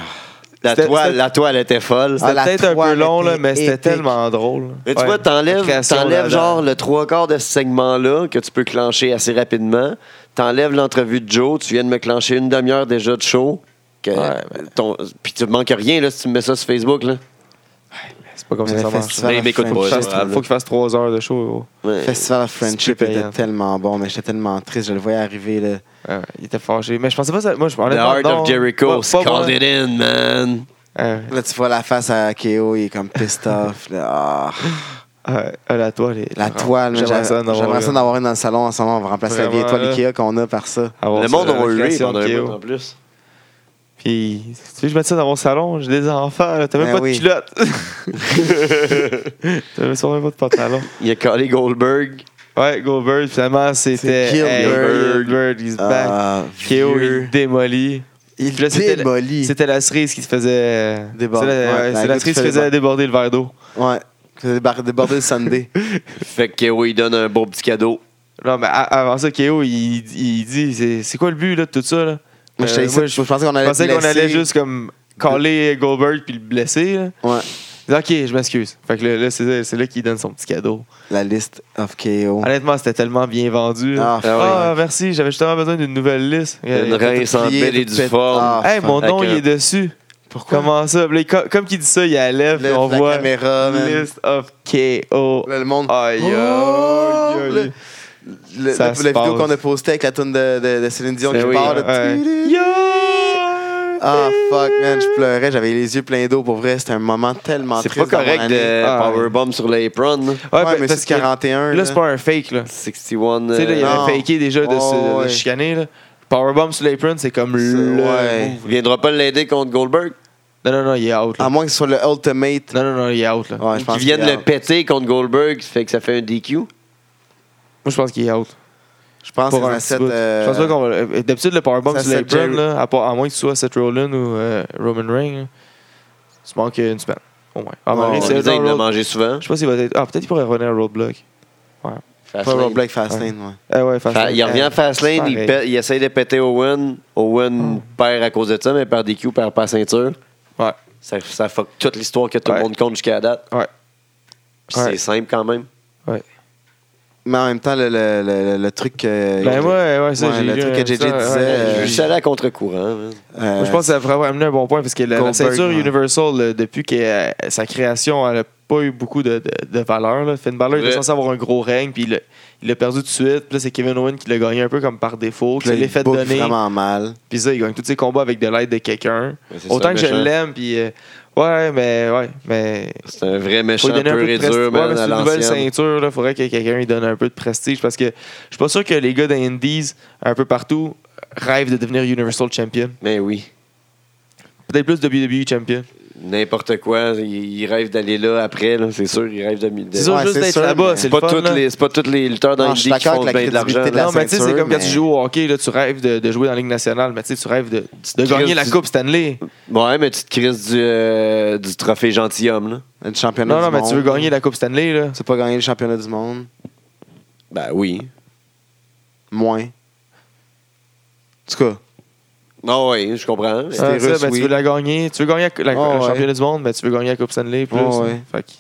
[SPEAKER 1] La
[SPEAKER 3] C'était-
[SPEAKER 1] toile,
[SPEAKER 3] c'était-
[SPEAKER 1] la toile était folle.
[SPEAKER 2] Ah,
[SPEAKER 3] C'était
[SPEAKER 2] la
[SPEAKER 3] peut-être un peu
[SPEAKER 2] toile
[SPEAKER 3] long, là,
[SPEAKER 2] était
[SPEAKER 3] mais c'était
[SPEAKER 2] épique.
[SPEAKER 3] tellement drôle. là.
[SPEAKER 1] Mais tu
[SPEAKER 3] Ouais.
[SPEAKER 1] vois,
[SPEAKER 3] La
[SPEAKER 1] t'enlèves,
[SPEAKER 3] création,
[SPEAKER 1] t'enlèves
[SPEAKER 3] là,
[SPEAKER 1] genre
[SPEAKER 3] là.
[SPEAKER 1] le trois quarts de ce segment-là que tu peux clencher assez rapidement. T'enlèves l'entrevue de Joe, tu viens de me clencher une demi-heure déjà de show. Que
[SPEAKER 3] Ouais, mais-
[SPEAKER 1] ton- Puis tu manques rien là, si tu me mets ça sur Facebook. Là.
[SPEAKER 3] C'est pas comme ça
[SPEAKER 2] Mais
[SPEAKER 3] que ça
[SPEAKER 2] le
[SPEAKER 3] marche.
[SPEAKER 2] festival
[SPEAKER 1] Mais il
[SPEAKER 2] of
[SPEAKER 1] m'écoute pas,
[SPEAKER 3] Faut qu'il
[SPEAKER 1] c'est
[SPEAKER 2] Friendship,
[SPEAKER 3] fasse-
[SPEAKER 1] grave.
[SPEAKER 3] faut qu'il fasse trois heures de show. gros.
[SPEAKER 1] Ouais.
[SPEAKER 2] Le Festival of
[SPEAKER 3] C'est
[SPEAKER 2] Friendship
[SPEAKER 3] plus
[SPEAKER 2] était
[SPEAKER 3] payant.
[SPEAKER 2] tellement bon, mais j'étais tellement triste. Je le voyais arriver. Là.
[SPEAKER 3] Ouais, ouais, il était fâché. Mais je pensais pas ça. Moi, je parlais
[SPEAKER 1] The Heart of Jericho,
[SPEAKER 3] Pas, pas
[SPEAKER 1] called
[SPEAKER 3] moi.
[SPEAKER 1] it in, man.
[SPEAKER 3] Ouais,
[SPEAKER 2] là, tu vois la face à KO, il est comme pissed off. là. Ah,
[SPEAKER 3] ouais, ouais, la toile. est-
[SPEAKER 2] la toile, là,
[SPEAKER 3] Ah, J'aimerais ça en avoir
[SPEAKER 2] j'aimerais ça
[SPEAKER 3] une.
[SPEAKER 2] en avoir une dans le salon en ce moment. On va remplacer la vieille
[SPEAKER 3] Vraiment,
[SPEAKER 2] toile
[SPEAKER 3] là.
[SPEAKER 2] Ikea qu'on a par ça.
[SPEAKER 3] Avoir
[SPEAKER 1] le
[SPEAKER 3] ça,
[SPEAKER 1] monde
[SPEAKER 3] la
[SPEAKER 1] a eu
[SPEAKER 3] création
[SPEAKER 1] pendant un
[SPEAKER 3] de
[SPEAKER 1] bout
[SPEAKER 3] KO.
[SPEAKER 1] en plus.
[SPEAKER 3] Puis, tu sais, je mets ça dans mon salon, j'ai des enfants, là, t'as même
[SPEAKER 2] Ben
[SPEAKER 3] pas
[SPEAKER 2] oui.
[SPEAKER 3] de culotte. t'as même sûrement pas de pantalon.
[SPEAKER 1] Il a collé Goldberg.
[SPEAKER 3] Ouais, Goldberg, finalement, c'était.
[SPEAKER 2] C'est Gilbert.
[SPEAKER 3] Goldberg, he's back.
[SPEAKER 2] Ah,
[SPEAKER 3] KO,
[SPEAKER 2] vieux.
[SPEAKER 3] il démolit.
[SPEAKER 2] il
[SPEAKER 3] Puis là, c'était la-
[SPEAKER 2] démolit.
[SPEAKER 3] C'était la cerise qui se faisait.
[SPEAKER 2] Déborder,
[SPEAKER 3] C'est la,
[SPEAKER 2] ouais,
[SPEAKER 3] ouais,
[SPEAKER 2] la
[SPEAKER 3] c'est la
[SPEAKER 2] goutte
[SPEAKER 3] cerise
[SPEAKER 2] qui
[SPEAKER 3] qui faisait
[SPEAKER 2] fait
[SPEAKER 3] déborder le verre d'eau.
[SPEAKER 2] Ouais. C'est débar- débordé le Sunday.
[SPEAKER 1] Fait que KO, il donne un beau petit cadeau.
[SPEAKER 3] Non, mais a- avant ça, KO, il, il dit c'est- c'est quoi le but là, de tout ça là?
[SPEAKER 2] Moi, j'étais
[SPEAKER 3] Euh,
[SPEAKER 2] ici,
[SPEAKER 3] moi,
[SPEAKER 2] je pensais qu'on
[SPEAKER 3] Je
[SPEAKER 2] allait
[SPEAKER 3] pensais qu'on
[SPEAKER 2] blesser.
[SPEAKER 3] allait juste comme caller Goldberg puis le blesser. Là.
[SPEAKER 2] Ouais.
[SPEAKER 3] Il dit, Ok, je m'excuse. Fait que là, là, c'est c'est là qu'il donne son petit cadeau.
[SPEAKER 2] La liste of KO.
[SPEAKER 3] Honnêtement, c'était tellement bien vendu.
[SPEAKER 2] Ah,
[SPEAKER 3] Ah,
[SPEAKER 2] fuck.
[SPEAKER 3] merci, j'avais justement besoin d'une nouvelle liste.
[SPEAKER 1] Une rince en
[SPEAKER 2] plié,
[SPEAKER 1] belle et
[SPEAKER 2] tout fait.
[SPEAKER 1] difforme.
[SPEAKER 2] Ah,
[SPEAKER 3] Hey, mon
[SPEAKER 1] fuck.
[SPEAKER 3] nom,
[SPEAKER 1] Avec
[SPEAKER 3] il
[SPEAKER 1] un-
[SPEAKER 3] est dessus. Pourquoi? Comment ça? Puis là, il co- comme qu'il dit ça, il enlève,
[SPEAKER 2] Lève
[SPEAKER 3] puis on
[SPEAKER 2] la
[SPEAKER 3] voit
[SPEAKER 2] caméra, man.
[SPEAKER 3] List of KO.
[SPEAKER 2] Là, le monde.
[SPEAKER 3] Aïe, aïe,
[SPEAKER 2] Oh,
[SPEAKER 3] aïe.
[SPEAKER 2] Le, le-
[SPEAKER 3] Ça
[SPEAKER 2] la
[SPEAKER 3] se
[SPEAKER 2] vidéo
[SPEAKER 3] passe. Eh
[SPEAKER 2] qu'on a postée avec la toune de, de, de Céline Dion
[SPEAKER 1] Ben
[SPEAKER 2] qui
[SPEAKER 1] oui,
[SPEAKER 2] part. là,
[SPEAKER 3] ouais.
[SPEAKER 2] tu-
[SPEAKER 3] Yo!
[SPEAKER 2] Ah, fuck, man, je pleurais. J'avais les yeux pleins d'eau pour vrai. C'était un moment tellement
[SPEAKER 1] C'est
[SPEAKER 2] triste.
[SPEAKER 1] pas
[SPEAKER 2] dans mon
[SPEAKER 1] correct
[SPEAKER 2] année.
[SPEAKER 1] de
[SPEAKER 3] Ah, ouais.
[SPEAKER 1] powerbomb sur l'apron.
[SPEAKER 2] Ouais,
[SPEAKER 3] ben,
[SPEAKER 2] mais
[SPEAKER 3] parce
[SPEAKER 2] c'est
[SPEAKER 3] que
[SPEAKER 2] 41.
[SPEAKER 3] Là, c'est pas un fake, là.
[SPEAKER 1] 61.
[SPEAKER 3] Tu sais, là, il
[SPEAKER 1] euh,
[SPEAKER 2] non.
[SPEAKER 3] avait faké déjà de se
[SPEAKER 2] Oh, ouais.
[SPEAKER 3] de se chicaner, là. Powerbomb sur l'apron, c'est comme le.
[SPEAKER 2] ouais.
[SPEAKER 1] Il viendra pas l'aider contre Goldberg.
[SPEAKER 3] Non, non, non, il est out, là.
[SPEAKER 2] À moins que ce soit le Ultimate.
[SPEAKER 3] Non, non, non, il est out, là.
[SPEAKER 2] Ouais, je
[SPEAKER 1] Qui
[SPEAKER 2] pense
[SPEAKER 1] viennent
[SPEAKER 2] qu'il y a-
[SPEAKER 1] le péter contre Goldberg, fait que ça fait un DQ.
[SPEAKER 3] Moi, je pense qu'il est out.
[SPEAKER 2] Je pense
[SPEAKER 3] Pour
[SPEAKER 2] que
[SPEAKER 3] un
[SPEAKER 2] c'est cette.
[SPEAKER 3] petit bout. Je pense pas qu'on va. euh, D'habitude, le powerbomb
[SPEAKER 2] ça,
[SPEAKER 3] sur
[SPEAKER 2] c'est
[SPEAKER 3] l'apron,
[SPEAKER 2] Jerry-
[SPEAKER 3] là, à, part- à moins que tu sois Seth Rollins ou euh, Roman Reigns, là, tu manques une semaine. Au moins. Ah,
[SPEAKER 2] Ouais,
[SPEAKER 3] Roman Reigns,
[SPEAKER 2] ouais.
[SPEAKER 1] On
[SPEAKER 3] c'est
[SPEAKER 1] disait,
[SPEAKER 3] dans
[SPEAKER 1] il l'a
[SPEAKER 3] Road-
[SPEAKER 1] mangé souvent.
[SPEAKER 3] Je sais pas s'il va être. Ah, peut-être qu'il pourrait revenir à Roadblock.
[SPEAKER 2] Pas
[SPEAKER 1] Fastlane.
[SPEAKER 2] Roadblock Fastlane, ouais.
[SPEAKER 3] Ah ouais,
[SPEAKER 1] Fa-
[SPEAKER 3] Fastlane.
[SPEAKER 1] il revient à Fastlane, il,
[SPEAKER 3] Pareil. Hmm.
[SPEAKER 1] pète- il essaye de péter Owen. Owen perd à cause de ça, mais perd DQ, perd pas la ceinture.
[SPEAKER 3] Ouais.
[SPEAKER 1] Ça, ça fuck toute l'histoire que tout le
[SPEAKER 3] Ouais.
[SPEAKER 1] monde compte jusqu'à la date.
[SPEAKER 3] Ouais.
[SPEAKER 1] Puis
[SPEAKER 3] Ouais.
[SPEAKER 1] C'est simple quand même.
[SPEAKER 2] Mais en même temps, le, le- le- le truc que.
[SPEAKER 3] Ben ouais, ouais, ça,
[SPEAKER 2] Ouais,
[SPEAKER 3] j'ai
[SPEAKER 2] le
[SPEAKER 3] lu
[SPEAKER 2] truc que
[SPEAKER 3] un-
[SPEAKER 2] JJ
[SPEAKER 3] ça, ouais,
[SPEAKER 2] disait,
[SPEAKER 3] ouais.
[SPEAKER 2] euh,
[SPEAKER 1] Je suis allé à contre-courant. man.
[SPEAKER 2] euh,
[SPEAKER 3] Moi, je pense que ça pourrait amener un bon point parce que la, la
[SPEAKER 2] Goldberg,
[SPEAKER 3] ceinture
[SPEAKER 2] ouais.
[SPEAKER 3] Universal, là, depuis que euh, sa création, elle n'a pas eu beaucoup de, de, de valeur. là. Finn Balor il était
[SPEAKER 1] Ouais.
[SPEAKER 3] censé avoir un gros règne, puis il l'a- il l'a perdu tout de suite. Puis là, c'est Kevin Owens qui l'a gagné un peu comme par défaut, qui
[SPEAKER 2] là,
[SPEAKER 3] se l'est
[SPEAKER 2] il
[SPEAKER 3] fait
[SPEAKER 2] book
[SPEAKER 3] donner.
[SPEAKER 2] vraiment mal.
[SPEAKER 3] Puis ça, il gagne tous ses combats avec de l'aide de quelqu'un.
[SPEAKER 1] Mais c'est
[SPEAKER 3] Autant
[SPEAKER 1] ça,
[SPEAKER 3] que je
[SPEAKER 1] méchant.
[SPEAKER 3] l'aime, puis euh, ouais, mais ouais, mais
[SPEAKER 1] C'est un vrai
[SPEAKER 3] faut
[SPEAKER 1] méchant
[SPEAKER 3] lui donner un
[SPEAKER 1] pur
[SPEAKER 3] peu de
[SPEAKER 1] et
[SPEAKER 3] prestige.
[SPEAKER 1] dur,
[SPEAKER 3] Ouais, mais
[SPEAKER 1] man,
[SPEAKER 3] c'est
[SPEAKER 1] à
[SPEAKER 3] une nouvelle
[SPEAKER 1] l'ancienne.
[SPEAKER 3] ceinture, il faudrait que quelqu'un lui donne un peu de prestige parce que je suis pas sûr que les gars d'Indies, un peu partout, rêvent de devenir Universal Champion.
[SPEAKER 1] Mais oui.
[SPEAKER 3] Peut-être plus WWE Champion.
[SPEAKER 1] N'importe quoi. Ils ils rêvent d'aller là après, là, c'est sûr. Ils rêvent de. de-
[SPEAKER 3] C'est sûr,
[SPEAKER 2] Ouais,
[SPEAKER 3] juste
[SPEAKER 2] c'est
[SPEAKER 3] d'être
[SPEAKER 2] sûr,
[SPEAKER 3] là-bas,
[SPEAKER 2] mais
[SPEAKER 3] c'est
[SPEAKER 1] C'est
[SPEAKER 3] le
[SPEAKER 1] pas,
[SPEAKER 3] fun.
[SPEAKER 1] toutes
[SPEAKER 3] là.
[SPEAKER 1] les, c'est pas tous les lutteurs dans
[SPEAKER 2] Non,
[SPEAKER 1] les
[SPEAKER 2] je suis
[SPEAKER 1] qui
[SPEAKER 2] d'accord
[SPEAKER 1] font
[SPEAKER 2] avec la
[SPEAKER 1] bien de l'argent.
[SPEAKER 2] crédibilité de la
[SPEAKER 1] là.
[SPEAKER 3] Non, mais tu sais, c'est
[SPEAKER 2] ceinture,
[SPEAKER 3] comme quand
[SPEAKER 2] mais-
[SPEAKER 3] tu joues au hockey, là, tu rêves de, de jouer dans la Ligue nationale, mais tu sais, tu rêves de, de
[SPEAKER 1] Tu
[SPEAKER 3] gagner
[SPEAKER 1] crises
[SPEAKER 3] la
[SPEAKER 1] du-
[SPEAKER 3] Coupe Stanley.
[SPEAKER 1] Ouais, mais tu te crises du, euh, du trophée gentilhomme. Là.
[SPEAKER 2] Le championnat
[SPEAKER 3] Non, non,
[SPEAKER 2] du
[SPEAKER 3] mais
[SPEAKER 2] monde.
[SPEAKER 3] tu veux gagner la Coupe Stanley, là.
[SPEAKER 2] Tu veux pas gagner le championnat du monde?
[SPEAKER 1] Ben oui.
[SPEAKER 2] Moins. En tout cas,
[SPEAKER 1] Non, oui, je comprends.
[SPEAKER 2] C'est
[SPEAKER 3] Ah,
[SPEAKER 2] des
[SPEAKER 3] ça,
[SPEAKER 2] Russes,
[SPEAKER 3] ben,
[SPEAKER 2] oui.
[SPEAKER 3] Tu veux la gagner, tu veux gagner la, la-
[SPEAKER 2] Oh,
[SPEAKER 3] le
[SPEAKER 2] ouais.
[SPEAKER 3] championnat du monde, mais tu veux gagner la Coupe Stanley plus.
[SPEAKER 2] Oh, ouais.
[SPEAKER 3] Fait que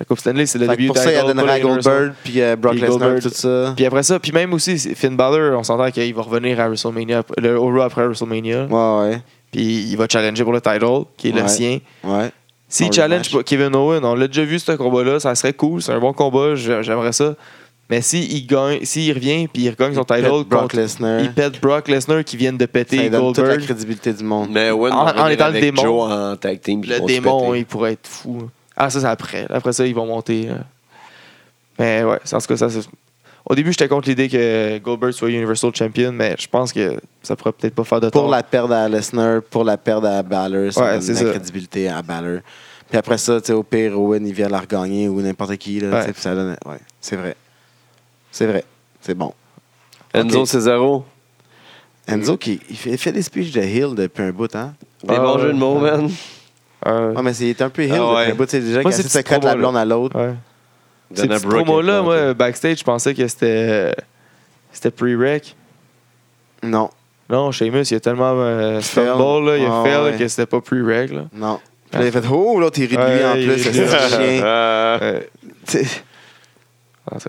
[SPEAKER 3] la Coupe Stanley, c'est le
[SPEAKER 2] fait que
[SPEAKER 3] début
[SPEAKER 2] pour ça, il donnerait à Goldberg, puis euh, Brock
[SPEAKER 3] Puis
[SPEAKER 2] Lesnar,
[SPEAKER 3] Goldberg.
[SPEAKER 2] tout ça.
[SPEAKER 3] Puis après ça, puis même aussi, c'est Finn Balor, on s'entend qu'il va revenir à WrestleMania, le, au Raw après WrestleMania.
[SPEAKER 2] Ouais,
[SPEAKER 3] Puis il va challenger pour le title, qui est le
[SPEAKER 2] Ouais.
[SPEAKER 3] sien.
[SPEAKER 2] ouais, ouais.
[SPEAKER 3] S'il
[SPEAKER 2] Dans le match.
[SPEAKER 3] challenge pas Kevin Owen, on l'a déjà vu ce combat-là, ça serait cool, c'est un bon combat, je- j'aimerais ça. Mais s'il il gagne, s'il revient puis il regagne son
[SPEAKER 2] Pète
[SPEAKER 3] title,
[SPEAKER 2] Brock
[SPEAKER 3] contre-
[SPEAKER 2] Lesnar,
[SPEAKER 3] il pète Brock Lesnar qui vient de
[SPEAKER 2] ça
[SPEAKER 3] péter
[SPEAKER 2] lui donne toute la
[SPEAKER 3] Goldberg.
[SPEAKER 2] crédibilité du monde.
[SPEAKER 1] Mais Owen va
[SPEAKER 3] En- en
[SPEAKER 1] revenir
[SPEAKER 3] étant le
[SPEAKER 1] avec
[SPEAKER 3] démon.
[SPEAKER 1] Joe en tag team. puis ils
[SPEAKER 3] Le
[SPEAKER 1] vont se
[SPEAKER 3] démon,
[SPEAKER 1] péter.
[SPEAKER 3] il pourrait être fou. Ah, ça, c'est après. Après ça, ils vont monter. là. Mais ouais, c'est- en tout cas, ça, c'est- Au début, j'étais contre l'idée que Goldberg soit Universal Champion, mais je pense que ça pourrait peut-être pas faire de
[SPEAKER 2] Pour
[SPEAKER 3] tort.
[SPEAKER 2] la perte à Lesnar, pour la perte à Balor, ça
[SPEAKER 3] Ouais,
[SPEAKER 2] donne
[SPEAKER 3] c'est
[SPEAKER 2] la
[SPEAKER 3] ça.
[SPEAKER 2] crédibilité à Balor. Puis après ça, tu sais, au pire, Owen, il vient la regagner ou n'importe qui. Là,
[SPEAKER 3] Ouais.
[SPEAKER 2] tu sais, puis ça donne... ouais. C'est vrai. C'est vrai. C'est bon.
[SPEAKER 1] Enzo Cesaro.
[SPEAKER 3] Mm-hmm.
[SPEAKER 2] Enzo, qui, il, fait, il fait des speeches de Hill depuis un bout, hein?
[SPEAKER 1] Des
[SPEAKER 3] Ah,
[SPEAKER 1] bons
[SPEAKER 3] ouais.
[SPEAKER 1] jeux de mots, man.
[SPEAKER 3] Euh,
[SPEAKER 2] Ouais, mais c'est il est un peu Hill
[SPEAKER 1] Ah ouais.
[SPEAKER 2] depuis un bout. C'est déjà
[SPEAKER 3] Moi,
[SPEAKER 2] qu'il
[SPEAKER 3] ces
[SPEAKER 2] essaie de
[SPEAKER 3] petits
[SPEAKER 2] secrète la
[SPEAKER 3] promos-là.
[SPEAKER 2] blonde à l'autre.
[SPEAKER 3] ouais. Ces
[SPEAKER 1] Dana
[SPEAKER 3] petites
[SPEAKER 1] Brooke est
[SPEAKER 3] promos-là,
[SPEAKER 1] forte,
[SPEAKER 3] moi, backstage, je pensais que c'était. C'était pre-rec.
[SPEAKER 2] Non,
[SPEAKER 3] Non, Sheamus, il y a tellement euh,
[SPEAKER 2] Fail.
[SPEAKER 3] stumble, là, il a
[SPEAKER 2] Ah,
[SPEAKER 3] fail
[SPEAKER 2] ouais.
[SPEAKER 3] que c'était pas pre-rec. là.
[SPEAKER 2] non. Puis là, il a fait Oh, l'autre, il rit de lui
[SPEAKER 3] Ouais,
[SPEAKER 2] en
[SPEAKER 3] il
[SPEAKER 2] plus, ce
[SPEAKER 3] rit de lui.
[SPEAKER 2] petit chien.
[SPEAKER 1] Euh,
[SPEAKER 3] Euh,
[SPEAKER 2] Tu sais,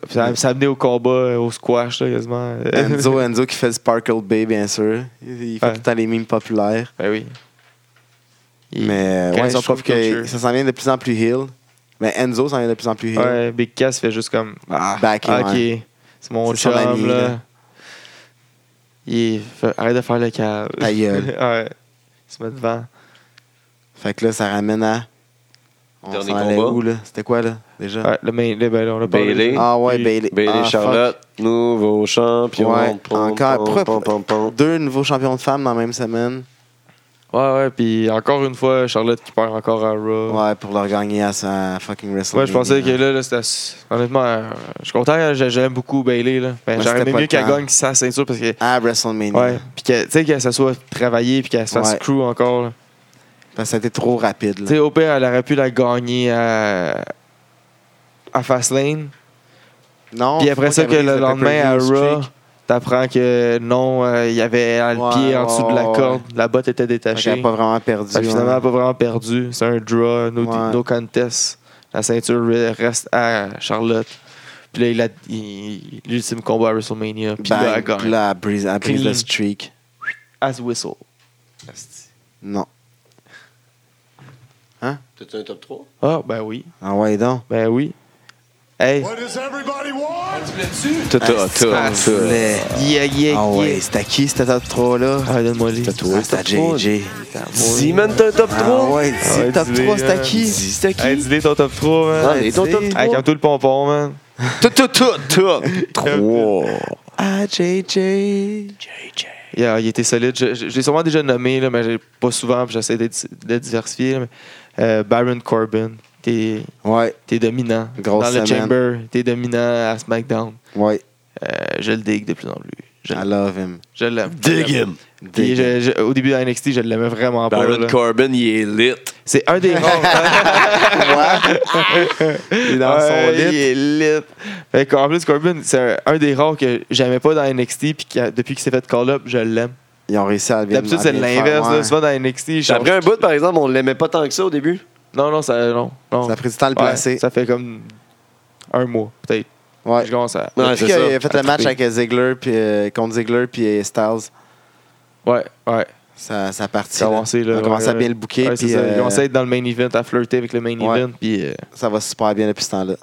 [SPEAKER 3] ça, ça a amené au combat, euh, au squash, là, quasiment. Euh,
[SPEAKER 2] Enzo, Enzo qui fait le Sparkle Bay, bien sûr. Il, il fait
[SPEAKER 3] Ouais.
[SPEAKER 2] tout le temps les mimes populaires.
[SPEAKER 3] Ben oui. Il-
[SPEAKER 2] Mais
[SPEAKER 3] quand
[SPEAKER 2] ouais,
[SPEAKER 3] ils sont
[SPEAKER 2] je trouve
[SPEAKER 3] pop
[SPEAKER 2] que
[SPEAKER 3] culture.
[SPEAKER 2] ça s'en vient de plus en plus Hill. Mais Enzo s'en vient de plus en plus Hill.
[SPEAKER 3] Ouais, Big Cass fait juste comme Ah,
[SPEAKER 2] Back in,
[SPEAKER 3] ah, ok,
[SPEAKER 2] ouais.
[SPEAKER 3] c'est mon
[SPEAKER 2] C'est son
[SPEAKER 3] chum,
[SPEAKER 2] ami,
[SPEAKER 3] là.
[SPEAKER 2] là.
[SPEAKER 3] Il fait- arrête de faire le câble.
[SPEAKER 2] Ta gueule.
[SPEAKER 3] ouais. Il se met devant.
[SPEAKER 2] Fait que là, ça ramène à. On
[SPEAKER 1] Dernier
[SPEAKER 2] s'en allait
[SPEAKER 1] combat.
[SPEAKER 2] où, là? C'était quoi, là, déjà?
[SPEAKER 3] Ouais, le main, le, ben, on a parlé.
[SPEAKER 1] Bailey.
[SPEAKER 2] Ah ouais,
[SPEAKER 3] Puis-
[SPEAKER 2] Bailey.
[SPEAKER 1] Bailey
[SPEAKER 2] Ah, fuck.
[SPEAKER 1] Charlotte, nouveau champion.
[SPEAKER 2] Ouais, encore.
[SPEAKER 1] Pom, pom, pom, pom.
[SPEAKER 2] Deux nouveaux champions de femmes dans la même semaine.
[SPEAKER 3] Ouais, ouais, puis encore une fois, Charlotte qui perd encore à Raw.
[SPEAKER 2] Ouais, pour leur gagner à sa fucking wrestling.
[SPEAKER 3] Ouais, je pensais que là, là c'était. ass- Honnêtement, euh, je suis content, là, j'ai- j'aime beaucoup Bailey. Là. Ben,
[SPEAKER 2] Ouais,
[SPEAKER 3] J'aurais
[SPEAKER 2] c'était
[SPEAKER 3] aimé
[SPEAKER 2] pas
[SPEAKER 3] mieux
[SPEAKER 2] le
[SPEAKER 3] qu'elle
[SPEAKER 2] temps.
[SPEAKER 3] gagne sa ceinture parce que.
[SPEAKER 2] À WrestleMania.
[SPEAKER 3] Ouais. Puis que, tu sais, que ça soit travaillé puis qu'elle se fasse
[SPEAKER 2] Ouais.
[SPEAKER 3] screw encore. là.
[SPEAKER 2] Parce que ça a été trop rapide.
[SPEAKER 3] Tu
[SPEAKER 2] là.
[SPEAKER 3] sais, au pire, elle aurait pu la gagner à, à Fastlane.
[SPEAKER 2] Non.
[SPEAKER 3] Puis
[SPEAKER 2] faut
[SPEAKER 3] après
[SPEAKER 2] pas
[SPEAKER 3] ça, que
[SPEAKER 2] qu'elle brise
[SPEAKER 3] le lendemain, à
[SPEAKER 2] pay-per-view
[SPEAKER 3] Raw,
[SPEAKER 2] streak.
[SPEAKER 3] t'apprends que non, euh, il y avait euh, le
[SPEAKER 2] Ouais,
[SPEAKER 3] pied en dessous de la
[SPEAKER 2] ouais,
[SPEAKER 3] corde. La botte était
[SPEAKER 2] Fait qu'elle
[SPEAKER 3] détachée.
[SPEAKER 2] a pas vraiment perdu.
[SPEAKER 3] Fait que finalement, elle
[SPEAKER 2] hein.
[SPEAKER 3] n'a pas vraiment perdu. C'est un draw, no,
[SPEAKER 2] Ouais.
[SPEAKER 3] no contest. La ceinture re- reste à Charlotte. Puis là, il a il- l'ultime combat à WrestleMania. Puis
[SPEAKER 2] Bang,
[SPEAKER 3] là, elle
[SPEAKER 2] puis
[SPEAKER 3] gagne.
[SPEAKER 2] là, elle brise, elle brise
[SPEAKER 3] Clean.
[SPEAKER 2] le streak.
[SPEAKER 3] As whistle.
[SPEAKER 2] Non.
[SPEAKER 1] T'as-tu un top 3?
[SPEAKER 3] Ah, ben oui.
[SPEAKER 2] Ah ouais, donc.
[SPEAKER 3] Ben oui. Hey.
[SPEAKER 1] T'as, t'as,
[SPEAKER 3] Ah,
[SPEAKER 1] t'as. t'as.
[SPEAKER 2] Mais-
[SPEAKER 3] Yeah, yeah,
[SPEAKER 2] Ah ouais,
[SPEAKER 3] yeah.
[SPEAKER 2] c'était qui ce top 3 là?
[SPEAKER 3] Ah, donne-moi les.
[SPEAKER 2] Ah, c'était JJ.
[SPEAKER 1] Si, man, t'as un top 3?
[SPEAKER 2] Ah ouais, dis
[SPEAKER 3] ouais,
[SPEAKER 2] top
[SPEAKER 3] dis-les,
[SPEAKER 2] 3, c'était
[SPEAKER 3] hein.
[SPEAKER 2] qui?
[SPEAKER 1] Dis, c'était qui?
[SPEAKER 3] Hey, dis-les ton top 3, man.
[SPEAKER 1] Ah, les ton top
[SPEAKER 2] dis-
[SPEAKER 3] Hey,
[SPEAKER 1] 3.
[SPEAKER 3] comme tout le pompon, man.
[SPEAKER 1] Tout, tout, tout, tout. 3.
[SPEAKER 2] Ah, JJ.
[SPEAKER 3] Il a- il était solide. Je, je- je l'ai sûrement déjà nommé, là, mais j'ai- pas souvent, puis j'essaie de, de diversifier. là, mais, euh, Baron Corbin, t'es
[SPEAKER 2] Ouais,
[SPEAKER 3] t'es dominant.
[SPEAKER 2] Grosse
[SPEAKER 3] Dans le
[SPEAKER 2] semaine.
[SPEAKER 3] Chamber, t'es dominant à SmackDown.
[SPEAKER 2] ouais.
[SPEAKER 3] Euh, je le digue de plus en plus. Je,
[SPEAKER 2] I love him.
[SPEAKER 3] je l'aime.
[SPEAKER 1] Dig him.
[SPEAKER 3] Puis je- je- au début de NXT, je l'aimais vraiment pas.
[SPEAKER 1] Baron
[SPEAKER 3] là.
[SPEAKER 1] Corbin, il est lit.
[SPEAKER 3] C'est un des rares. hein?
[SPEAKER 2] Il est dans
[SPEAKER 3] Ouais,
[SPEAKER 2] son
[SPEAKER 3] Il
[SPEAKER 2] lit.
[SPEAKER 3] est lit. Fait qu'en plus, Corbin, c'est un, un des rares que j'aimais pas dans NXT, puis que- depuis qu'il s'est fait call-up, je l'aime.
[SPEAKER 2] Ils ont réussi à le
[SPEAKER 3] D'habitude,
[SPEAKER 2] à
[SPEAKER 3] c'est
[SPEAKER 2] bien le
[SPEAKER 3] l'inverse.
[SPEAKER 2] faire,
[SPEAKER 3] là.
[SPEAKER 2] ouais.
[SPEAKER 3] Souvent dans NXT, je
[SPEAKER 1] J'ai appris un bout, par exemple, on l'aimait pas tant que ça au début.
[SPEAKER 3] Non, non, ça, non, non.
[SPEAKER 2] Ça a pris du temps à le
[SPEAKER 3] Ouais,
[SPEAKER 2] placer.
[SPEAKER 3] ça fait comme un mois, peut-être.
[SPEAKER 2] Ouais.
[SPEAKER 3] Je commence à.
[SPEAKER 1] Ouais,
[SPEAKER 2] Depuis
[SPEAKER 1] c'est
[SPEAKER 2] qu'il
[SPEAKER 1] ça.
[SPEAKER 2] a fait
[SPEAKER 1] À
[SPEAKER 2] le match
[SPEAKER 1] triper.
[SPEAKER 2] avec Ziggler, puis, euh, contre Ziggler puis Styles,
[SPEAKER 3] Ouais, ouais.
[SPEAKER 2] ça, ça partit. là.
[SPEAKER 3] Commencer, là,
[SPEAKER 2] On
[SPEAKER 3] ouais,
[SPEAKER 2] commence à
[SPEAKER 3] ouais.
[SPEAKER 2] bien le bouquet,
[SPEAKER 3] Ouais, c'est
[SPEAKER 2] puis
[SPEAKER 3] ça.
[SPEAKER 2] euh,
[SPEAKER 3] Ils ont essayé d'être dans le main event, à flirter avec le main
[SPEAKER 2] Ouais.
[SPEAKER 3] event, puis euh,
[SPEAKER 2] ça va super bien depuis ce temps-là.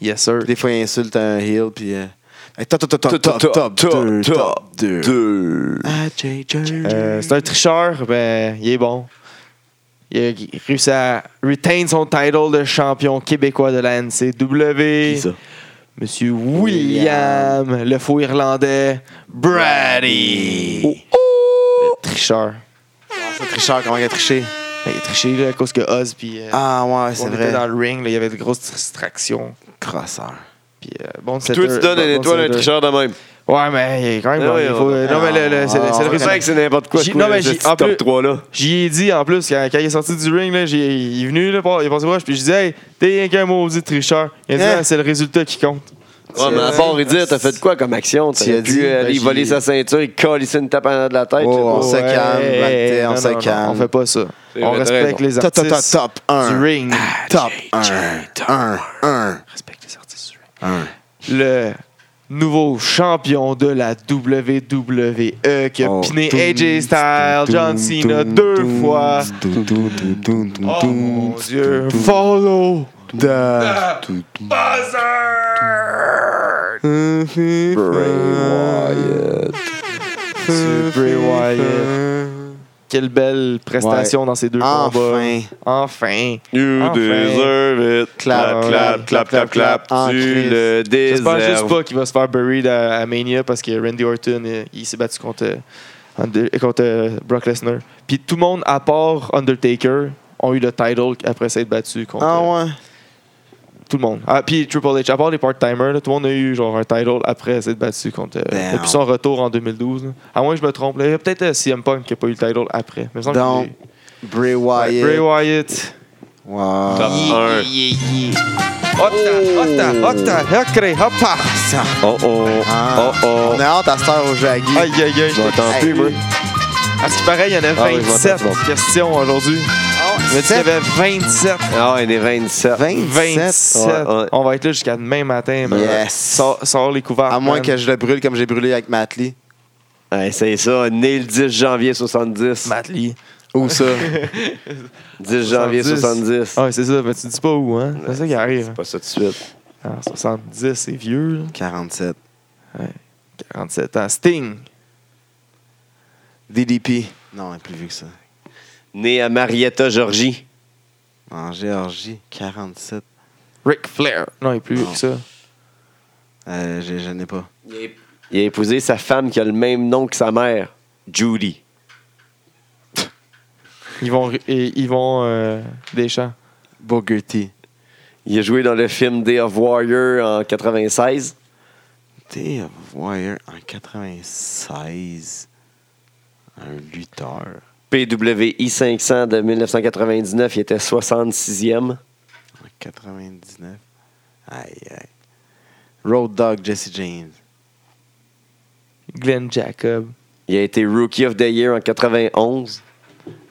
[SPEAKER 3] yes sir.
[SPEAKER 2] Des fois, il insulte un heel, puis... euh, hey, top, top, top, top,
[SPEAKER 1] Top,
[SPEAKER 2] top,
[SPEAKER 1] top,
[SPEAKER 2] top,
[SPEAKER 1] top,
[SPEAKER 2] deux, top,
[SPEAKER 1] top,
[SPEAKER 2] deux.
[SPEAKER 1] Deux.
[SPEAKER 2] Ah, Jay, Jay,
[SPEAKER 3] Euh,
[SPEAKER 2] Jay.
[SPEAKER 3] c'est un tricheur, ben il est bon. Il a g- réussi à retain son title de champion québécois de la NCW.
[SPEAKER 1] Qui ça?
[SPEAKER 3] Monsieur William, le faux irlandais, Brady. Oh, oh! Tricheur.
[SPEAKER 2] C'est tricheur, comment il a triché.
[SPEAKER 3] Ben, il a triché là, à cause que Oz puis euh,
[SPEAKER 2] Ah ouais,
[SPEAKER 3] on
[SPEAKER 2] c'est
[SPEAKER 3] était
[SPEAKER 2] vrai.
[SPEAKER 3] dans le ring, là, il y avait de grosses distractions.
[SPEAKER 2] Crosseur.
[SPEAKER 3] Puis euh, bon,
[SPEAKER 1] Toi, tu donnes une étoile à un tricheur de même.
[SPEAKER 3] Ouais, mais il est quand même
[SPEAKER 1] Ah
[SPEAKER 3] bon,
[SPEAKER 1] oui,
[SPEAKER 3] il
[SPEAKER 1] on-
[SPEAKER 3] faut- Non, mais le, le- c'est le-
[SPEAKER 2] Ah,
[SPEAKER 3] c'est le
[SPEAKER 2] on
[SPEAKER 1] C'est
[SPEAKER 3] résultat.
[SPEAKER 1] vrai que c'est n'importe quoi.
[SPEAKER 3] J'ai-
[SPEAKER 1] toi,
[SPEAKER 3] non, mais
[SPEAKER 1] ce
[SPEAKER 3] j'ai-
[SPEAKER 1] petit
[SPEAKER 3] en
[SPEAKER 1] top
[SPEAKER 3] plus-
[SPEAKER 1] 3 là.
[SPEAKER 3] J'y ai dit en plus, quand, quand il est sorti du ring, là, j'ai- il est venu, là, pour- il est passé proche, puis je dis Hey, t'es rien qu'un maudit tricheur. Il a dit
[SPEAKER 2] Hein?
[SPEAKER 3] Ah, C'est le résultat qui compte.
[SPEAKER 1] Ouais, mais à
[SPEAKER 2] c'est-
[SPEAKER 1] part Edir, t'as fait quoi comme action?
[SPEAKER 2] Tu
[SPEAKER 1] T'as
[SPEAKER 2] as dit,
[SPEAKER 1] pu euh,
[SPEAKER 2] ben,
[SPEAKER 1] aller
[SPEAKER 2] j'ai-
[SPEAKER 1] voler sa ceinture et coller une tape en arrière de la tête.
[SPEAKER 2] Oh,
[SPEAKER 1] là.
[SPEAKER 2] on se calme, Valter, on
[SPEAKER 3] non,
[SPEAKER 2] se
[SPEAKER 3] non, non,
[SPEAKER 2] calme.
[SPEAKER 3] On fait pas ça.
[SPEAKER 1] C'est
[SPEAKER 3] On
[SPEAKER 1] vrai,
[SPEAKER 3] respecte
[SPEAKER 1] t'as
[SPEAKER 3] les
[SPEAKER 2] Top, top, top,
[SPEAKER 3] artistes
[SPEAKER 2] top, Ah,
[SPEAKER 3] du
[SPEAKER 2] 1.
[SPEAKER 3] ring.
[SPEAKER 2] Top 1. 1. 1.
[SPEAKER 3] Respecte les artistes du ring.
[SPEAKER 2] 1.
[SPEAKER 3] Le nouveau champion de la WWE qui a
[SPEAKER 2] Oh.
[SPEAKER 3] piné AJ Styles, John Cena deux fois. Oh mon dieu, follow
[SPEAKER 2] The
[SPEAKER 3] buzzer!
[SPEAKER 1] oh,
[SPEAKER 3] Monsieur Bray Wyatt. Quelle belle prestation dans ces deux combats.
[SPEAKER 2] Enfin.
[SPEAKER 3] Enfin.
[SPEAKER 1] You
[SPEAKER 3] Enfin.
[SPEAKER 1] deserve it.
[SPEAKER 2] Clap,
[SPEAKER 1] clap, clap, clap, clap.
[SPEAKER 2] En
[SPEAKER 1] Tu
[SPEAKER 2] crise.
[SPEAKER 1] le
[SPEAKER 3] J'espère juste
[SPEAKER 1] déserves.
[SPEAKER 3] pas qu'il va se faire buried à, à Mania parce que Randy Orton, euh, il s'est battu contre, euh, Under- contre euh, Brock Lesnar. Puis tout le monde, à part Undertaker, ont eu le title après s'être battu contre
[SPEAKER 2] Ah ouais.
[SPEAKER 3] euh, tout le monde. Ah, puis Triple H, à part les part-timers, là, tout le monde a eu genre un title après s'être battu contre. euh,
[SPEAKER 2] Damn.
[SPEAKER 3] depuis son retour en 2012. là. À moins que je me trompe. là. Il y a peut-être euh, CM Punk qui n'a pas eu le title après. Mais il me semble
[SPEAKER 2] Donc,
[SPEAKER 3] qu'il l'a
[SPEAKER 2] Bray
[SPEAKER 3] eu. Ouais,
[SPEAKER 2] Wyatt.
[SPEAKER 3] Bray Wyatt.
[SPEAKER 2] Wow.
[SPEAKER 1] Top un.
[SPEAKER 3] Hopta, hopta, hopta, hacré, hoppa.
[SPEAKER 2] Ça.
[SPEAKER 1] Oh oh.
[SPEAKER 2] Ah.
[SPEAKER 1] Oh oh.
[SPEAKER 2] On a hâte à cette heure au Jaggy.
[SPEAKER 3] Aïe, aïe, aïe.
[SPEAKER 1] Je m'entends
[SPEAKER 2] Hey.
[SPEAKER 1] plus, moi.
[SPEAKER 3] À ce qui paraît, il y en a
[SPEAKER 1] Ah oui, je m'entends,
[SPEAKER 3] 27
[SPEAKER 1] c'est bon.
[SPEAKER 3] questions aujourd'hui. Il m'a dit qu'il y avait 27.
[SPEAKER 1] Ah, il est 27.
[SPEAKER 2] 27.
[SPEAKER 3] 27.
[SPEAKER 1] Ouais, ouais.
[SPEAKER 3] On va être là jusqu'à demain matin. man.
[SPEAKER 2] Yes.
[SPEAKER 3] Sors, sors les couverts.
[SPEAKER 2] À moins
[SPEAKER 3] man.
[SPEAKER 2] que je le brûle comme j'ai brûlé avec Matly.
[SPEAKER 1] Ouais, c'est ça, né le 10 janvier 70.
[SPEAKER 3] Matt Lee.
[SPEAKER 2] Ou ça.
[SPEAKER 1] 10 janvier 70.
[SPEAKER 3] Ah, ouais, c'est ça, mais tu dis pas où, hein? C'est ça qui arrive.
[SPEAKER 1] C'est pas ça tout de suite.
[SPEAKER 3] Ah, 70, c'est vieux, là.
[SPEAKER 2] 47.
[SPEAKER 3] 47 ans. Sting.
[SPEAKER 2] DDP. Non, il est plus vieux que ça.
[SPEAKER 1] Né à Marietta, Georgie.
[SPEAKER 2] En Géorgie, 47.
[SPEAKER 3] Ric Flair. Non, il est plus vieux
[SPEAKER 2] Non.
[SPEAKER 3] que ça.
[SPEAKER 2] Euh, je je n'ai pas.
[SPEAKER 1] Il a épousé sa femme qui a le même nom que sa mère, Judy.
[SPEAKER 3] Ils vont, et- ils vont euh, des champs.
[SPEAKER 2] Booker T.
[SPEAKER 1] Il a joué dans le film Day of Warrior en 96.
[SPEAKER 2] Day of Wire en 96. Un lutteur.
[SPEAKER 1] PWI 500 de 1999, il était 66e.
[SPEAKER 2] En 99. Aïe, aïe. Road Dog Jesse James.
[SPEAKER 3] Glenn Jacob.
[SPEAKER 1] Il a été Rookie of the Year en 91.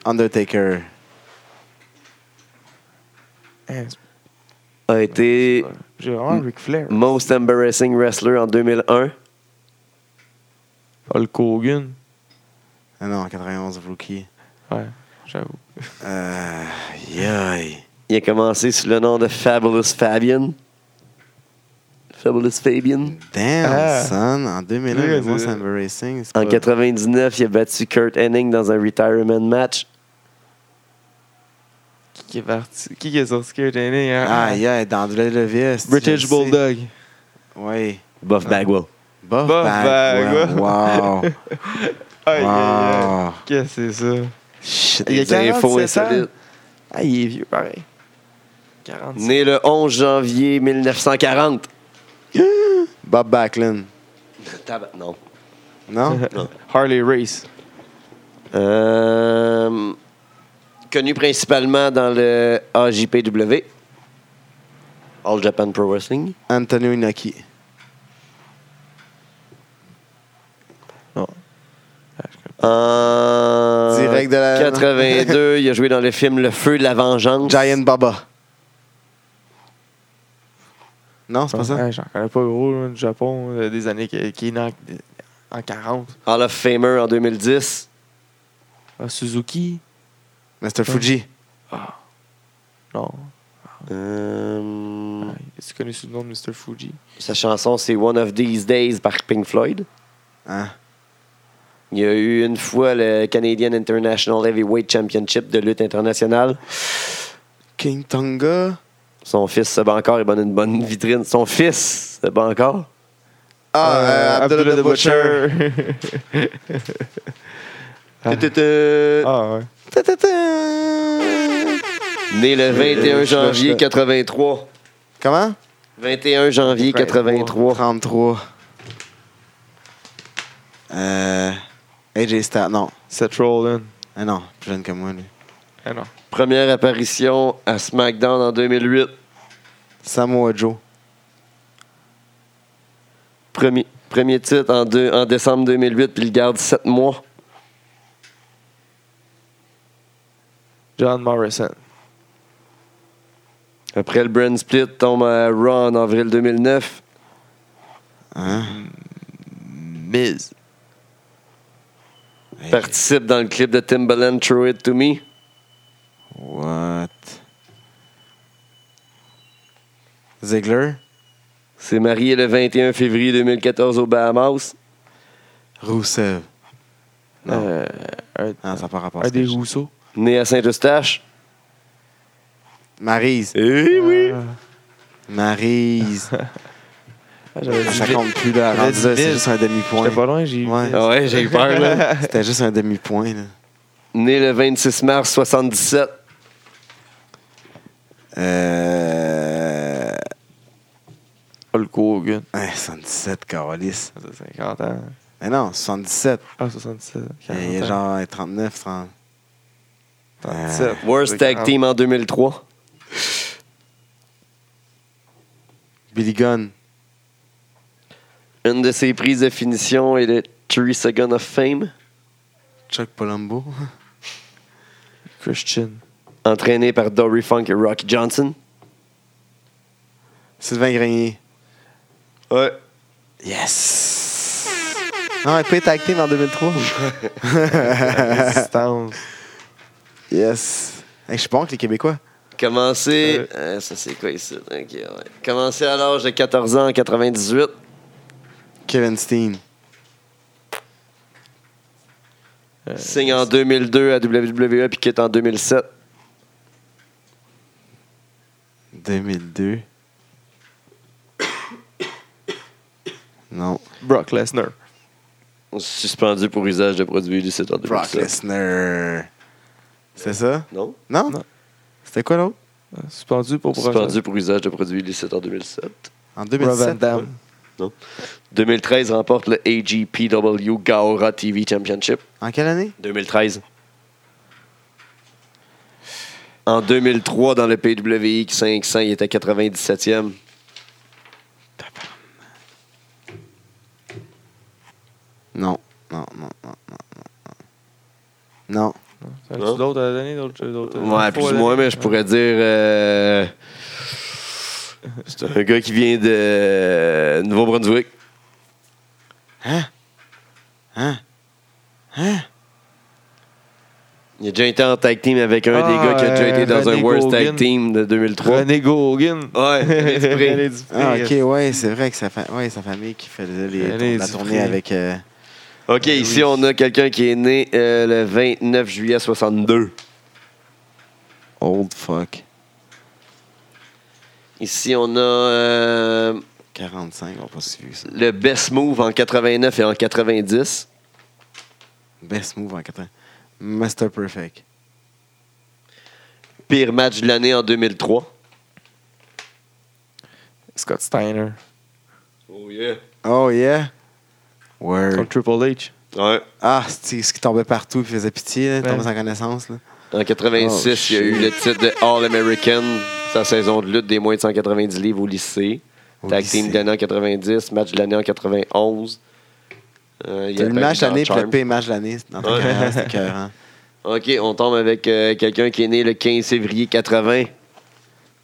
[SPEAKER 2] Undertaker.
[SPEAKER 3] Hein, c'est-
[SPEAKER 1] A été
[SPEAKER 3] J'ai vraiment Ric Flair.
[SPEAKER 1] Most Embarrassing Wrestler en 2001.
[SPEAKER 3] Hulk Hogan.
[SPEAKER 2] Ah non, en 91, Rookie.
[SPEAKER 3] Ouais, j'avoue.
[SPEAKER 2] Euh, aïe, aïe.
[SPEAKER 1] Il a commencé sous le nom de Fabulous Fabian. Fabulous Fabian.
[SPEAKER 2] Damn,
[SPEAKER 3] Ah.
[SPEAKER 2] son. En 2001,
[SPEAKER 3] Ouais,
[SPEAKER 2] le Most
[SPEAKER 3] c'est-
[SPEAKER 2] Embarrassing. c'est
[SPEAKER 1] En
[SPEAKER 2] pas-
[SPEAKER 1] 99, il a battu Kurt Hennig dans un retirement match.
[SPEAKER 3] Qui qui est parti? Qui qui est sorti? Kurt Hennig, hein?
[SPEAKER 1] Ah,
[SPEAKER 2] Aïe, aïe, dans le levier.
[SPEAKER 3] British Bulldog.
[SPEAKER 2] Oui.
[SPEAKER 1] Buff Bagwell.
[SPEAKER 2] Buff,
[SPEAKER 3] Buff
[SPEAKER 2] Bagwell.
[SPEAKER 3] Bagwell.
[SPEAKER 2] Wow.
[SPEAKER 3] Aïe, aïe, aïe.
[SPEAKER 2] Wow.
[SPEAKER 3] Qu'est-ce que c'est ça?
[SPEAKER 2] Shit.
[SPEAKER 3] Il y a
[SPEAKER 1] Des infos
[SPEAKER 3] 47 ans.
[SPEAKER 1] insolites.
[SPEAKER 3] Ah, il est vieux, pareil. 46.
[SPEAKER 1] Né le 11 janvier 1940.
[SPEAKER 2] Bob Backlund.
[SPEAKER 1] Tabac, non.
[SPEAKER 2] Non?
[SPEAKER 3] Harley Race.
[SPEAKER 1] Euh, connu principalement dans le AJPW, All Japan Pro Wrestling.
[SPEAKER 2] Antonio Inoki.
[SPEAKER 1] En
[SPEAKER 2] Direct de la-
[SPEAKER 1] 82, il a joué dans le film Le Feu de la Vengeance.
[SPEAKER 2] Giant Baba. Non, c'est pas ça?
[SPEAKER 3] Ouais, Ah, J'en connais pas gros, là, du Japon, euh, des années qui, qui est né en, en 40.
[SPEAKER 1] Hall of Famer en 2010.
[SPEAKER 3] Ah, Suzuki?
[SPEAKER 2] Mr. Fuji.
[SPEAKER 3] Non.
[SPEAKER 2] Hmm.
[SPEAKER 3] Ah,
[SPEAKER 1] Euh,
[SPEAKER 3] Est-ce que tu connais sous le nom de Mr. Fuji?
[SPEAKER 1] sa chanson, c'est One of These Days par Pink Floyd.
[SPEAKER 2] Hein?
[SPEAKER 1] Il y a eu une fois le Canadian International Heavyweight Championship de lutte internationale.
[SPEAKER 2] King Tonga.
[SPEAKER 1] Son fils se bat encore, il donne une bonne vitrine. Son fils se bat encore.
[SPEAKER 2] Ah,
[SPEAKER 3] Euh,
[SPEAKER 2] euh, Abdullah, the Butcher. Tututu.
[SPEAKER 3] ah, ouais.
[SPEAKER 2] Tututu.
[SPEAKER 1] Né le 21
[SPEAKER 2] je suis là, je suis
[SPEAKER 1] janvier
[SPEAKER 2] là.
[SPEAKER 1] 83.
[SPEAKER 2] Comment?
[SPEAKER 1] 21 janvier 83.
[SPEAKER 2] 33. Euh, AJ Styles. Non.
[SPEAKER 3] Seth Rollins.
[SPEAKER 2] Ah non, plus jeune que moi, lui.
[SPEAKER 3] Ah non.
[SPEAKER 1] Première apparition à SmackDown en 2008.
[SPEAKER 2] Samoa Joe.
[SPEAKER 1] Premier, premier titre en, deux- en décembre 2008, puis il garde 7 mois.
[SPEAKER 3] John Morrison.
[SPEAKER 1] Après le brand split, tombe à Raw en avril 2009.
[SPEAKER 2] Hein?
[SPEAKER 3] Miz.
[SPEAKER 1] Participe dans le clip de Timbaland Throw It To Me.
[SPEAKER 2] What? Ziggler?
[SPEAKER 1] C'est marié le 21 février 2014 au Bahamas.
[SPEAKER 2] Rousseau. Non.
[SPEAKER 3] Euh, un,
[SPEAKER 2] Non, Ah, ça n'a pas rapport.
[SPEAKER 3] un
[SPEAKER 2] à ce que
[SPEAKER 3] des
[SPEAKER 2] je-
[SPEAKER 3] Rousseau.
[SPEAKER 1] Né à Saint-Eustache.
[SPEAKER 2] Maryse.
[SPEAKER 1] Eh oui!
[SPEAKER 2] Maryse.
[SPEAKER 3] Ah, J'avais dit
[SPEAKER 2] Ça
[SPEAKER 3] Miz.
[SPEAKER 2] compte plus, là. rendu
[SPEAKER 3] J'avais
[SPEAKER 2] là,
[SPEAKER 3] dit
[SPEAKER 2] C'est
[SPEAKER 3] mille.
[SPEAKER 2] juste un demi-point.
[SPEAKER 3] J'étais pas loin, j'ai eu
[SPEAKER 2] Ouais.
[SPEAKER 3] Miz.
[SPEAKER 1] Ah ouais, j'ai eu peur, là.
[SPEAKER 2] C'était juste un demi-point, là.
[SPEAKER 1] Né le 26 mars 77.
[SPEAKER 2] Euh...
[SPEAKER 3] Hulk Hogan.
[SPEAKER 2] hein, 77, Carolis.
[SPEAKER 3] Ça, c'est 50 ans.
[SPEAKER 2] Mais non, 77.
[SPEAKER 3] Ah, 77.
[SPEAKER 2] Il
[SPEAKER 3] 40
[SPEAKER 2] y a
[SPEAKER 3] ans.
[SPEAKER 2] genre euh, 39, 30.
[SPEAKER 3] 37.
[SPEAKER 1] euh, Worst Tag Team en 2003.
[SPEAKER 2] Billy Gunn.
[SPEAKER 1] Une de ses prises de finition est le Three Second of Fame.
[SPEAKER 2] Chuck Palumbo.
[SPEAKER 3] Christian.
[SPEAKER 1] Entraîné par Dory Funk et Rocky Johnson.
[SPEAKER 2] Sylvain Grenier.
[SPEAKER 1] Ouais.
[SPEAKER 2] Yes! Non, il peut être acté en 2003.
[SPEAKER 3] Résistance.
[SPEAKER 2] yes! Hey, je suis bon avec les Québécois.
[SPEAKER 1] Commencé.
[SPEAKER 3] Ouais.
[SPEAKER 1] euh, ça, c'est quoi ici? Ok, ouais. Commencé à l'âge de 14 ans en 98.
[SPEAKER 2] Kevin Steen.
[SPEAKER 3] Euh,
[SPEAKER 1] Signe en 2002 à WWE puis quitte en 2007.
[SPEAKER 2] 2002. non.
[SPEAKER 3] Brock Lesnar.
[SPEAKER 1] Suspendu pour usage de produits illicites en 2007.
[SPEAKER 2] Brock Lesnar. C'est ça?
[SPEAKER 1] Non?
[SPEAKER 2] Non?
[SPEAKER 3] Non.
[SPEAKER 2] C'était quoi l'autre?
[SPEAKER 3] Euh, Suspendu pour Brock
[SPEAKER 1] Suspendu pour usage de produits illicites en 2007.
[SPEAKER 2] En
[SPEAKER 3] Lesnar. Rob Van
[SPEAKER 2] 2007.
[SPEAKER 3] Damme.
[SPEAKER 1] 2013 remporte le AGPW Gaora TV Championship.
[SPEAKER 2] En quelle année?
[SPEAKER 1] 2013. En 2003, dans le PWI 500, il était 97e.
[SPEAKER 2] Non. Non, non, non, non, non. Non.
[SPEAKER 3] T'as-tu
[SPEAKER 1] Non.
[SPEAKER 3] d'autres
[SPEAKER 2] euh,
[SPEAKER 3] à donner? D'autres, d'autres,
[SPEAKER 1] Hein? Ouais, plus
[SPEAKER 3] fois à
[SPEAKER 1] ou moins,
[SPEAKER 3] donner?
[SPEAKER 1] mais je pourrais dire. euh, c'est un gars qui vient de Nouveau-Brunswick.
[SPEAKER 2] Hein? Hein? Hein?
[SPEAKER 1] Il a déjà été en tag team avec un
[SPEAKER 3] Ah,
[SPEAKER 1] des gars qui a déjà été
[SPEAKER 3] euh,
[SPEAKER 1] dans
[SPEAKER 3] René
[SPEAKER 1] un Worst
[SPEAKER 3] Gauguin.
[SPEAKER 1] Tag Team de 2003.
[SPEAKER 3] René Gogan.
[SPEAKER 1] Ouais, René Dupré.
[SPEAKER 3] René Dupré.
[SPEAKER 2] Ah, ok, ouais, c'est vrai que sa, fa- ouais, sa famille qui faisait les
[SPEAKER 3] Elle est
[SPEAKER 2] la tournée
[SPEAKER 3] surprise.
[SPEAKER 2] avec. euh,
[SPEAKER 1] OK,
[SPEAKER 3] Eh
[SPEAKER 1] ici,
[SPEAKER 3] oui.
[SPEAKER 1] on a quelqu'un qui est né euh, le 29 juillet 62.
[SPEAKER 2] Old fuck.
[SPEAKER 1] Ici, on a euh,
[SPEAKER 2] 45, on va pas suivre ça.
[SPEAKER 1] le Best Move en 89 et en 90.
[SPEAKER 2] Best move en 80. Master Perfect.
[SPEAKER 1] Pire match de l'année en 2003.
[SPEAKER 3] Scott Steiner.
[SPEAKER 1] Oh yeah.
[SPEAKER 2] Oh yeah. Word.
[SPEAKER 3] Contre Triple H.
[SPEAKER 1] Ouais.
[SPEAKER 2] Ah, c'est ce qui tombait partout, il faisait pitié, là, il
[SPEAKER 3] Ouais.
[SPEAKER 2] tombait sans connaissance. Là.
[SPEAKER 1] En 86,
[SPEAKER 2] Oh,
[SPEAKER 1] il y a eu
[SPEAKER 2] shit.
[SPEAKER 1] le titre de All-American, sa saison de lutte des moins de 190 livres au lycée.
[SPEAKER 2] Au
[SPEAKER 1] Tag
[SPEAKER 2] lycée.
[SPEAKER 1] team de l'année en 90, match de l'année en 91. Euh, il
[SPEAKER 2] T'as
[SPEAKER 1] a
[SPEAKER 2] eu le
[SPEAKER 1] apparu
[SPEAKER 2] match
[SPEAKER 1] dans
[SPEAKER 2] l'année, puis le
[SPEAKER 1] Charm.
[SPEAKER 2] pire match de l'année dans ta
[SPEAKER 1] Ouais.
[SPEAKER 2] carrière, c'était écœurant.
[SPEAKER 1] OK, on tombe avec euh, quelqu'un qui est né le 15 février 80.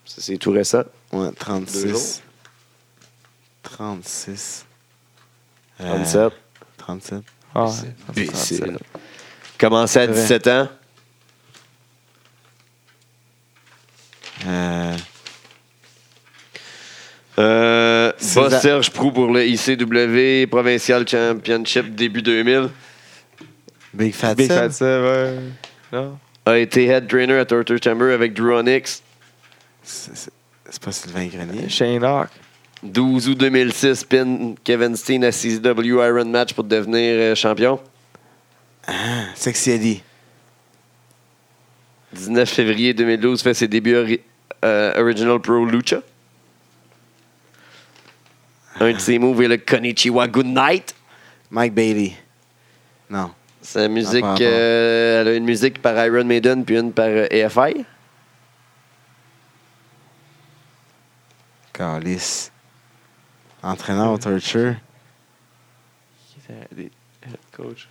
[SPEAKER 1] Ça, c'est tout récent.
[SPEAKER 2] Ouais,
[SPEAKER 1] Deux jours.
[SPEAKER 2] 36. 36. Euh,
[SPEAKER 1] 37.
[SPEAKER 2] 37.
[SPEAKER 3] Ah,
[SPEAKER 1] Puis c'est- Commencé à
[SPEAKER 2] Ouais.
[SPEAKER 1] 17 ans.
[SPEAKER 2] Euh,
[SPEAKER 1] Euh,
[SPEAKER 2] C'est
[SPEAKER 1] Boss
[SPEAKER 2] ça.
[SPEAKER 1] Serge Prou pour le ICW Provincial Championship début 2000.
[SPEAKER 2] Big Fat
[SPEAKER 3] Big
[SPEAKER 2] Seb.
[SPEAKER 3] Fat Seb, ouais. Non.
[SPEAKER 1] A été head trainer à Torture Chamber avec Drew Onyx.
[SPEAKER 2] C'est c'est- c'est pas Sylvain Grenier.
[SPEAKER 3] Shane Hawk.
[SPEAKER 1] 12 août 2006, pin Kevin Steen à CW Iron Match pour devenir euh, champion.
[SPEAKER 2] Sexy Eddie.
[SPEAKER 1] 19 février 2012, fait ses débuts ori- euh, Original Pro Lucha. Un de ses moves est le Konichiwa Goodnight.
[SPEAKER 2] Mike Bailey. Non.
[SPEAKER 1] Sa musique,
[SPEAKER 2] Ah, pardon.
[SPEAKER 1] euh, elle a une musique par Iron Maiden puis une par euh, AFI.
[SPEAKER 2] Calice. Entraîneur
[SPEAKER 1] Mm.
[SPEAKER 2] au torture.
[SPEAKER 3] Coach.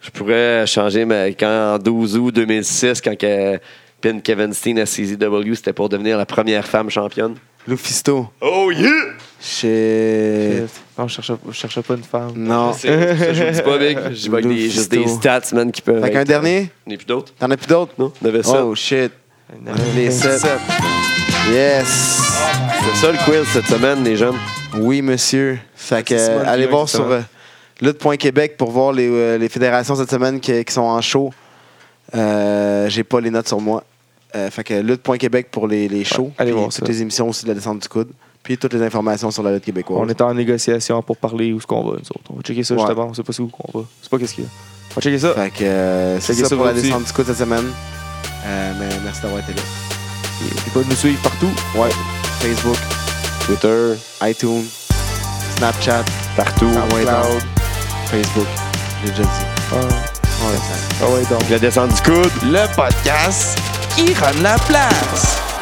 [SPEAKER 1] Je pourrais changer, mais quand en 12 août 2006, quand que Pin Kevin Steen à CZW, c'était pour devenir la première femme championne.
[SPEAKER 2] Lufisto.
[SPEAKER 1] Oh yeah!
[SPEAKER 2] Shit.
[SPEAKER 3] Non, je cherchais, je cherchais pas une femme.
[SPEAKER 2] Non.
[SPEAKER 1] C'est- ça, je vous dis pas, Big. Je dis pas que des- juste des stats, man, qui peuvent.
[SPEAKER 2] Fait qu'un
[SPEAKER 1] être-
[SPEAKER 2] dernier?
[SPEAKER 1] Il n'y a plus d'autres?
[SPEAKER 2] T'en as plus d'autres?
[SPEAKER 1] Non, il y en avait ça.
[SPEAKER 2] Oh shit.
[SPEAKER 3] Non.
[SPEAKER 2] Les sept. Yes.
[SPEAKER 1] C'est ça le quiz cette semaine, les jeunes.
[SPEAKER 2] Oui, monsieur. Fait que,
[SPEAKER 3] Ah, C'est
[SPEAKER 2] euh,
[SPEAKER 3] Simone
[SPEAKER 2] allez
[SPEAKER 3] qui
[SPEAKER 2] voir
[SPEAKER 3] dit
[SPEAKER 2] sur
[SPEAKER 3] ça.
[SPEAKER 2] euh, lutte.québec pour voir les, euh, les fédérations cette semaine qui, qui sont en show. Euh, J'ai pas les notes sur moi. Euh, fait que lutte.québec pour les, les shows.
[SPEAKER 3] allez
[SPEAKER 2] Puis
[SPEAKER 3] voir
[SPEAKER 2] toutes
[SPEAKER 3] ça.
[SPEAKER 2] les émissions aussi de la descente du coude. Puis toutes les informations sur la lutte québécoise.
[SPEAKER 3] On est en négociation pour parler où ce qu'on va, nous autres. On va checker ça
[SPEAKER 2] Ouais.
[SPEAKER 3] justement. On sait pas c'est où qu'on va. C'est pas qu'est-ce qu'il y a. On va checker ça.
[SPEAKER 2] Fait que euh, c'est
[SPEAKER 3] Checkez
[SPEAKER 2] ça
[SPEAKER 3] ça
[SPEAKER 2] pour la
[SPEAKER 3] vendredi.
[SPEAKER 2] descente du coude cette semaine. Euh, mais merci d'avoir été là.
[SPEAKER 3] N'oubliez pas de nous suivre partout.
[SPEAKER 2] Ouais. Facebook,
[SPEAKER 1] Twitter,
[SPEAKER 2] iTunes, Snapchat,
[SPEAKER 1] partout.
[SPEAKER 2] Ah SoundCloud, Facebook. J'ai déjà dit.
[SPEAKER 3] Ah,
[SPEAKER 2] On le fait.
[SPEAKER 3] ah ouais, donc.
[SPEAKER 1] La descente du coude.
[SPEAKER 5] Le podcast qui rend la place.